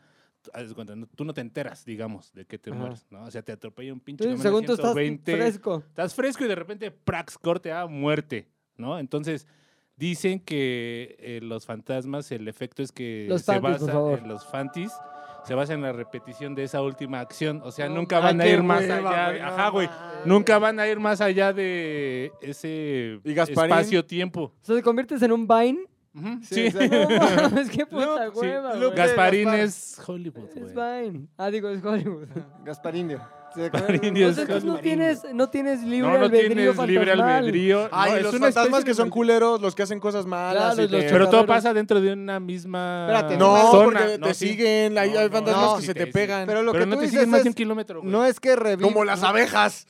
Speaker 4: haz de cuenta, no- tú no te enteras, digamos, de que te
Speaker 1: Ajá.
Speaker 4: mueres, ¿no? O sea, te atropella un pinche.
Speaker 1: Entonces,
Speaker 4: camioneta
Speaker 1: según tú estás
Speaker 4: 120.
Speaker 1: fresco.
Speaker 4: Estás fresco y de repente, prax, corte a muerte, ¿no? Entonces, dicen que eh, los fantasmas, el efecto es que
Speaker 1: Los
Speaker 4: se
Speaker 1: fantis, por
Speaker 4: basa
Speaker 1: favor.
Speaker 4: en los fantis, se basa en la repetición de esa última acción. O sea,
Speaker 1: No
Speaker 4: nunca
Speaker 1: ma-
Speaker 4: van a
Speaker 1: qué
Speaker 4: ir más
Speaker 1: hueva,
Speaker 4: allá.
Speaker 1: güey, no
Speaker 4: Ajá, güey.
Speaker 1: mames.
Speaker 4: Nunca van a ir más allá de ese
Speaker 3: ¿Y Gasparín?
Speaker 4: espacio-tiempo.
Speaker 1: O sea, te conviertes en un Vine.
Speaker 4: Ujú,
Speaker 2: Sí,
Speaker 4: Sí.
Speaker 2: exacto.
Speaker 1: No mames, qué puta
Speaker 4: Loop, sí,
Speaker 1: hueva,
Speaker 4: Loop.
Speaker 1: güey.
Speaker 4: Gasparín
Speaker 2: Gaspar.
Speaker 4: es Hollywood,
Speaker 1: Es
Speaker 4: güey.
Speaker 1: Vine. Ah, digo, es Hollywood.
Speaker 2: Gasparindio. Se-
Speaker 4: Gasparindio
Speaker 1: O
Speaker 4: es
Speaker 1: sea,
Speaker 4: Hollywood.
Speaker 1: Pues, entonces no tienes, no tienes libre
Speaker 4: No, no
Speaker 1: albedrío
Speaker 4: tienes libre
Speaker 1: fantasmal.
Speaker 4: albedrío.
Speaker 3: Ay,
Speaker 4: no, es
Speaker 3: los
Speaker 4: una especie
Speaker 3: fantasmas que
Speaker 4: de-
Speaker 3: son culeros, los que hacen cosas malas.
Speaker 1: Claro, los
Speaker 3: y te-
Speaker 4: Pero todo
Speaker 1: Chingaderos.
Speaker 4: pasa dentro de una misma
Speaker 2: Espérate,
Speaker 3: No,
Speaker 4: zona.
Speaker 3: porque
Speaker 4: No,
Speaker 3: te
Speaker 4: sí.
Speaker 3: siguen. Hay,
Speaker 4: No,
Speaker 3: hay
Speaker 4: no,
Speaker 3: fantasmas
Speaker 2: no.
Speaker 3: que
Speaker 4: Sí
Speaker 3: se te
Speaker 4: sí.
Speaker 3: pegan.
Speaker 2: Pero lo
Speaker 4: Pero
Speaker 2: que
Speaker 4: no
Speaker 2: tú
Speaker 4: te
Speaker 2: dices
Speaker 4: siguen más
Speaker 2: es-
Speaker 4: de un kilómetro, güey.
Speaker 2: No es que revivan.
Speaker 3: Como las abejas.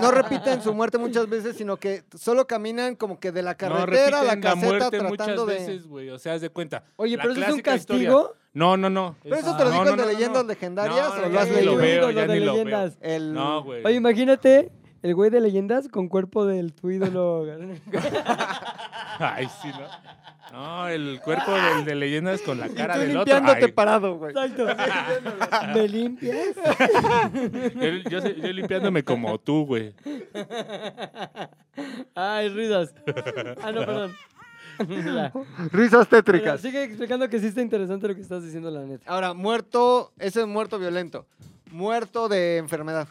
Speaker 2: No repiten su muerte muchas veces, sino que solo caminan como que de la carretera a la
Speaker 4: repiten
Speaker 2: caseta
Speaker 4: muchas
Speaker 2: tratando de.
Speaker 4: veces, güey. O sea, haz de cuenta.
Speaker 1: Oye,
Speaker 4: La
Speaker 1: pero eso es un
Speaker 4: clásica historia.
Speaker 1: castigo.
Speaker 4: No, no, no.
Speaker 2: Pero
Speaker 4: Es-
Speaker 2: eso te lo
Speaker 4: Ah, no,
Speaker 2: dijo
Speaker 4: no,
Speaker 2: el de
Speaker 4: no, no,
Speaker 2: leyendas
Speaker 4: no.
Speaker 2: legendarias
Speaker 4: No,
Speaker 2: o
Speaker 4: no,
Speaker 2: lo has
Speaker 4: ya ni
Speaker 2: leído.
Speaker 4: lo veo,
Speaker 1: Lo
Speaker 4: ya
Speaker 1: de
Speaker 4: ni lo veo.
Speaker 1: leyendas.
Speaker 2: El-
Speaker 4: No, güey.
Speaker 1: Oye, imagínate el güey de leyendas con cuerpo del tu ídolo.
Speaker 4: Ay, sí, ¿no? No, el cuerpo del de leyendas con la
Speaker 2: Y
Speaker 4: cara
Speaker 2: tú
Speaker 4: del otro.
Speaker 2: limpiándote
Speaker 4: Ay,
Speaker 2: parado, güey.
Speaker 1: Exacto. ¿Me limpias?
Speaker 4: yo, yo sé- yo limpiándome como tú, güey.
Speaker 1: Ay, risas. Ah, no, perdón. Ya.
Speaker 2: Risas
Speaker 1: Pero
Speaker 2: tétricas.
Speaker 1: sigue explicando que sí está interesante lo que estás diciendo, la neta.
Speaker 2: Ahora, muerto, ese es muerto violento. Muerto de enfermedad.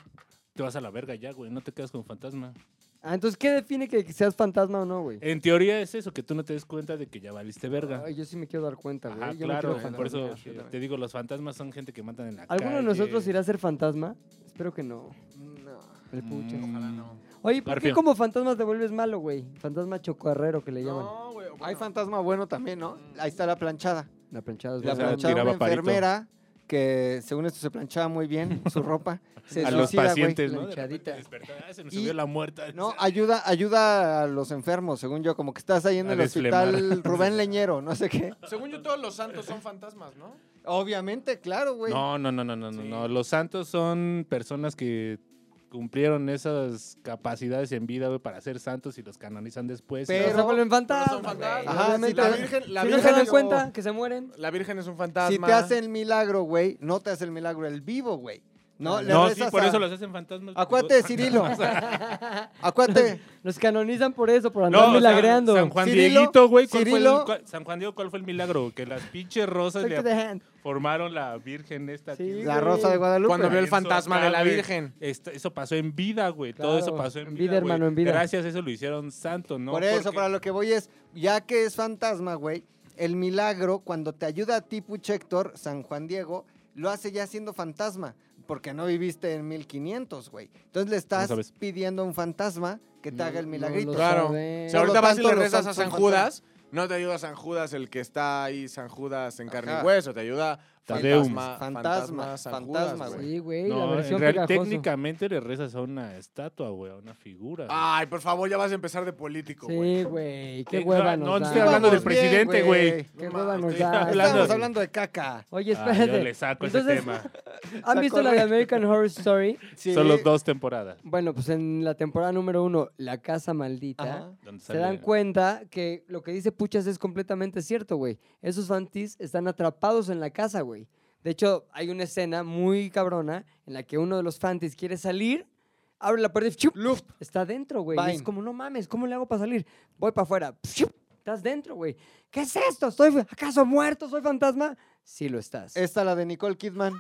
Speaker 4: Te vas a la verga ya, güey. No te quedas con fantasma.
Speaker 1: Ah, entonces, ¿qué define que seas fantasma o no, güey?
Speaker 4: En teoría es eso, que tú no te des cuenta de que ya valiste verga.
Speaker 1: Ay, yo sí me quiero dar cuenta, güey.
Speaker 4: Ajá,
Speaker 1: Yo me quiero
Speaker 4: claro.
Speaker 1: fantasma.
Speaker 4: Por eso
Speaker 2: fantasmear, yo también.
Speaker 4: te digo, los fantasmas son gente que matan en la calle.
Speaker 1: ¿Alguno de nosotros irá a ser fantasma? Espero que no.
Speaker 2: No.
Speaker 1: El pucho.
Speaker 4: Mm,
Speaker 3: Ojalá no.
Speaker 1: Oye, ¿por qué
Speaker 4: Garfio.
Speaker 1: como fantasma te vuelves malo, güey? Fantasma chocarrero que le llaman.
Speaker 3: No, güey.
Speaker 2: Hay
Speaker 3: bueno,
Speaker 2: fantasma bueno también, ¿no? Ahí está la planchada.
Speaker 1: La planchada es
Speaker 2: La
Speaker 4: O sea,
Speaker 1: buena.
Speaker 2: planchada de una
Speaker 4: tiraba parito.
Speaker 2: enfermera que, según esto, se planchaba muy bien su ropa. Se
Speaker 4: a los
Speaker 2: suicida, güey.
Speaker 4: pacientes, ¿no? De
Speaker 1: planchadita.
Speaker 4: repente despertar, "Ah, se me
Speaker 2: Y-
Speaker 4: subió la muerta.
Speaker 2: No, ayuda, ayuda a los enfermos, según yo. Como que estás ahí en
Speaker 4: A
Speaker 2: el hospital
Speaker 4: desflemar.
Speaker 2: Rubén Leñero, no sé qué.
Speaker 3: Según yo, todos los santos son fantasmas, ¿no?
Speaker 2: Obviamente, claro, güey.
Speaker 4: No, no, no, no, no, no,
Speaker 3: Sí.
Speaker 4: no. Los santos son personas que cumplieron esas capacidades en vida, güey, para ser santos y los canonizan después.
Speaker 1: Pero
Speaker 2: Pero-
Speaker 1: se vuelven
Speaker 3: Pero
Speaker 1: fantasmas.
Speaker 3: son fantasmas.
Speaker 1: güey,
Speaker 2: Ajá, sí,
Speaker 1: obviamente.
Speaker 2: la
Speaker 3: Virgen- la
Speaker 1: si no se
Speaker 3: Virgen
Speaker 1: dan
Speaker 3: es-
Speaker 1: cuenta que se mueren.
Speaker 3: La Virgen es un fantasma.
Speaker 2: Si te hace el milagro, güey, no te hace el milagro el vivo, güey. No, le
Speaker 4: no, sí,
Speaker 2: rezas
Speaker 4: por
Speaker 2: a-
Speaker 4: eso los hacen fantasmas.
Speaker 2: Acuate, Cirilo. Acuate.
Speaker 1: Los canonizan por eso, por andar
Speaker 4: No,
Speaker 1: milagreando.
Speaker 4: milagreando. San, Juan
Speaker 2: Cirilo-
Speaker 4: Dieguito, güey. ¿cuál fue el-
Speaker 2: Cirilo-
Speaker 4: cuál- San Juan Diego, ¿cuál fue el milagro? Que las pinches rosas
Speaker 1: Take
Speaker 4: le
Speaker 1: the hand.
Speaker 4: formaron la virgen esta.
Speaker 1: Sí,
Speaker 4: aquí.
Speaker 1: güey.
Speaker 2: La Rosa de Guadalupe.
Speaker 3: Cuando vio el
Speaker 4: Eso
Speaker 3: fantasma
Speaker 4: acá,
Speaker 3: de la
Speaker 4: güey.
Speaker 3: Virgen.
Speaker 4: Esto- eso pasó en vida, güey. Todo
Speaker 1: Claro,
Speaker 4: eso pasó en,
Speaker 1: en
Speaker 4: vida.
Speaker 1: vida, hermano,
Speaker 4: güey.
Speaker 1: en vida.
Speaker 4: Gracias, eso lo hicieron santo, ¿no?
Speaker 2: Por eso,
Speaker 4: Porque-
Speaker 2: para lo que voy es, ya que es fantasma, güey, el milagro, cuando te ayuda a ti, Puchector, San Juan Diego, lo hace ya siendo fantasma, porque no viviste en 1500, güey. Entonces le estás
Speaker 4: sabes?
Speaker 2: pidiendo a un fantasma que te haga el
Speaker 1: no
Speaker 2: milagrito.
Speaker 1: lo
Speaker 3: Claro.
Speaker 1: saben.
Speaker 2: Por
Speaker 3: Si
Speaker 2: lo
Speaker 3: ahorita vas y
Speaker 2: tanto,
Speaker 3: le
Speaker 2: los
Speaker 3: rezas a
Speaker 2: santos
Speaker 3: San
Speaker 2: son
Speaker 3: Judas, no te ayuda San Judas el que está ahí, San Judas en carne
Speaker 2: Ajá.
Speaker 3: y hueso, te ayuda
Speaker 4: Tadeum.
Speaker 3: fantasma,
Speaker 2: Fantasma,
Speaker 3: fantasma, San
Speaker 2: fantasma,
Speaker 3: Judas, güey.
Speaker 1: Sí, güey, la
Speaker 4: ah, No, en
Speaker 1: versión
Speaker 4: real-
Speaker 1: pegajoso.
Speaker 4: técnicamente le rezas a una estatua, güey, a una figura. güey.
Speaker 3: Ay, por favor, ya vas a empezar de político, güey.
Speaker 1: Sí, güey, Ah, qué
Speaker 4: Eh,
Speaker 1: hueva
Speaker 4: no,
Speaker 1: nos
Speaker 4: no
Speaker 1: da.
Speaker 4: estoy hablando del
Speaker 2: Vamos bien,
Speaker 4: presidente,
Speaker 2: güey.
Speaker 4: güey.
Speaker 1: Qué
Speaker 3: No
Speaker 1: hueva
Speaker 3: mames,
Speaker 1: nos
Speaker 3: estoy
Speaker 1: da.
Speaker 4: hablando
Speaker 2: Estamos
Speaker 4: de-
Speaker 2: hablando de caca.
Speaker 1: Oye,
Speaker 4: Ah,
Speaker 1: espérate.
Speaker 4: yo le saco
Speaker 1: Entonces,
Speaker 4: ese tema.
Speaker 1: ¿Han visto la de American Horror Story?
Speaker 2: Sí.
Speaker 4: Solo dos temporadas.
Speaker 1: Bueno, pues en la temporada número uno, La Casa Maldita,
Speaker 2: Ajá.
Speaker 4: donde
Speaker 1: se
Speaker 4: sale-
Speaker 1: dan cuenta que lo que dice Puchas es completamente cierto, güey. Esos fantis están atrapados en la casa, güey. De hecho, hay una escena muy cabrona en la que uno de los fantis quiere salir, abre la puerta y ¡chup!
Speaker 2: Luft.
Speaker 1: Está dentro, güey. Y Es
Speaker 2: Vine.
Speaker 1: como, no mames, ¿cómo le hago para salir? Voy para afuera. ¡Pshup! Estás dentro, güey. ¿Qué es esto? ¿Estoy acaso muerto? ¿Soy fantasma? Sí lo estás.
Speaker 2: Esta la de Nicole Kidman.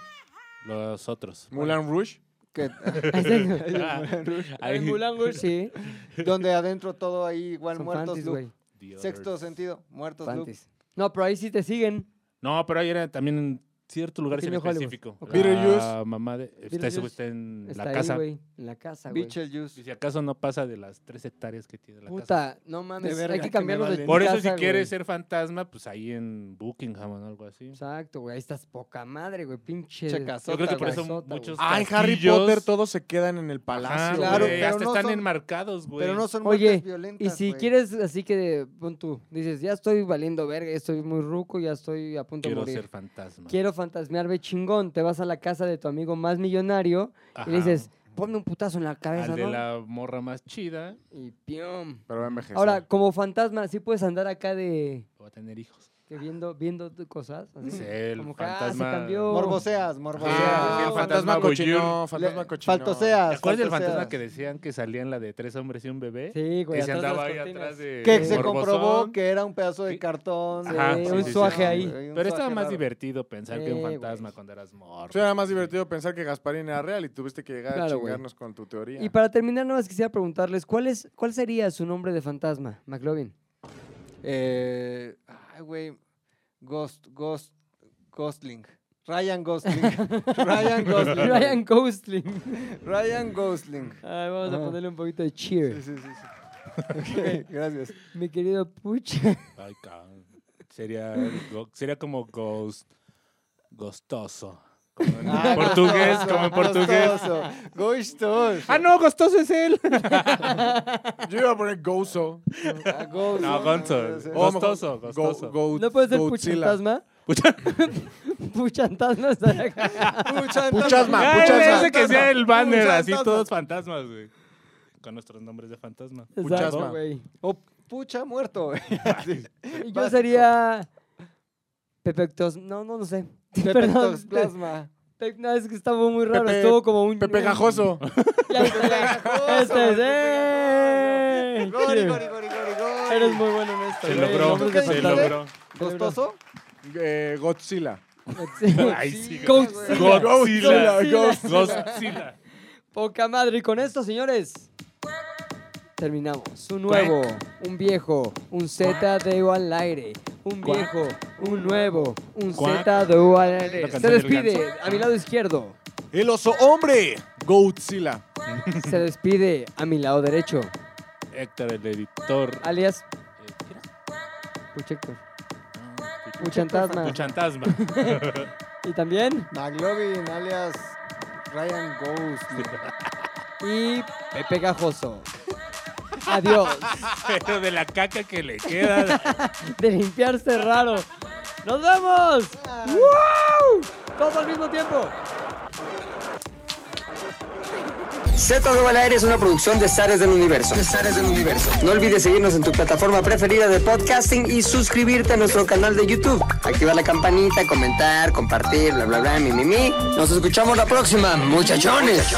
Speaker 4: Los otros.
Speaker 3: Mulan Rouge.
Speaker 2: Que,
Speaker 4: Ah.
Speaker 1: En Moulin Rouge, sí.
Speaker 2: donde adentro todo ahí igual
Speaker 1: Son
Speaker 2: muertos.
Speaker 1: fantis,
Speaker 2: Luke.
Speaker 1: güey.
Speaker 4: The Others.
Speaker 2: Sexto sentido, muertos. Luke.
Speaker 1: Fantis. No, pero ahí sí te siguen.
Speaker 4: No, pero ahí era también en cierto lugar en
Speaker 1: Pequeño Hollywood.
Speaker 4: específico.
Speaker 1: Ok.
Speaker 4: La
Speaker 3: Beetlejuice.
Speaker 4: mamá de... Está, ese güey está en
Speaker 1: Está
Speaker 4: la
Speaker 1: ahí,
Speaker 4: casa.
Speaker 1: güey. En la casa, güey.
Speaker 2: Beetlejuice.
Speaker 4: Y si acaso no pasa de las tres hectáreas que tiene la casa.
Speaker 1: Puta, no mames,
Speaker 2: verga,
Speaker 1: hay
Speaker 2: que
Speaker 1: que
Speaker 2: me
Speaker 1: cambiarlo de
Speaker 2: valen.
Speaker 4: Por eso
Speaker 1: casa,
Speaker 4: si
Speaker 1: güey.
Speaker 4: quieres ser fantasma, pues ahí en Buckingham o algo así.
Speaker 1: Exacto, güey, ahí estás poca madre, güey, pinche.
Speaker 2: Checas.
Speaker 4: Yo creo que por
Speaker 1: güey.
Speaker 4: eso
Speaker 1: Casota,
Speaker 4: muchos
Speaker 3: Ah, en
Speaker 4: castillos-
Speaker 3: Harry Potter todos se quedan en el
Speaker 4: Ajá,
Speaker 3: palacio.
Speaker 2: claro,
Speaker 4: güey,
Speaker 3: güey.
Speaker 2: pero
Speaker 4: hasta
Speaker 2: no
Speaker 4: están
Speaker 2: son-
Speaker 4: enmarcados, güey.
Speaker 2: Pero no son
Speaker 1: Oye,
Speaker 2: muertes violentas.
Speaker 1: Y si
Speaker 2: güey.
Speaker 1: quieres, así que pon tú, dices, ya estoy valiendo verga, ya estoy muy ruco, ya estoy a punto
Speaker 4: Quiero
Speaker 1: de morir.
Speaker 4: ser fantasma.
Speaker 1: Quiero fantasmear, ve chingón, te vas a la casa de tu amigo más millonario
Speaker 4: Ajá.
Speaker 1: y le dices, ponme un putazo en la cabeza,
Speaker 4: Al de
Speaker 1: ¿no?
Speaker 4: la morra más chida,
Speaker 1: Y pium.
Speaker 3: Pero va a envejecer.
Speaker 1: Ahora, como fantasma, sí puedes andar acá de
Speaker 4: va a tener hijos.
Speaker 1: que viendo viendo tu- cosas, así.
Speaker 4: Sí, el
Speaker 1: como que, ah, se
Speaker 4: fantasma.
Speaker 1: cambió.
Speaker 2: Morboseas,
Speaker 3: Ah,
Speaker 2: morboseas.
Speaker 3: sí, el
Speaker 4: fantasma
Speaker 3: fantasma cochino.
Speaker 4: voyeur.
Speaker 3: Fantasma
Speaker 2: Le-
Speaker 3: cochino.
Speaker 4: ¿Te
Speaker 2: Faltoseas.
Speaker 4: acuerdas del
Speaker 2: faltoseas.
Speaker 4: fantasma que decían que salían la de tres hombres y un bebé?
Speaker 1: Sí, güey,
Speaker 4: que se
Speaker 1: atrás de
Speaker 4: andaba
Speaker 1: las
Speaker 4: ahí
Speaker 1: cortinas.
Speaker 4: atrás de.
Speaker 2: Que se
Speaker 4: morbosón.
Speaker 2: comprobó que era un pedazo de
Speaker 4: Sí.
Speaker 2: cartón.
Speaker 4: Ajá,
Speaker 2: de-
Speaker 4: sí, un sí, sí. suaje
Speaker 1: ahí.
Speaker 2: güey, un
Speaker 4: Pero estaba
Speaker 2: suaje
Speaker 4: más
Speaker 2: raro.
Speaker 4: divertido pensar que
Speaker 1: Sí,
Speaker 4: un fantasma
Speaker 1: güey.
Speaker 4: cuando eras morro.
Speaker 3: Sí, era más divertido pensar que Gasparín era real y tuviste que llegar
Speaker 1: Claro,
Speaker 3: a
Speaker 1: güey.
Speaker 3: chingarnos con tu teoría.
Speaker 1: Y para terminar, nada más quisiera preguntarles, ¿cuál, es, ¿cuál sería su nombre de fantasma, McLovin?
Speaker 2: Eh, ay, güey. Ghost, Ghost, Ghostling. Ryan Gosling. Ryan Gosling. Ah,
Speaker 1: Ryan Gosling.
Speaker 2: Ryan Gosling.
Speaker 1: Ay, vamos
Speaker 2: Ajá.
Speaker 1: a ponerle un poquito de cheer.
Speaker 2: Sí, sí, sí. sí. Ok, gracias.
Speaker 1: Mi querido Puch.
Speaker 4: Ay, cabrón. Sería, go- sería como ghost. Gostoso. Como en
Speaker 2: Ah,
Speaker 4: portugués,
Speaker 2: gostoso,
Speaker 4: como en portugués.
Speaker 2: gostoso, Gostoso.
Speaker 4: Ah, no, gostoso es él.
Speaker 3: Yo iba a poner Gozo.
Speaker 2: Ah, Ghost.
Speaker 4: No, Gonzo.
Speaker 2: Sí.
Speaker 3: O a lo
Speaker 4: Gostoso,
Speaker 3: mejor
Speaker 4: gostoso.
Speaker 3: Go- Go-
Speaker 1: ¿No puede ser
Speaker 3: Godzilla.
Speaker 1: Puchantasma?
Speaker 4: Pucha-
Speaker 1: Puchantasma estaría acá.
Speaker 2: Puchan-
Speaker 3: Puchasma,
Speaker 4: Ay,
Speaker 3: puchasma.
Speaker 4: güey, Ah, ese que sea el banner,
Speaker 2: Muchas
Speaker 4: así
Speaker 2: fantasmas.
Speaker 4: todos fantasmas, güey. Con nuestros nombres de fantasma.
Speaker 1: Exacto,
Speaker 3: Puchasma.
Speaker 1: güey.
Speaker 2: O pucha muerto. güey. Sí.
Speaker 1: Y Yo
Speaker 2: Básico.
Speaker 1: sería... Pepectos... No, no, no sé. Perdón.
Speaker 2: Pepectosplasma.
Speaker 1: pe- No, es que estaba muy raro.
Speaker 3: Pepe-
Speaker 1: Estuvo como un...
Speaker 3: Pepe Gajoso.
Speaker 1: Ya está. Este es... ¡eh!
Speaker 2: Gori, gori, gori, gori, gori.
Speaker 1: Eres muy bueno en esto.
Speaker 4: Se
Speaker 1: güey.
Speaker 4: logró,
Speaker 1: Nombres de
Speaker 2: ¿Tú qué
Speaker 4: se
Speaker 1: fantasma.
Speaker 2: dijiste?
Speaker 4: logró.
Speaker 2: ¿Gostoso?
Speaker 3: Eh, Godzilla.
Speaker 1: Sí.
Speaker 4: Ay, sí.
Speaker 1: Go-
Speaker 4: Godzilla.
Speaker 1: Godzilla.
Speaker 4: Godzilla.
Speaker 1: Poca madre. Y con esto, señores, terminamos. Un nuevo, un viejo, un ZDU al aire. Un viejo, un nuevo, un
Speaker 4: Cuac.
Speaker 1: ZDU al aire.
Speaker 4: La
Speaker 1: Se
Speaker 4: canción del
Speaker 1: despide a mi lado izquierdo.
Speaker 3: El oso hombre. Godzilla.
Speaker 1: Se despide a mi lado derecho,
Speaker 4: Héctor, el editor.
Speaker 1: alias
Speaker 4: Eh, ¿qué era?
Speaker 1: Puchector.
Speaker 4: Ah, Puch-
Speaker 1: Puchantasma.
Speaker 4: Puchantasma.
Speaker 1: Y también.
Speaker 5: McLovin, alias Ryan Ghost.
Speaker 1: Y Pepe Gajoso. Adiós.
Speaker 4: Pero de la caca que le queda.
Speaker 1: De limpiarse raro. ¡Nos vemos! ¡Wow! Todos al mismo tiempo.
Speaker 2: Z2 al aire es una producción de Zares del Universo. del Universo. No olvides seguirnos en tu plataforma preferida de podcasting y suscribirte a nuestro canal de YouTube. Activar la campanita, comentar, compartir, bla, bla, bla, mi, mi, mi. Nos escuchamos la próxima, muchachones.